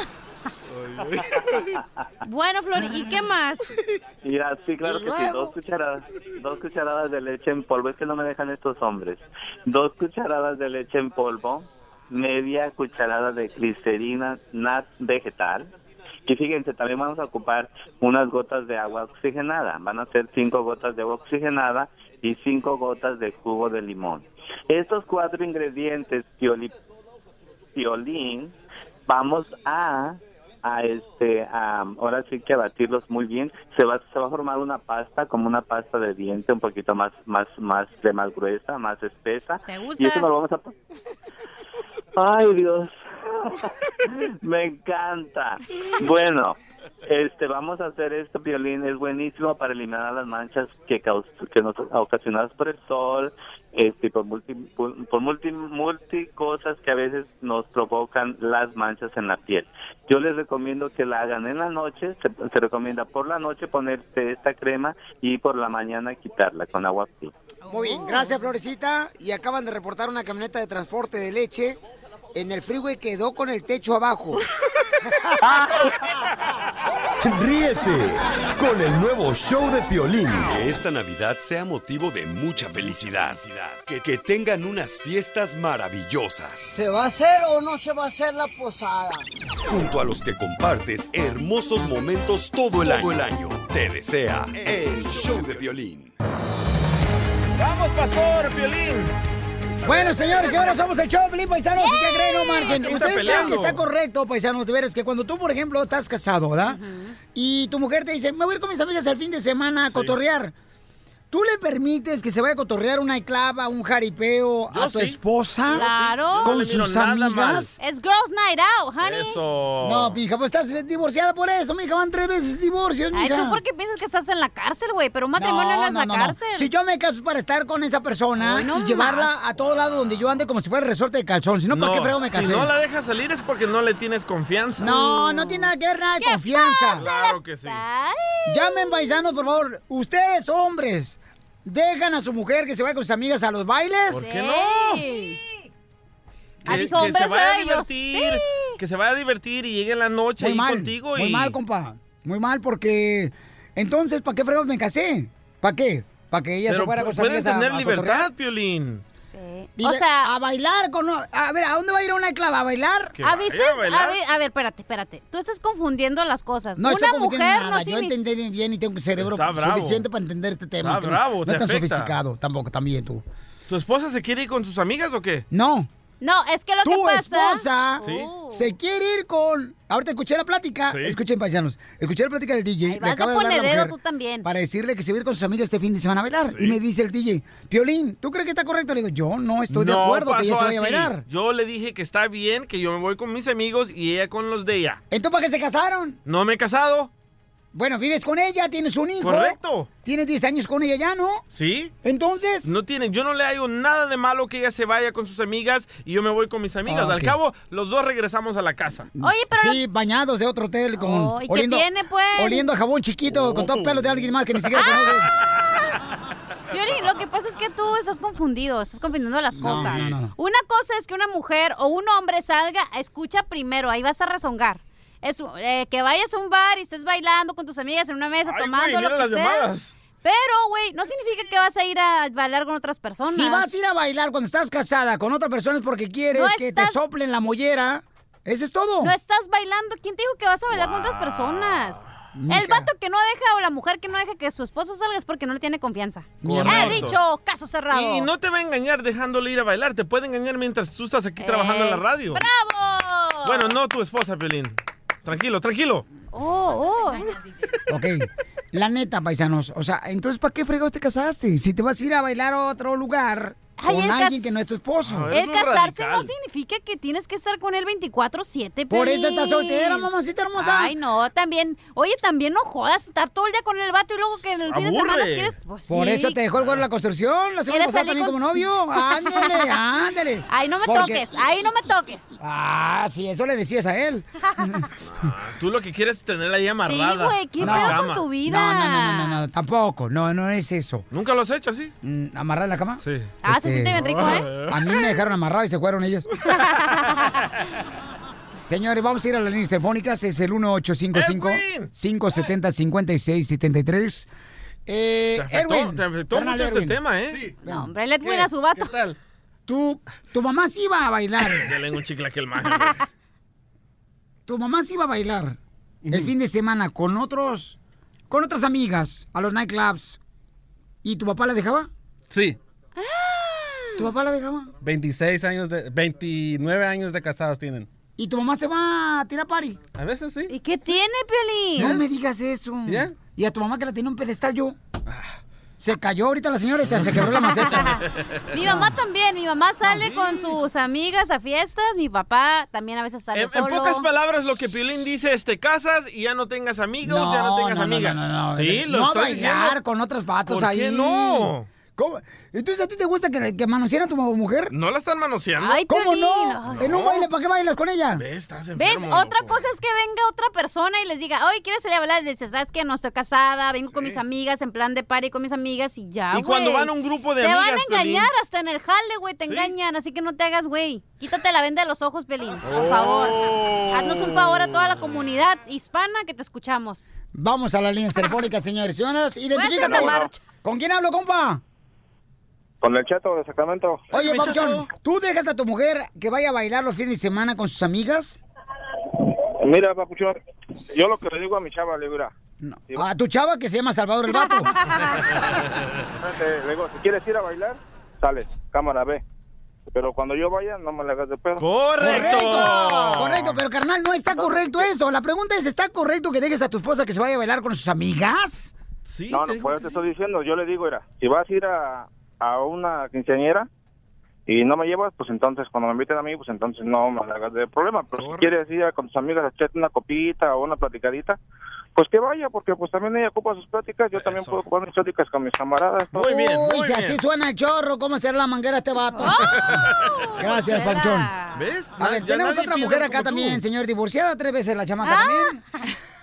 [SPEAKER 8] Bueno, Flor, ¿y qué más?
[SPEAKER 10] Mira, sí, claro
[SPEAKER 8] Y
[SPEAKER 10] que sí,
[SPEAKER 8] luego.
[SPEAKER 10] dos cucharadas, dos cucharadas de leche en polvo, es que no me dejan estos hombres. Dos cucharadas de leche en polvo, media cucharada de glicerina nat vegetal. Y fíjense, también vamos a ocupar unas gotas de agua oxigenada. Van a ser cinco gotas de agua oxigenada y cinco gotas de jugo de limón. Estos cuatro ingredientes, Pioli- Piolín, vamos a a este a- ahora sí que a batirlos muy bien se va se va a formar una pasta como una pasta de diente un poquito más más más de más gruesa más espesa
[SPEAKER 4] ¿Te
[SPEAKER 10] y eso nos lo vamos a ay Dios me encanta bueno este vamos a hacer esto violín es buenísimo para eliminar las manchas que caus que nos ocasionadas por el sol este por multi por, por multi multi cosas que a veces nos provocan las manchas en la piel yo les recomiendo que la hagan en la noche, se, se recomienda por la noche ponerse esta crema y por la mañana quitarla con agua fría.
[SPEAKER 5] Muy bien, gracias Florecita. Y acaban de reportar una camioneta de transporte de leche en el freeway quedó con el techo abajo.
[SPEAKER 2] Ríete con el nuevo show de Piolín. Que esta Navidad sea motivo de mucha felicidad. Que, que tengan unas fiestas maravillosas.
[SPEAKER 3] ¿Se va a hacer o no se va a hacer la posada?
[SPEAKER 2] Junto a los que compartes hermosos momentos todo el año. Todo el año. Te desea el show de Piolín.
[SPEAKER 6] Vamos, pastor, violín.
[SPEAKER 5] Bueno, señores, y ahora somos el show, de Piolín, paisanos. ¿Y qué creen? No marchen.
[SPEAKER 6] Estamos
[SPEAKER 5] Ustedes creen que
[SPEAKER 6] peleando.
[SPEAKER 5] está correcto, paisanos, de veras, que cuando tú, por ejemplo, estás casado, ¿verdad? Y tu mujer te dice, me voy a ir con mis amigas el fin de semana a cotorrear. ¿Tú le permites que se vaya a cotorrear una clava, un jaripeo a tu
[SPEAKER 8] sí.
[SPEAKER 5] esposa?
[SPEAKER 8] Claro.
[SPEAKER 5] ¿Con sus amigas?
[SPEAKER 8] Es Girls Night Out, honey.
[SPEAKER 5] No, mija, pues estás eh, divorciada por eso, mija, van tres veces divorcios,
[SPEAKER 8] Ay,
[SPEAKER 5] mija.
[SPEAKER 8] ¿tú por qué piensas que estás en la cárcel, güey? Pero un matrimonio no, es la cárcel.
[SPEAKER 5] Si yo me caso es para estar con esa persona
[SPEAKER 8] Ay, no
[SPEAKER 5] y llevarla
[SPEAKER 8] más.
[SPEAKER 5] a todo lado donde yo ande como si fuera resorte de calzón, si no, ¿para qué frego me casé?
[SPEAKER 6] Si no la dejas salir es porque no le tienes confianza.
[SPEAKER 5] No, no tiene nada que ver nada de confianza.
[SPEAKER 6] Claro que sí.
[SPEAKER 5] Llamen paisanos, por favor. Ustedes, hombres, dejan a su mujer que se vaya con sus amigas a los bailes.
[SPEAKER 6] ¿Por qué no?
[SPEAKER 5] Ah, dijo,
[SPEAKER 6] Que, que se
[SPEAKER 5] hombres
[SPEAKER 6] vaya a
[SPEAKER 5] bellos,
[SPEAKER 6] divertir, que se vaya a divertir y llegue la noche
[SPEAKER 5] Muy
[SPEAKER 6] ahí
[SPEAKER 5] mal,
[SPEAKER 6] contigo y
[SPEAKER 5] muy mal, compa. Muy mal, porque entonces, ¿para qué fregos me casé? ¿Para qué? ¿Para que ella
[SPEAKER 6] Pero
[SPEAKER 5] se fuera con sus
[SPEAKER 6] pueden
[SPEAKER 5] amigas a-
[SPEAKER 6] tener
[SPEAKER 5] a cotorrear?
[SPEAKER 6] libertad, Piolín. Ah,
[SPEAKER 5] Diver- a bailar con. A ver, ¿a dónde va a ir una clava? ¿A bailar?
[SPEAKER 6] Que
[SPEAKER 8] a
[SPEAKER 6] vaya
[SPEAKER 8] veces,
[SPEAKER 6] a bailar.
[SPEAKER 8] a ver, a ver, espérate, espérate. Tú estás confundiendo las cosas.
[SPEAKER 5] No, estoy
[SPEAKER 8] Una
[SPEAKER 5] como que
[SPEAKER 8] mujer
[SPEAKER 5] nada.
[SPEAKER 8] no
[SPEAKER 5] Yo
[SPEAKER 8] signi-
[SPEAKER 5] entendí bien, bien y tengo un cerebro
[SPEAKER 6] Está bravo.
[SPEAKER 5] suficiente para entender este tema.
[SPEAKER 6] Está
[SPEAKER 5] que no-
[SPEAKER 6] bravo,
[SPEAKER 5] no,
[SPEAKER 6] te
[SPEAKER 5] es tan
[SPEAKER 6] afecta.
[SPEAKER 5] sofisticado tampoco, también tú.
[SPEAKER 6] ¿Tu esposa se quiere ir con sus amigas o qué?
[SPEAKER 5] No.
[SPEAKER 8] No, es que lo que
[SPEAKER 5] tu
[SPEAKER 8] pasa...
[SPEAKER 5] esposa se quiere ir con. Ahorita escuché la plática. Escuchen, paisanos. Escuché la plática del DJ.
[SPEAKER 8] vas
[SPEAKER 5] le
[SPEAKER 8] a
[SPEAKER 5] acaba de hablar
[SPEAKER 8] poner
[SPEAKER 5] la
[SPEAKER 8] dedo
[SPEAKER 5] mujer
[SPEAKER 8] tú también.
[SPEAKER 5] Para decirle que se va a ir con sus amigas este fin de semana a bailar. Y me dice el DJ, Piolín, ¿tú crees que está correcto? Le digo, yo no estoy de
[SPEAKER 6] No
[SPEAKER 5] acuerdo que ella
[SPEAKER 6] pasó
[SPEAKER 5] se vaya a
[SPEAKER 6] así.
[SPEAKER 5] bailar.
[SPEAKER 6] Yo le dije que está bien, que yo me voy con mis amigos y ella con los de ella.
[SPEAKER 5] ¿Entonces para qué se casaron?
[SPEAKER 6] No me he casado.
[SPEAKER 5] Bueno, vives con ella, tienes un hijo.
[SPEAKER 6] Correcto.
[SPEAKER 5] Tienes 10 años con ella ya, ¿no?
[SPEAKER 6] ¿Sí?
[SPEAKER 5] Entonces.
[SPEAKER 6] No tiene, yo no le hago nada de malo que ella se vaya con sus amigas y yo me voy con mis amigas.
[SPEAKER 5] Ah,
[SPEAKER 6] Al
[SPEAKER 5] ok.
[SPEAKER 6] cabo, los dos regresamos a la casa.
[SPEAKER 5] Oye, pero. Sí, bañados de otro hotel con.
[SPEAKER 6] Oh, ¿y qué tiene,
[SPEAKER 8] pues?
[SPEAKER 5] Oliendo a jabón chiquito, con todos los pelos de alguien más que ni siquiera conoces.
[SPEAKER 8] Piolín, lo que pasa es que tú estás confundido, estás confundiendo las
[SPEAKER 5] No,
[SPEAKER 8] cosas.
[SPEAKER 5] no, no.
[SPEAKER 8] Una cosa es que una mujer o un hombre salga, escucha primero, ahí vas a rezongar. Es eh, que vayas a un bar y estés bailando con tus amigas en una mesa, tomando
[SPEAKER 6] mira
[SPEAKER 8] lo que
[SPEAKER 6] las
[SPEAKER 8] sea.
[SPEAKER 6] llamadas.
[SPEAKER 8] Pero, güey, no significa que vas a ir a bailar con otras personas.
[SPEAKER 5] Si vas a ir a bailar cuando estás casada con otra persona es porque quieres
[SPEAKER 8] No
[SPEAKER 5] que
[SPEAKER 8] estás-
[SPEAKER 5] te soplen la mollera. Eso es todo.
[SPEAKER 8] No estás bailando. ¿Quién te dijo que vas a bailar con otras personas?
[SPEAKER 5] Mija.
[SPEAKER 8] El vato que no deja o la mujer que no deja que su esposo salga es porque no le tiene confianza.
[SPEAKER 6] Mi
[SPEAKER 8] He
[SPEAKER 6] amor.
[SPEAKER 8] dicho, caso cerrado.
[SPEAKER 6] Y no te va a engañar dejándole ir a bailar. Te puede engañar mientras tú estás aquí trabajando en la
[SPEAKER 8] Eh,
[SPEAKER 6] radio.
[SPEAKER 8] ¡Bravo!
[SPEAKER 6] Bueno, no tu esposa, Piolín. Tranquilo, tranquilo.
[SPEAKER 8] Oh, oh.
[SPEAKER 5] Ok. La neta, paisanos. O sea, entonces, ¿para qué fregados te casaste? Si te vas a ir a bailar a otro lugar
[SPEAKER 8] Ay,
[SPEAKER 5] con
[SPEAKER 8] el
[SPEAKER 5] alguien
[SPEAKER 8] cas-
[SPEAKER 5] que no es tu
[SPEAKER 6] Ah,
[SPEAKER 5] esposo.
[SPEAKER 8] El casarse no significa que tienes que estar con él 24-7,
[SPEAKER 5] Por
[SPEAKER 8] Piolín.
[SPEAKER 5] eso estás soltera, mamacita hermosa.
[SPEAKER 8] Ay, no, también. Oye, también no jodas estar todo el día con el vato y luego que en el fin de semana quieres. Pues,
[SPEAKER 5] Por
[SPEAKER 8] sí.
[SPEAKER 5] eso te dejó el güero de la construcción la
[SPEAKER 8] ¿Quieres
[SPEAKER 5] semana pasada
[SPEAKER 8] salir
[SPEAKER 5] también
[SPEAKER 8] con-
[SPEAKER 5] como novio. Ándale, ándale.
[SPEAKER 8] Ay, no me
[SPEAKER 5] Porque-
[SPEAKER 8] toques, ay, no me toques.
[SPEAKER 5] Ah, sí, eso le decías a él.
[SPEAKER 6] Tú lo que quieres es tenerla ahí amarrada.
[SPEAKER 5] Sí, güey, ¿qué
[SPEAKER 6] en la
[SPEAKER 5] pedo con
[SPEAKER 6] cama.
[SPEAKER 8] tu vida?
[SPEAKER 5] No, no, no, no, no, no, tampoco. No, no es eso. Mm,
[SPEAKER 6] ¿Nunca lo has hecho así?
[SPEAKER 5] ¿Amarrar en la cama? Sí.
[SPEAKER 8] Ah, se siente bien rico, ¿eh?
[SPEAKER 5] A mí me dejaron amarrado y se fueron ellos. Señores, vamos a ir a las líneas telefónicas. Es el 1855-570-5673. Eh,
[SPEAKER 6] Te afectó-
[SPEAKER 5] Erwin,
[SPEAKER 6] te afectó
[SPEAKER 5] carnal
[SPEAKER 6] mucho este
[SPEAKER 5] Erwin.
[SPEAKER 6] tema, ¿eh? Sí.
[SPEAKER 8] No, hombre, le a su vato.
[SPEAKER 5] Tú, tu mamá sí iba a bailar.
[SPEAKER 6] Dale un chicle a aquel maje.
[SPEAKER 5] Tu mamá sí iba a bailar el fin de semana con otros, con otras amigas a los nightclubs. ¿Y tu papá la dejaba?
[SPEAKER 23] Sí,
[SPEAKER 8] Ah.
[SPEAKER 5] ¿Tu papá la dejaba?
[SPEAKER 23] 26 años de 29 años de casados tienen.
[SPEAKER 5] ¿Y tu mamá se va a tirar party?
[SPEAKER 23] A veces sí.
[SPEAKER 8] ¿Y qué tiene, Piolín?
[SPEAKER 5] No me digas eso.
[SPEAKER 23] Ya. Ah.
[SPEAKER 5] Y a tu mamá que la tiene en un pedestal yo. Se cayó ahorita la señora, esta, se quebró la maceta.
[SPEAKER 8] Mi mamá también, mi mamá sale con sus amigas a fiestas, mi papá también a veces sale
[SPEAKER 6] En, en
[SPEAKER 8] solo.
[SPEAKER 6] pocas palabras, lo que Piolín dice es te casas y ya no tengas amigos, ya no tengas amigas. Sí, lo
[SPEAKER 5] Eh, no a
[SPEAKER 6] estoy
[SPEAKER 5] bailar
[SPEAKER 6] diciendo.
[SPEAKER 5] con otros vatos
[SPEAKER 6] ¿Por
[SPEAKER 5] ahí.
[SPEAKER 6] qué no?
[SPEAKER 5] ¿Cómo? Entonces, ¿a ti te gusta que, que manosearan a tu mujer?
[SPEAKER 6] ¿No la están manoseando?
[SPEAKER 5] ¿Cómo no? En un baile, ¿para qué bailas con ella?
[SPEAKER 6] Estás
[SPEAKER 8] ¿Ves? Oh.
[SPEAKER 6] enfermo,
[SPEAKER 8] Otra cosa es que venga otra persona y les diga, oye, ¿quieres salir a hablar? Y dices, ¿sabes qué? No estoy casada, vengo con mis amigas, en plan de party con mis amigas y ya,
[SPEAKER 6] Y
[SPEAKER 8] güey.
[SPEAKER 6] cuando van un grupo de
[SPEAKER 8] Te van a
[SPEAKER 6] amigas, Piolín.
[SPEAKER 8] engañar hasta en el jale, güey, te engañan, así que no te hagas, güey. Quítate la venda de los ojos, Pelín,
[SPEAKER 6] Oh.
[SPEAKER 8] por favor. Haznos un favor a toda la comunidad hispana que te escuchamos.
[SPEAKER 5] Vamos a las líneas telefónicas, señores. Señoras,
[SPEAKER 8] Bueno,
[SPEAKER 5] identifícate.
[SPEAKER 8] bueno. marcha.
[SPEAKER 5] ¿Con quién hablo, compa?
[SPEAKER 25] Con el Cheto de Sacramento.
[SPEAKER 5] Oye, Papuchón, ¿tú dejas a tu mujer que vaya a bailar los fines de semana con sus amigas?
[SPEAKER 25] Mira, Papuchón, yo lo que le digo a mi chava, le digo, mira,
[SPEAKER 5] A tu chava que se llama Salvador el Vato.
[SPEAKER 25] espérate, le digo, si quieres ir a bailar, sale, cámara, ve. Pero cuando yo vaya, no me la hagas de pedo.
[SPEAKER 6] ¡Correcto!
[SPEAKER 5] Correcto, pero carnal, no está correcto eso. La pregunta es, ¿está correcto que dejes a tu esposa que se vaya a bailar con sus amigas?
[SPEAKER 6] Sí,
[SPEAKER 25] no, no, pues yo te estoy diciendo, yo le digo, mira, si vas a ir a, a una quinceañera y no me llevas, pues entonces cuando me inviten a mí, pues entonces no me la hagas de problema. Pero si quieres ir a- con tus amigas a echarte una copita o una platicadita, pues que vaya, porque pues también ella ocupa sus pláticas, yo también puedo ocupar mis pláticas con mis camaradas. ¿no?
[SPEAKER 5] Uy, si así suena el chorro, ¿cómo será la manguera este vato?
[SPEAKER 26] Oh,
[SPEAKER 5] Gracias,
[SPEAKER 25] Chela.
[SPEAKER 5] Panchón.
[SPEAKER 6] ¿Ves?
[SPEAKER 5] A ver, tenemos otra mujer acá también, señor, divorciada tres veces la chamaca
[SPEAKER 26] Ah.
[SPEAKER 5] también.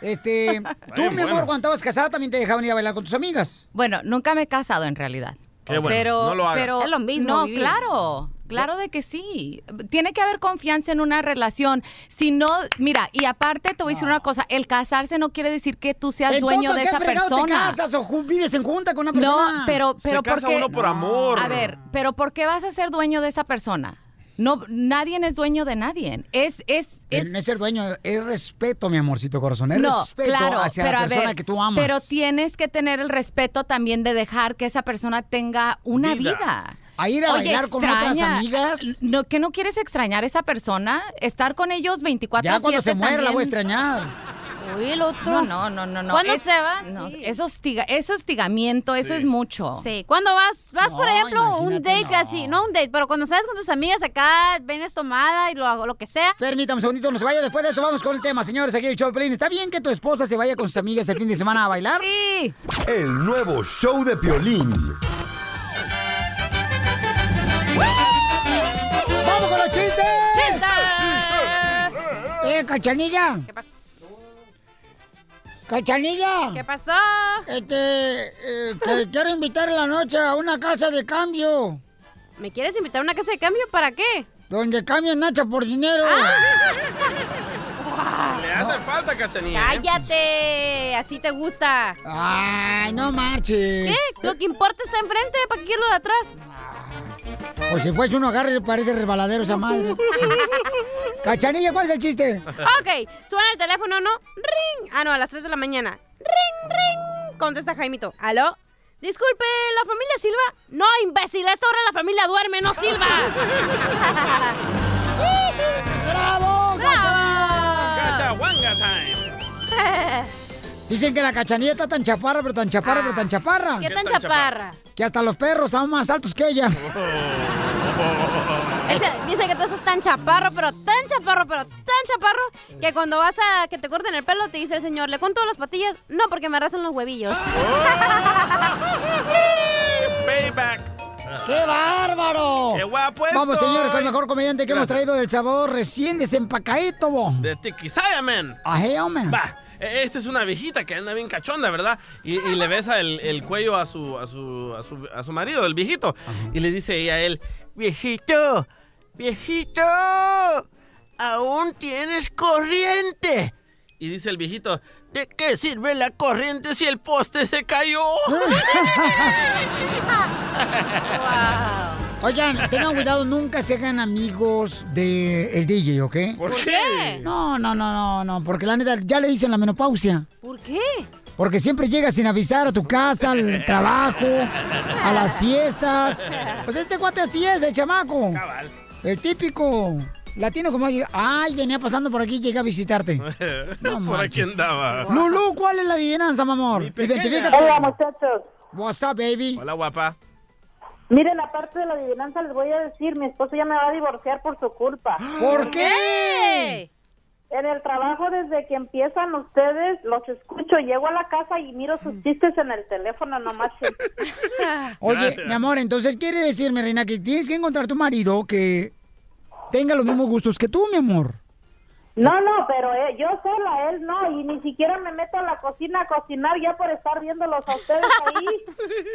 [SPEAKER 5] Este, tú, mi amor,
[SPEAKER 26] bueno.
[SPEAKER 5] cuando estabas casada también te dejaban ir a bailar con tus amigas.
[SPEAKER 26] Bueno, nunca me he casado en realidad.
[SPEAKER 5] Qué bueno,
[SPEAKER 26] Pero,
[SPEAKER 5] no lo hagas.
[SPEAKER 26] pero
[SPEAKER 5] Es lo mismo
[SPEAKER 26] No,
[SPEAKER 5] vivir.
[SPEAKER 26] claro, claro de que sí. Tiene que haber confianza en una relación. Si no, mira, y aparte te voy a decir una cosa, el casarse no quiere decir que tú seas dueño de
[SPEAKER 5] Entonces, ¿qué
[SPEAKER 26] esa
[SPEAKER 5] fregado
[SPEAKER 26] persona.
[SPEAKER 5] te casas o ju- vives en junta con una persona?
[SPEAKER 26] No, pero, pero
[SPEAKER 6] Se casa
[SPEAKER 26] porque,
[SPEAKER 6] uno por amor.
[SPEAKER 26] A ver, pero ¿por qué vas a ser dueño de esa persona? No, nadie es dueño de nadie. Es, es,
[SPEAKER 5] Pero
[SPEAKER 26] es-
[SPEAKER 5] no es ser dueño, es respeto, mi amorcito corazón, es respeto hacia la
[SPEAKER 26] a
[SPEAKER 5] persona
[SPEAKER 26] ver,
[SPEAKER 5] que tú amas.
[SPEAKER 26] Pero tienes que tener el respeto también de dejar que esa persona tenga una vida.
[SPEAKER 5] Vida. a ir a
[SPEAKER 26] Oye,
[SPEAKER 5] bailar con
[SPEAKER 26] extraña.
[SPEAKER 5] otras amigas.
[SPEAKER 26] No, ¿Que no quieres extrañar a esa persona? Estar con ellos 24
[SPEAKER 5] Ya cuando se muera la voy a extrañar.
[SPEAKER 26] Uy, el otro. No, no, no, no.
[SPEAKER 8] ¿Cuándo
[SPEAKER 26] es-
[SPEAKER 8] se va?
[SPEAKER 26] no,
[SPEAKER 8] Sí.
[SPEAKER 26] es, hostiga- es hostigamiento, eso es mucho.
[SPEAKER 8] Sí, cuando vas, vas por
[SPEAKER 26] No,
[SPEAKER 8] ejemplo, un date casi, no un date, pero cuando sales con tus amigas acá, vienes tomada y lo hago, lo que sea.
[SPEAKER 5] Permítame un segundito, no se vaya. Después de esto vamos con el tema, señores. Aquí el show de Pelín. ¿Está bien que tu esposa se vaya con sus amigas el fin de semana a bailar?
[SPEAKER 26] Sí.
[SPEAKER 2] El nuevo show de Piolín.
[SPEAKER 5] ¡Vamos con los chistes!
[SPEAKER 4] ¡Chistes!
[SPEAKER 5] Eh, cachanilla. ¿Qué pasó? Cachanilla. ¿Qué
[SPEAKER 8] pasó?
[SPEAKER 5] Este, eh, te quiero invitar en la noche a una casa de cambio.
[SPEAKER 8] ¿Me quieres invitar a una casa de cambio para qué? ¡Ah!
[SPEAKER 5] Donde cambian Nacha por dinero.
[SPEAKER 6] Le hace falta, cachanilla. ¿eh?
[SPEAKER 8] ¡Cállate! Así te gusta.
[SPEAKER 5] Ay, no marches.
[SPEAKER 8] ¿Qué? Lo que importa está enfrente, ¿para qué quiero de atrás?
[SPEAKER 5] O Pues si fuese uno agarre, parece resbaladero esa madre. Cachanilla, ¿cuál es el chiste?
[SPEAKER 8] ok, suena el teléfono, ¿no? ¡Ring! Ah, no, a las 3 de la mañana. ¡Ring, ring! Contesta Jaimito. ¿Aló? Disculpe, ¿la familia Silva? No, imbécil, a esta hora la familia duerme, no Silva.
[SPEAKER 5] ¡Bravo!
[SPEAKER 6] Cachahuanga time.
[SPEAKER 5] Dicen que la cachanilla está tan chaparra, pero tan chaparra, pero tan chaparra.
[SPEAKER 8] ¿Qué tan chaparra?
[SPEAKER 5] Que hasta los perros son más altos que ella.
[SPEAKER 8] Ese- dice que tú estás tan chaparro, pero tan chaparro, pero tan chaparro, que cuando vas a que te corten el pelo, te dice el señor, ¿le cuento las patillas? No, porque me arrasan los huevillos.
[SPEAKER 6] Payback.
[SPEAKER 5] ¡Qué bárbaro!
[SPEAKER 6] ¡Qué guapo
[SPEAKER 5] Vamos,
[SPEAKER 6] estoy!
[SPEAKER 5] señores, con el mejor comediante que hemos
[SPEAKER 6] Gracias.
[SPEAKER 5] traído del sabor recién desempacadito, bo.
[SPEAKER 6] De Tiquisaya, man.
[SPEAKER 5] Ajé, hombre.
[SPEAKER 6] Va. e- Esta es una viejita que anda bien cachonda, ¿verdad? Y, y le besa el, el cuello a su, a, su, a, su, a su marido, el viejito. Y le dice ella a él, viejito, viejito, aún tienes corriente. Y dice el viejito, ¿de qué sirve la corriente si el poste se cayó?
[SPEAKER 5] Oigan, tengan cuidado, nunca se hagan amigos del el DJ, ¿ok?
[SPEAKER 6] ¿Por qué?
[SPEAKER 5] No, no, no, no, no, porque la neta, ya le dicen la menopausia.
[SPEAKER 8] ¿Por qué?
[SPEAKER 5] Porque siempre llegas sin avisar a tu casa, al trabajo, a las fiestas. Pues este cuate así es, el chamaco. El típico latino como, ay, venía pasando por aquí, llegué a visitarte.
[SPEAKER 6] Por aquí andaba.
[SPEAKER 5] Lulú, ¿cuál es la adivinanza, mi amor?
[SPEAKER 6] pequeña.
[SPEAKER 5] Identifícate.
[SPEAKER 6] Hola,
[SPEAKER 5] muchachos. What's up, baby?
[SPEAKER 6] Hola, guapa.
[SPEAKER 22] Miren, la parte de la adivinanza les voy a decir, mi esposo ya me va a divorciar por su culpa.
[SPEAKER 5] ¿Por qué?
[SPEAKER 22] En el trabajo desde que empiezan ustedes, los escucho, llego a la casa y miro
[SPEAKER 5] Mm.
[SPEAKER 22] sus chistes en el teléfono nomás.
[SPEAKER 5] Oye, mi amor, entonces quiere decirme, reina, que tienes que encontrar tu marido que tenga los mismos gustos que tú, mi amor.
[SPEAKER 22] No, no, pero eh, yo sola, él no, y ni siquiera me meto a la cocina a cocinar ya por estar viéndolos a ustedes ahí.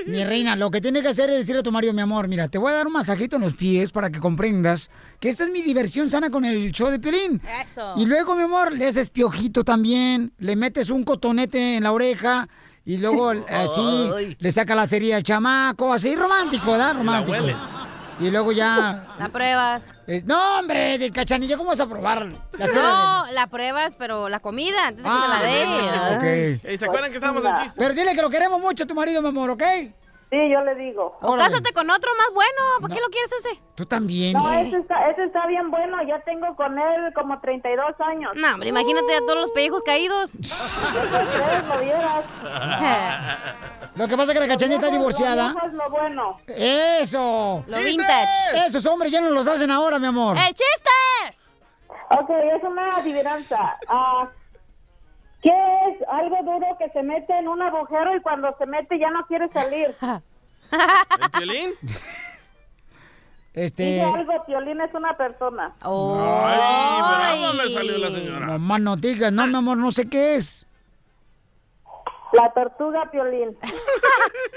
[SPEAKER 5] Mi reina, lo que tienes que hacer es decirle a tu marido, mi amor, mira, te voy a dar un masajito en los pies para que comprendas que esta es mi diversión sana con el show de Piolín.
[SPEAKER 8] Eso.
[SPEAKER 5] Y luego, mi amor, le haces piojito también, le metes un cotonete en la oreja y luego así
[SPEAKER 8] Ay.
[SPEAKER 5] le saca la cerilla al chamaco, así romántico, ¿verdad? Romántico.
[SPEAKER 8] hueles.
[SPEAKER 5] Y luego ya...
[SPEAKER 8] La pruebas.
[SPEAKER 5] es- no, hombre, de cachanilla, ¿cómo vas a probar la cera
[SPEAKER 8] No, la pruebas, pero la comida, antes de que se la
[SPEAKER 5] Ah,
[SPEAKER 8] dé.
[SPEAKER 5] ok.
[SPEAKER 6] Ey, ¿Se acuerdan que estábamos en chiste?
[SPEAKER 5] Pero dile que lo queremos mucho a tu marido, mi amor, ¿ok?
[SPEAKER 22] Sí, yo le digo.
[SPEAKER 8] O cásate con otro más bueno, ¿para qué lo quieres ese?
[SPEAKER 5] Tú también.
[SPEAKER 22] No,
[SPEAKER 5] ¿eh?
[SPEAKER 22] ese está, ese está bien bueno, ya tengo con él como 32 años.
[SPEAKER 8] No, hombre, imagínate a todos los pellejos caídos.
[SPEAKER 5] Lo que pasa es que la cachanilla está divorciada.
[SPEAKER 22] Eso es lo bueno.
[SPEAKER 5] ¡Eso!
[SPEAKER 22] Lo vintage.
[SPEAKER 5] Eh, Esos hombres ya no los hacen ahora, mi amor.
[SPEAKER 8] ¡El chiste!
[SPEAKER 22] Ok, es una adivinanza. Ah, ¿Qué es algo duro que se mete en un agujero y cuando se mete ya no quiere salir?
[SPEAKER 6] ¿El violín?
[SPEAKER 5] Este.
[SPEAKER 22] Dice algo, Piolín es una persona.
[SPEAKER 5] Oh.
[SPEAKER 6] Ay, brava me salió la señora.
[SPEAKER 5] Mamá, no digas, no, mi amor, no sé qué es.
[SPEAKER 22] La tortuga, Piolín.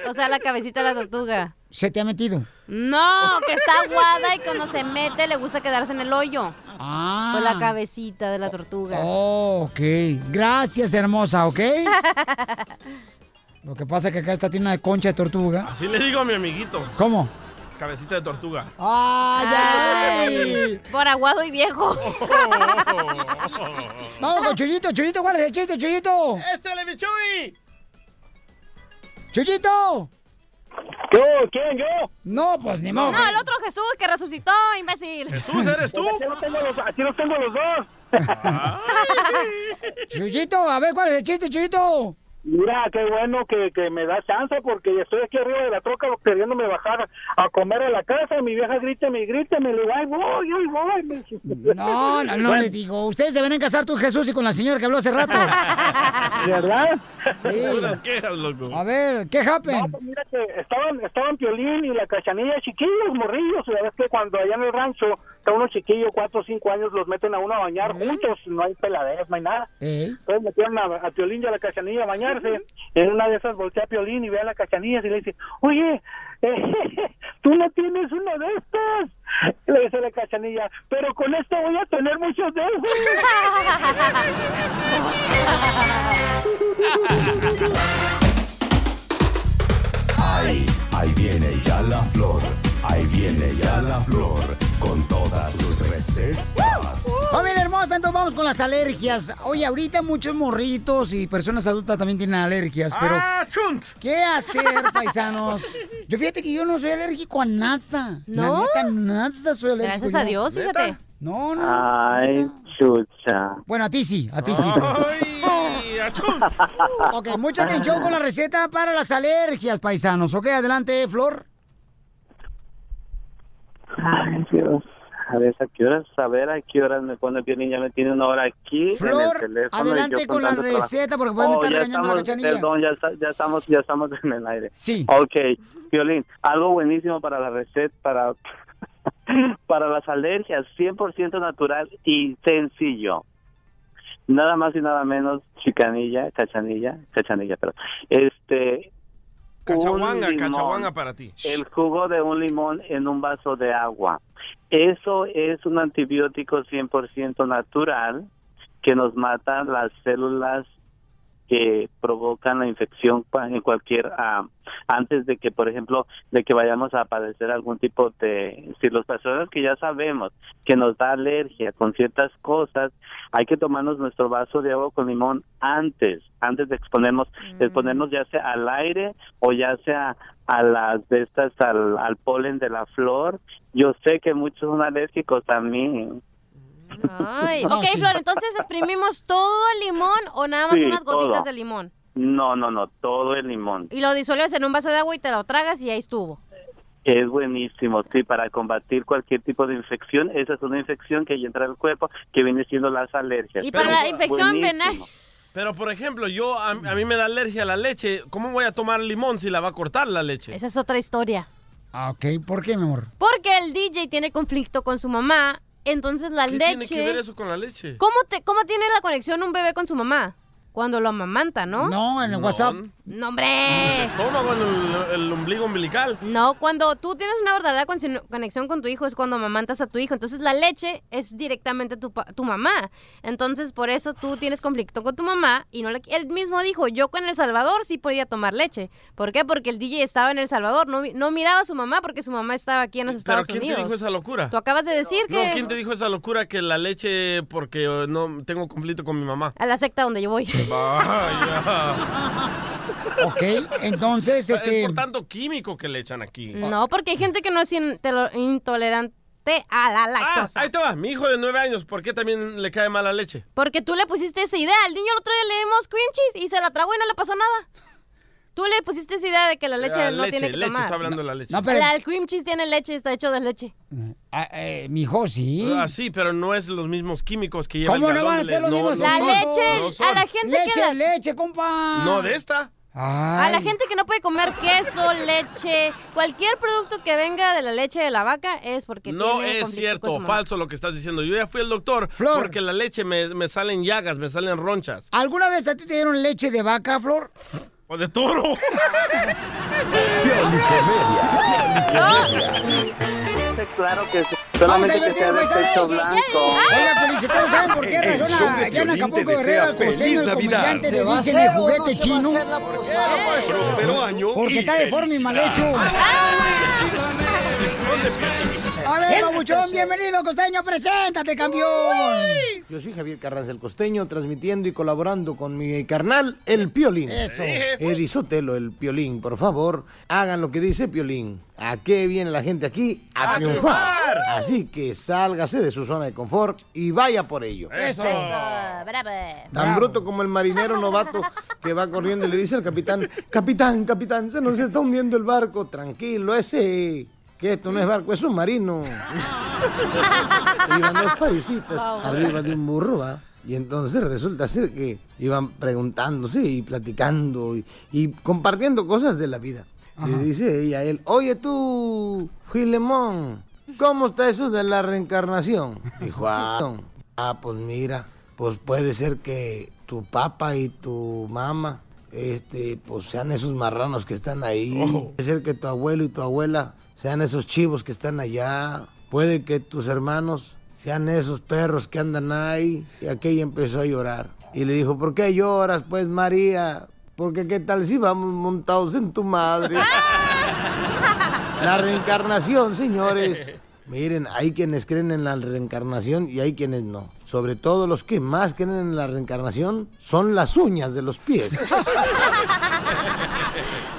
[SPEAKER 8] O sea, la cabecita de la tortuga.
[SPEAKER 5] Se te ha metido.
[SPEAKER 8] No, que está aguada y cuando se mete le gusta quedarse en el hoyo.
[SPEAKER 5] Ah.
[SPEAKER 8] Con Pues la cabecita de la tortuga.
[SPEAKER 5] Oh, ok. Gracias, hermosa, ¿ok? Lo que pasa es que acá esta tiene una concha de tortuga.
[SPEAKER 6] Así le digo a mi amiguito.
[SPEAKER 5] ¿Cómo?
[SPEAKER 6] Cabecita de tortuga.
[SPEAKER 5] ¡Ay, ay!
[SPEAKER 8] Por aguado y viejo.
[SPEAKER 5] Vamos con Chuyito, Chuyito, ¿cuál es el chiste, Chuyito?
[SPEAKER 6] ¡Échale, Michui!
[SPEAKER 5] ¡Chuyito!
[SPEAKER 25] ¿Yo? ¿Quién? ¿Yo?
[SPEAKER 5] No, pues ni
[SPEAKER 8] No, el otro Jesús que resucitó, imbécil.
[SPEAKER 25] Jesús, Pues ¿eres tú? Aquí los tengo los, aquí los, tengo los dos.
[SPEAKER 5] Chuyito, a ver cuál es el chiste, Chuyito.
[SPEAKER 25] Mira, qué bueno que, que me da chance porque estoy aquí arriba de la troca queriéndome bajar a comer a la casa y mi vieja grita, me grita, me le va, voy, ahí voy. me dice.
[SPEAKER 5] No, no, no
[SPEAKER 25] Bueno,
[SPEAKER 5] les digo. Ustedes se van a casar tú, Jesús, y con la señora que habló hace rato.
[SPEAKER 25] ¿Verdad?
[SPEAKER 5] Sí.
[SPEAKER 25] quejas, loco.
[SPEAKER 5] A ver, ¿qué
[SPEAKER 25] No,
[SPEAKER 5] happened?
[SPEAKER 25] pues mira que estaban, estaban Piolín y la cachanilla chiquillos, morrillos. La verdad es que cuando allá en el rancho está uno chiquillo, cuatro o cinco años, los meten a uno a bañar juntos. No hay peladez, no hay nada. Entonces metieron a, a Piolín y a la cachanilla a bañarse. En una de esas voltea a Piolín y ve a la cachanilla y le dice, oye, eh, tú no tienes uno de estos. Le dice la cachanilla, pero con esto voy a tener muchos de esos.
[SPEAKER 11] Ay, ahí viene ya la flor. Ahí viene ya la flor con todas sus recetas.
[SPEAKER 5] Familia hermosa, entonces vamos con las alergias. Oye, ahorita muchos morritos y personas adultas también tienen alergias, pero...
[SPEAKER 4] Ah,
[SPEAKER 5] ¿Qué hacer, paisanos? Yo fíjate que yo no soy alérgico a nada.
[SPEAKER 4] ¿No?
[SPEAKER 5] La neta, nada soy alérgico.
[SPEAKER 8] Gracias a
[SPEAKER 5] yo.
[SPEAKER 8] Dios, fíjate. ¿Neta?
[SPEAKER 5] No, no.
[SPEAKER 10] Ay, chucha.
[SPEAKER 5] Bueno, a ti sí, a ti sí.
[SPEAKER 13] Oh.
[SPEAKER 5] ok, mucha atención Este con la receta para las alergias, paisanos. Ok, adelante, Flor.
[SPEAKER 10] Ay, Dios. A ver, ¿a qué horas? A ver, ¿a qué horas me pone bien? Ya me tiene una hora aquí en
[SPEAKER 5] Flor,
[SPEAKER 10] el teléfono. y
[SPEAKER 5] adelante
[SPEAKER 10] yo
[SPEAKER 5] con la
[SPEAKER 10] tanto trabajo.
[SPEAKER 5] receta porque podemos
[SPEAKER 10] Oh,
[SPEAKER 5] estar
[SPEAKER 10] ya
[SPEAKER 5] regañando a la
[SPEAKER 10] estamos-
[SPEAKER 5] cachanilla.
[SPEAKER 10] Perdón, ya, está- ya estamos, ya estamos en el aire. Sí. Ok, Violín, algo buenísimo para la receta, para, para las alergias, 100% natural y sencillo. Nada más y nada menos, chicanilla, cachanilla, cachanilla, perdón. Este,
[SPEAKER 6] Cachahuanga,
[SPEAKER 10] un limón.
[SPEAKER 6] cachahuanga para ti.
[SPEAKER 10] el jugo de un limón en un vaso de agua. Eso es un antibiótico 100% natural que nos mata las células que provocan la infección pa- en cualquier ah, antes de que por ejemplo de que vayamos a padecer algún tipo de si los personas que ya sabemos que nos da alergia con ciertas cosas hay que tomarnos nuestro vaso de agua con limón antes antes de exponernos exponernos ya sea al aire o ya sea a las de estas al, al polen de la flor yo sé que muchos son alérgicos también
[SPEAKER 8] Ay,
[SPEAKER 10] No,
[SPEAKER 8] ok,
[SPEAKER 10] sí.
[SPEAKER 8] Flor, entonces exprimimos todo el limón o nada más
[SPEAKER 10] Sí,
[SPEAKER 8] unas gotitas
[SPEAKER 10] todo.
[SPEAKER 8] de limón.
[SPEAKER 10] no no no todo el limón
[SPEAKER 8] Y lo disuelves en un vaso de agua y te lo tragas y ahí estuvo.
[SPEAKER 10] Es buenísimo, sí, para combatir cualquier tipo de infección. Esa es una infección que entra al cuerpo, que viene siendo las alergias.
[SPEAKER 8] Y para la infección
[SPEAKER 10] Eh, buenísimo.
[SPEAKER 8] venaria.
[SPEAKER 6] Pero, por ejemplo, yo a, a mí me da alergia a la leche. ¿Cómo voy a tomar limón si la va a cortar la leche?
[SPEAKER 8] Esa es otra historia.
[SPEAKER 5] Ah, ok, ¿por qué, mi amor?
[SPEAKER 8] Porque el DJ tiene conflicto con su mamá, entonces la
[SPEAKER 6] ¿Qué
[SPEAKER 8] leche...
[SPEAKER 6] tiene que ver eso con la leche?
[SPEAKER 8] ¿Cómo, te, ¿Cómo tiene la conexión un bebé con su mamá? Cuando lo amamanta, ¿no?
[SPEAKER 5] No, en el WhatsApp.
[SPEAKER 8] No, hombre.
[SPEAKER 6] El estómago, el, el- el ombligo umbilical.
[SPEAKER 8] Eh. No, cuando tú tienes una verdadera con- conexión con tu hijo es cuando amamantas a tu hijo. Entonces la leche es directamente tu, pa- tu mamá. Entonces por eso tú tienes conflicto con tu mamá y no le... Él mismo dijo, yo con El Salvador sí podía tomar leche. ¿Por qué? Porque el DJ estaba en El Salvador, no, vi- no miraba a su mamá porque su mamá estaba aquí en los
[SPEAKER 6] ¿Pero
[SPEAKER 8] Estados
[SPEAKER 6] quién
[SPEAKER 8] Unidos.
[SPEAKER 6] te dijo esa locura?
[SPEAKER 8] Tú acabas de decir
[SPEAKER 6] No,
[SPEAKER 8] que...
[SPEAKER 6] ¿quién te dijo esa locura que la leche porque eh, no tengo conflicto con mi mamá?
[SPEAKER 8] A la secta donde yo voy.
[SPEAKER 6] Vaya.
[SPEAKER 5] Ok, entonces,
[SPEAKER 6] Es
[SPEAKER 5] este...
[SPEAKER 6] por tanto químico que le echan aquí.
[SPEAKER 8] No, porque hay gente que no es in- telo- intolerante a la
[SPEAKER 6] Ah,
[SPEAKER 8] lactosa.
[SPEAKER 6] ahí te va, mi hijo de nueve años, ¿por qué también le cae mal la leche?
[SPEAKER 8] Porque tú le pusiste esa idea. Al niño el otro día le dimos cream cheese y se la tragó y no le pasó nada. Tú le pusiste esa idea de que la leche
[SPEAKER 6] Ah,
[SPEAKER 8] no
[SPEAKER 6] leche,
[SPEAKER 8] tiene que
[SPEAKER 6] leche,
[SPEAKER 8] tomar.
[SPEAKER 6] está hablando de la leche.
[SPEAKER 5] No, pero-
[SPEAKER 8] La- el cream cheese tiene leche, está hecho de leche.
[SPEAKER 5] Ah, eh, mi hijo, sí.
[SPEAKER 6] Ah, sí, pero no es los mismos químicos que lleva
[SPEAKER 5] ¿Cómo
[SPEAKER 6] el
[SPEAKER 5] no
[SPEAKER 6] galón
[SPEAKER 5] van a
[SPEAKER 6] de
[SPEAKER 5] ser los
[SPEAKER 6] le- no,
[SPEAKER 5] mismos?
[SPEAKER 6] no
[SPEAKER 5] La
[SPEAKER 6] son,
[SPEAKER 5] leche,
[SPEAKER 6] no son.
[SPEAKER 8] A la gente
[SPEAKER 5] Leche,
[SPEAKER 8] que la-
[SPEAKER 5] leche, compa.
[SPEAKER 6] No, de esta.
[SPEAKER 8] A la gente que no puede comer queso, leche, cualquier producto que venga de la leche de la vaca es porque
[SPEAKER 6] No
[SPEAKER 8] tiene
[SPEAKER 6] es
[SPEAKER 8] conflicto con
[SPEAKER 6] cierto,
[SPEAKER 8] su mamá.
[SPEAKER 6] falso lo que estás diciendo. Yo ya fui al doctor porque la leche me, me salen llagas, me salen ronchas.
[SPEAKER 5] ¿Alguna vez a ti te dieron leche de vaca, Flor?
[SPEAKER 6] O de toro.
[SPEAKER 10] Claro que sí.
[SPEAKER 5] Vamos a
[SPEAKER 10] Solamente que sea
[SPEAKER 5] divertirnos,
[SPEAKER 10] de pecho
[SPEAKER 5] paisanos.
[SPEAKER 10] blanco.
[SPEAKER 5] Oiga, Felicitero, ¿saben por qué
[SPEAKER 10] El- el show
[SPEAKER 5] razón
[SPEAKER 10] de
[SPEAKER 5] a- allá en
[SPEAKER 10] Piolín te
[SPEAKER 5] Acapulco
[SPEAKER 10] desea
[SPEAKER 5] Guerrero, el costeño,
[SPEAKER 10] feliz
[SPEAKER 5] el
[SPEAKER 10] Navidad.
[SPEAKER 5] comediante
[SPEAKER 10] ¿Se
[SPEAKER 5] de
[SPEAKER 10] va a
[SPEAKER 5] origen de
[SPEAKER 10] hacer o no
[SPEAKER 5] juguete
[SPEAKER 10] se va a
[SPEAKER 5] chino?
[SPEAKER 10] hacer la ¡Ah!
[SPEAKER 5] Porque está deforme y mal hecho.
[SPEAKER 4] Ay,
[SPEAKER 5] A ver, Pabuchón, bienvenido, costeño, preséntate, campeón.
[SPEAKER 20] Yo soy Javier Carranza el Costeño, transmitiendo y colaborando con mi carnal, el Piolín.
[SPEAKER 5] Eso.
[SPEAKER 20] Erisotelo, el Piolín, por favor, hagan lo que dice Piolín. ¿A qué viene la gente aquí? A,
[SPEAKER 27] ¡A
[SPEAKER 20] triunfar.
[SPEAKER 27] triunfar!
[SPEAKER 20] Así que sálgase de su zona de confort y vaya por ello.
[SPEAKER 8] bravo.
[SPEAKER 20] Tan bruto como el marinero novato que va corriendo y le dice al capitán, capitán, capitán, se nos está hundiendo el barco, tranquilo, ese, que esto no es barco, es submarino. Iban dos paisitas
[SPEAKER 27] Wow.
[SPEAKER 20] arriba de un burro, ¿va? Y entonces resulta ser que iban preguntándose y platicando y, y compartiendo cosas de la vida. Y dice ella a él, oye tú, Gilemón, ¿cómo está eso de la reencarnación? Dijo, ah, ah, pues mira, pues puede ser que tu papá y tu mamá, este, pues sean esos marranos que están ahí. Puede ser que tu abuelo y tu abuela sean esos chivos que están allá. Puede que tus hermanos sean esos perros que andan ahí. Y aquella empezó a llorar. Y le dijo, ¿por qué lloras, pues, María? Porque qué tal si vamos montados en tu madre. La reencarnación, señores. Miren, hay quienes creen en la reencarnación y hay quienes no. Sobre todo los que más creen en la reencarnación son las uñas de los pies.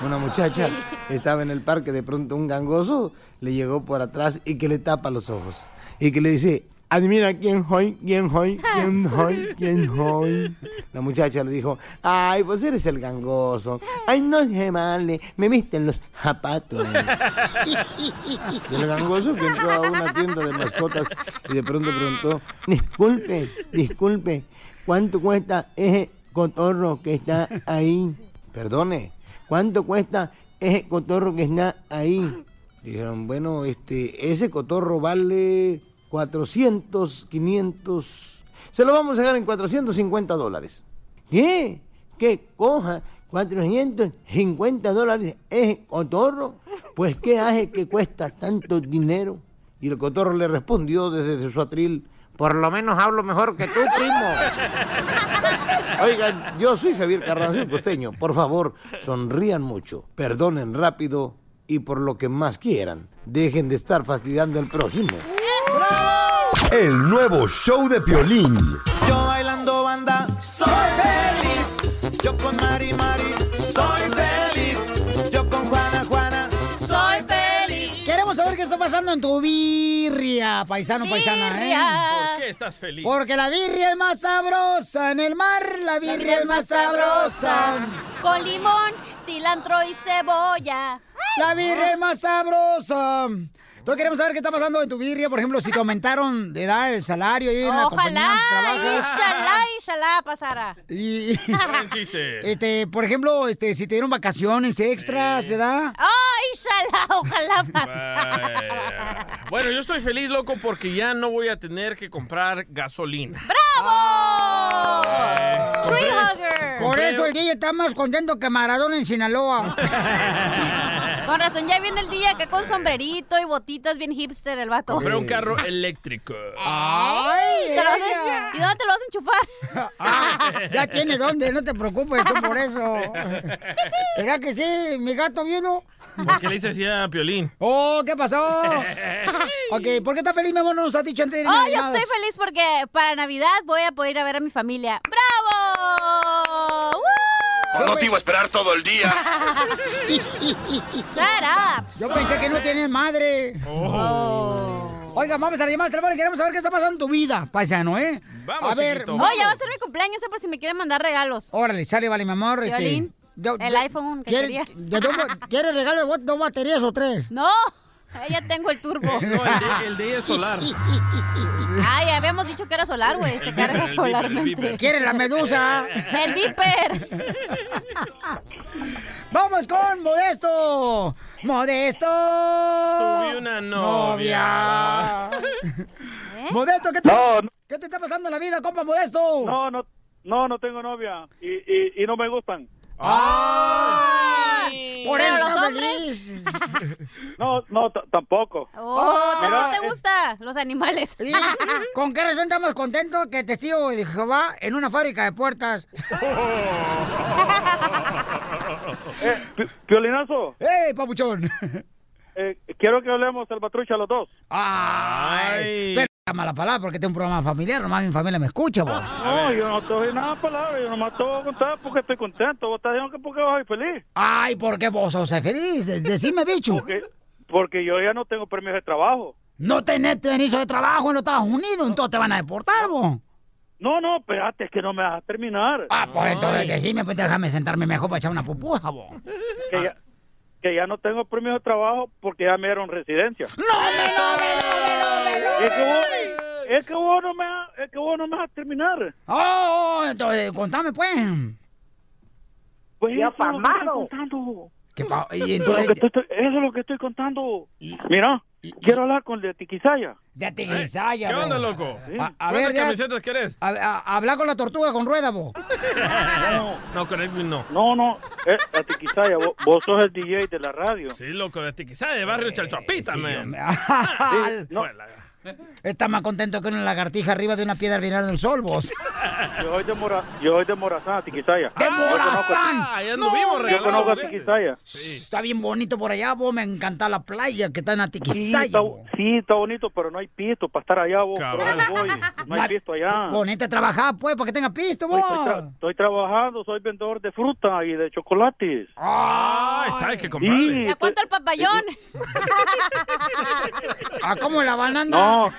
[SPEAKER 20] Una muchacha estaba en el parque, de pronto un gangoso le llegó por atrás y que le tapa los ojos. Y que le dice, admira quién soy, quién soy, quién soy, quién soy. La muchacha le dijo, ay, pues eres el gangoso. Ay, no se vale, me viste en los zapatos. Y el gangoso que entró a una tienda de mascotas y de pronto preguntó, disculpe, disculpe, ¿cuánto cuesta ese cotorro que está ahí? Perdone, ¿cuánto cuesta ese cotorro que está ahí? Dijeron, bueno, este, ese cotorro vale 400, 500, se lo vamos a dejar en 450 dólares. ¿Qué? ¿Qué coja? 450 dólares ese cotorro. Pues ¿qué hace que cuesta tanto dinero? Y el cotorro le respondió desde su atril, por lo menos hablo mejor que tú, primo. Oigan, yo soy Javier Carranza el Costeño. Por favor, sonrían mucho, perdonen rápido y por lo que más quieran, dejen de estar fastidiando al prójimo.
[SPEAKER 2] El nuevo show de Piolín.
[SPEAKER 13] Yo bailando banda soy feliz. Yo con Mari Mari soy feliz. Yo con Juana Juana soy feliz.
[SPEAKER 5] Queremos saber qué está pasando en tu birria, paisano, paisana. ¿eh?
[SPEAKER 6] ¿Por qué estás feliz?
[SPEAKER 5] Porque la birria es más sabrosa en el mar, la birria, es más sabrosa.
[SPEAKER 8] Con limón, cilantro y cebolla.
[SPEAKER 5] La birria es más sabrosa. Entonces queremos saber qué está pasando en tu birria, por ejemplo, si te aumentaron de edad el salario ahí en la compañía
[SPEAKER 8] Ojalá,
[SPEAKER 5] donde trabajas.
[SPEAKER 8] inshallah, inshallah pasara.
[SPEAKER 5] Y,
[SPEAKER 6] chiste.
[SPEAKER 5] este, por ejemplo, este, si te dieron vacaciones extras, ¿se da?
[SPEAKER 8] ¡Ay, Oh, inshallah! Ojalá pasara.
[SPEAKER 6] Vaya. Bueno, yo estoy feliz, loco, porque ya no voy a tener que comprar gasolina.
[SPEAKER 8] ¡Bravo! Tree hugger.
[SPEAKER 5] Por eso el DJ está más contento que Maradona en Sinaloa.
[SPEAKER 8] Con razón, ya viene el día que con sombrerito y botitas bien hipster el vato.
[SPEAKER 6] Compré un carro eléctrico.
[SPEAKER 8] Eh. ¡Ay! ¿Te lo vas a- ¿Y dónde te lo vas a enchufar?
[SPEAKER 5] Ya tiene dónde, no te preocupes tú por eso. ¿Verdad que sí, mi gato viudo?
[SPEAKER 6] ¿Por qué le hice así a Piolín?
[SPEAKER 5] Oh, ¿qué pasó? ok, ¿por qué estás feliz, mi amor? No nos has dicho antes de irme
[SPEAKER 8] Oh,
[SPEAKER 5] de
[SPEAKER 8] yo
[SPEAKER 5] nada.
[SPEAKER 8] estoy feliz porque para Navidad voy a poder ir a ver a mi familia. ¡Bravo!
[SPEAKER 1] No te iba a esperar todo el día.
[SPEAKER 8] ¡Sara!
[SPEAKER 5] Yo pensé que no tienes madre.
[SPEAKER 8] Oh.
[SPEAKER 5] Oiga, vamos a la llamada telefónica. Queremos saber qué está pasando en tu vida, paisano, ¿eh?
[SPEAKER 8] Vamos,
[SPEAKER 5] a ver,
[SPEAKER 8] chiquito. Oye, Oh, va a ser mi cumpleaños, eh, por si me quieren mandar regalos.
[SPEAKER 5] Órale, sale, vale, mi amor. este,
[SPEAKER 8] Violín,
[SPEAKER 5] do-
[SPEAKER 8] el
[SPEAKER 5] do-
[SPEAKER 8] iPhone que
[SPEAKER 5] ¿quiere-
[SPEAKER 8] quería.
[SPEAKER 5] de dos ba- ¿Quieres regalo de bo- dos baterías o tres?
[SPEAKER 8] No, ahí ya tengo el turbo.
[SPEAKER 6] No, el de, el de ella es solar.
[SPEAKER 8] Ay, habíamos dicho que era solar, güey. Se
[SPEAKER 6] El
[SPEAKER 8] carga
[SPEAKER 6] beeper, el beeper,
[SPEAKER 8] solarmente.
[SPEAKER 6] el
[SPEAKER 5] ¿Quieres la medusa?
[SPEAKER 8] El viper.
[SPEAKER 5] ¡Vamos con Modesto! ¡Modesto!
[SPEAKER 6] Tuve una novia.
[SPEAKER 8] ¿Eh?
[SPEAKER 5] Modesto, ¿qué te, ¿qué te está pasando en la vida, compa Modesto?
[SPEAKER 25] No, no, no, no tengo novia y, y, y no me gustan.
[SPEAKER 5] Por
[SPEAKER 8] Pero
[SPEAKER 5] eso
[SPEAKER 8] los
[SPEAKER 5] está
[SPEAKER 8] hombres.
[SPEAKER 5] feliz.
[SPEAKER 25] No, no, t- tampoco.
[SPEAKER 8] Oh,
[SPEAKER 25] Mira,
[SPEAKER 8] ¿qué te gusta? Los animales.
[SPEAKER 5] Sí, ¿Con qué razón estamos contentos que testigo de Jehová en una fábrica de puertas?
[SPEAKER 25] Piolinazo,
[SPEAKER 23] eh,
[SPEAKER 5] ¡Ey, papuchón!
[SPEAKER 23] eh, quiero que hablemos el patrucha los dos.
[SPEAKER 5] Ay. Pero la mala palabra porque tengo un programa familiar, nomás mi familia me escucha, vos.
[SPEAKER 23] No, yo no te doy nada de palabra, yo nomás te voy a contar porque estoy contento. Vos estás diciendo que porque vas a ir feliz.
[SPEAKER 5] Ay, ¿por qué vos sos feliz? De- Decime, bicho.
[SPEAKER 23] Porque, porque yo ya no tengo permiso de trabajo.
[SPEAKER 5] No tenés permiso de trabajo en los Estados Unidos, entonces te van a deportar, vos.
[SPEAKER 23] No, no, espérate, es que no me vas a terminar.
[SPEAKER 5] Ah, Por entonces decime, pues déjame sentarme mejor para echar una pupuja, vos. Ah.
[SPEAKER 23] Que ya, que ya no tengo permiso de trabajo porque ya me dieron residencia. ¡No, Es que vos, es que vos no me, ha- es que vos no me vas a terminar.
[SPEAKER 5] Oh, oh, entonces contame, pues.
[SPEAKER 23] Pues
[SPEAKER 5] Ya
[SPEAKER 23] eso es lo que estoy
[SPEAKER 5] pamado.
[SPEAKER 23] contando.
[SPEAKER 5] ¿Qué pa- y entonces-
[SPEAKER 23] Lo que te estoy- eso es lo que estoy contando. Mira, quiero hablar con el de Tiquisaya.
[SPEAKER 5] De Tiquisaya,
[SPEAKER 23] ¿Qué
[SPEAKER 5] vos.
[SPEAKER 23] onda, loco?
[SPEAKER 5] A, a
[SPEAKER 23] ¿Cuántas
[SPEAKER 5] ver, ya.
[SPEAKER 23] camisetas
[SPEAKER 5] querés? habla con la tortuga con rueda, vos.
[SPEAKER 23] No,
[SPEAKER 6] No, con Edwin no.
[SPEAKER 23] no, no. eh, la Tiquisaya, vos, vos sos el DJ de la radio.
[SPEAKER 6] Sí, loco, de Tiquisaya, de
[SPEAKER 5] Eh,
[SPEAKER 6] barrio Chalchapita, man.
[SPEAKER 5] Sí, Está más contento que una lagartija arriba de una piedra viral del sol, vos.
[SPEAKER 23] Yo soy de, Mora, yo soy de Morazán, Tiquisaya.
[SPEAKER 6] Ah,
[SPEAKER 5] ¡De Morazán!
[SPEAKER 23] Ahí
[SPEAKER 5] anduvimos
[SPEAKER 23] Yo
[SPEAKER 5] regalando
[SPEAKER 23] conozco a
[SPEAKER 5] juguetes.
[SPEAKER 6] ¿eh?
[SPEAKER 23] Tiquisaya.
[SPEAKER 5] Está bien bonito por allá, vos. Me encanta la playa que está en
[SPEAKER 23] Sí
[SPEAKER 5] Atiquizaya.
[SPEAKER 23] está, sí, está bonito, pero no hay pisto para estar allá, vos. Por eso voy. No hay pisto allá.
[SPEAKER 5] Ponete a trabajar, pues, para que tenga pisto,
[SPEAKER 23] Estoy,
[SPEAKER 5] vos.
[SPEAKER 23] estoy tra- estoy trabajando, soy vendedor de fruta y de chocolates.
[SPEAKER 5] Ah,
[SPEAKER 6] está, hay que
[SPEAKER 23] comprarle.
[SPEAKER 8] ¿A cuánto el papayón?
[SPEAKER 5] ¿A Ah, cómo la banana?
[SPEAKER 23] No,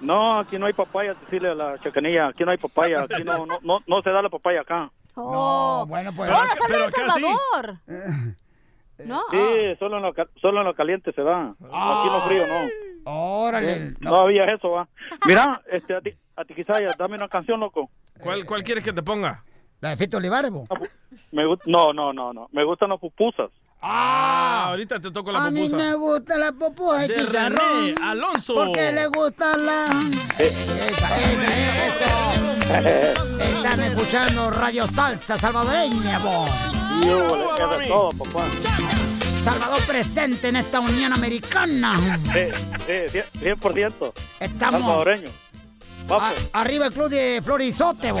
[SPEAKER 23] no, aquí no hay papaya, decirle a la chacanilla, aquí no hay papaya, aquí no, no, no, no se da la papaya acá.
[SPEAKER 8] Oh.
[SPEAKER 5] bueno,
[SPEAKER 8] pues. Ahora sale El Salvador.
[SPEAKER 13] Ah,
[SPEAKER 8] No.
[SPEAKER 23] Sí, solo en, lo, ca- solo en lo caliente se da, aquí en lo frío no.
[SPEAKER 5] Órale.
[SPEAKER 23] Sí, No había eso, va. Mira, este, a ti, a ti quizás, dame una canción, loco.
[SPEAKER 6] ¿Cuál, ¿Cuál quieres que te ponga?
[SPEAKER 5] La de Fito Olivares, vos.
[SPEAKER 23] Me gu- no, no, no, no, me gustan las pupusas.
[SPEAKER 6] Ah, ahorita te toco la
[SPEAKER 5] A mí
[SPEAKER 6] pupusa.
[SPEAKER 5] me gusta la pupuja de,
[SPEAKER 6] De
[SPEAKER 5] chicharrón.
[SPEAKER 6] René Alonso.
[SPEAKER 5] Porque le gusta la... Esa, esa, esa. Están escuchando Radio Salsa Salvadoreña, vos. Salvador presente en esta Unión Americana.
[SPEAKER 23] Sí, sí, cien- 100%.
[SPEAKER 5] Estamos-
[SPEAKER 23] Salvadoreño. Vamos.
[SPEAKER 5] A- arriba el club de Florizote, vos.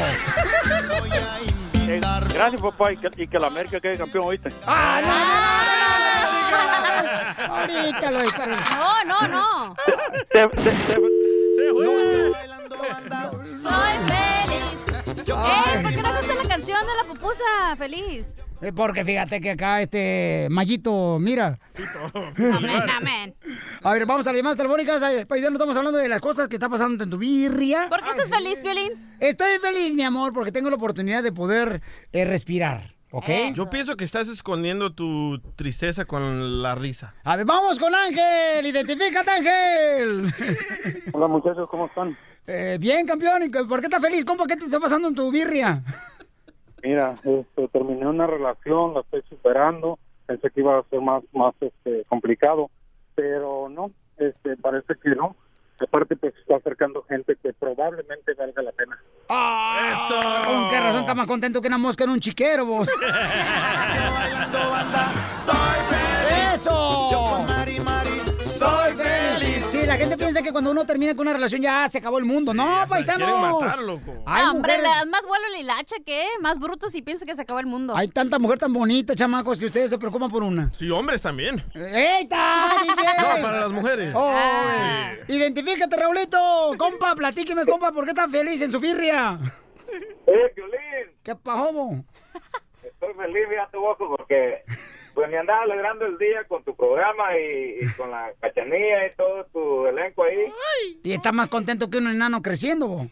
[SPEAKER 23] Eh, gracias, papá, y que, y que la América quede campeón, ¿oíste?
[SPEAKER 5] Ah. Ahorita lo disparo.
[SPEAKER 8] No, no, no.
[SPEAKER 23] Te- te- te-
[SPEAKER 8] Soy feliz. Ey, ¿por qué no cantas la canción de la pupusa? Feliz.
[SPEAKER 5] Eh, Porque fíjate que acá este Mayito, mira.
[SPEAKER 8] Amén, amén.
[SPEAKER 5] A ver, vamos a las llamadas telefónicas. Ay, Paisano, estamos hablando de las cosas que está pasando en tu birria.
[SPEAKER 8] ¿Por qué estás feliz, Violín?
[SPEAKER 5] Estoy feliz, mi amor, porque tengo la oportunidad de poder eh, respirar. ¿Ok?
[SPEAKER 6] Yo pienso que estás escondiendo tu tristeza con la risa.
[SPEAKER 5] A ver, vamos con Ángel. Identifícate, Ángel.
[SPEAKER 16] Hola muchachos, ¿cómo están?
[SPEAKER 5] Eh, bien, campeón. ¿Y ¿Por qué estás feliz? ¿Cómo qué te está pasando en tu birria?
[SPEAKER 16] Mira, este, terminé una relación, la estoy superando, pensé que iba a ser más, más este, complicado, pero no, este, parece que no. Aparte, pues está acercando gente que probablemente valga la pena.
[SPEAKER 5] ¡Eso! ¿Con qué razón estás más contento que una mosca en un chiquero, vos? ¡Eso!
[SPEAKER 13] soy feliz.
[SPEAKER 5] Sí, la gente piensa que cuando uno termina con una relación ya se acabó el mundo. no, paisanos. Hay,
[SPEAKER 8] No, hombre,
[SPEAKER 5] mujeres-
[SPEAKER 8] le das más vuelo a la hilacha que ¿eh? más brutos y piensa que se acabó el mundo.
[SPEAKER 5] hay tanta mujer tan bonita, chamacos, que ustedes se preocupan por una.
[SPEAKER 6] Sí, hombres también.
[SPEAKER 5] ¡Eita, DJ!
[SPEAKER 6] No, para las mujeres.
[SPEAKER 5] Oh, Identifícate, Raulito. Compa, platíqueme, compa, ¿por qué estás feliz en su birria?
[SPEAKER 16] Oye, Violín,
[SPEAKER 5] ¿Qué pasó, vos?
[SPEAKER 16] estoy feliz, fíjate, Boco, porque pues me andaba alegrando el día con tu programa y, y con la cachanilla y todo tu elenco ahí.
[SPEAKER 5] Y estás más contento que un enano creciendo, vos.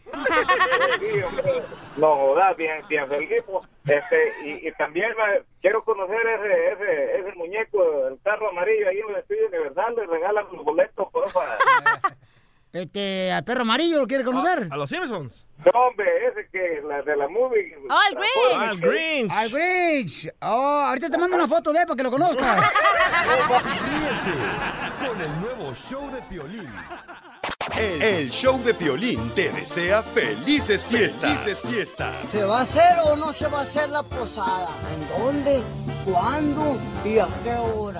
[SPEAKER 16] Sí, hombre, no jodas, bien, bien feliz. po. Este, y, y también eh, quiero conocer ese, ese, ese muñeco, el carro amarillo ahí en el estudio universal, le regalan los boletos, porfa.
[SPEAKER 5] Este, al perro amarillo lo quiere conocer.
[SPEAKER 6] A los Simpsons.
[SPEAKER 16] No, hombre, ese que la de la movie.
[SPEAKER 5] Oh, ¡Al
[SPEAKER 16] la foto,
[SPEAKER 5] Grinch!
[SPEAKER 16] que-
[SPEAKER 5] ¡Al Grinch! Oh, ahorita te mando una foto de él para que lo conozcas.
[SPEAKER 2] Ríete con el nuevo show de Piolín. El, el show de Piolín te desea felices fiestas. Felices fiestas.
[SPEAKER 3] ¿Se va a hacer o no se va a hacer la posada? ¿En dónde? ¿Cuándo? ¿Y a qué hora?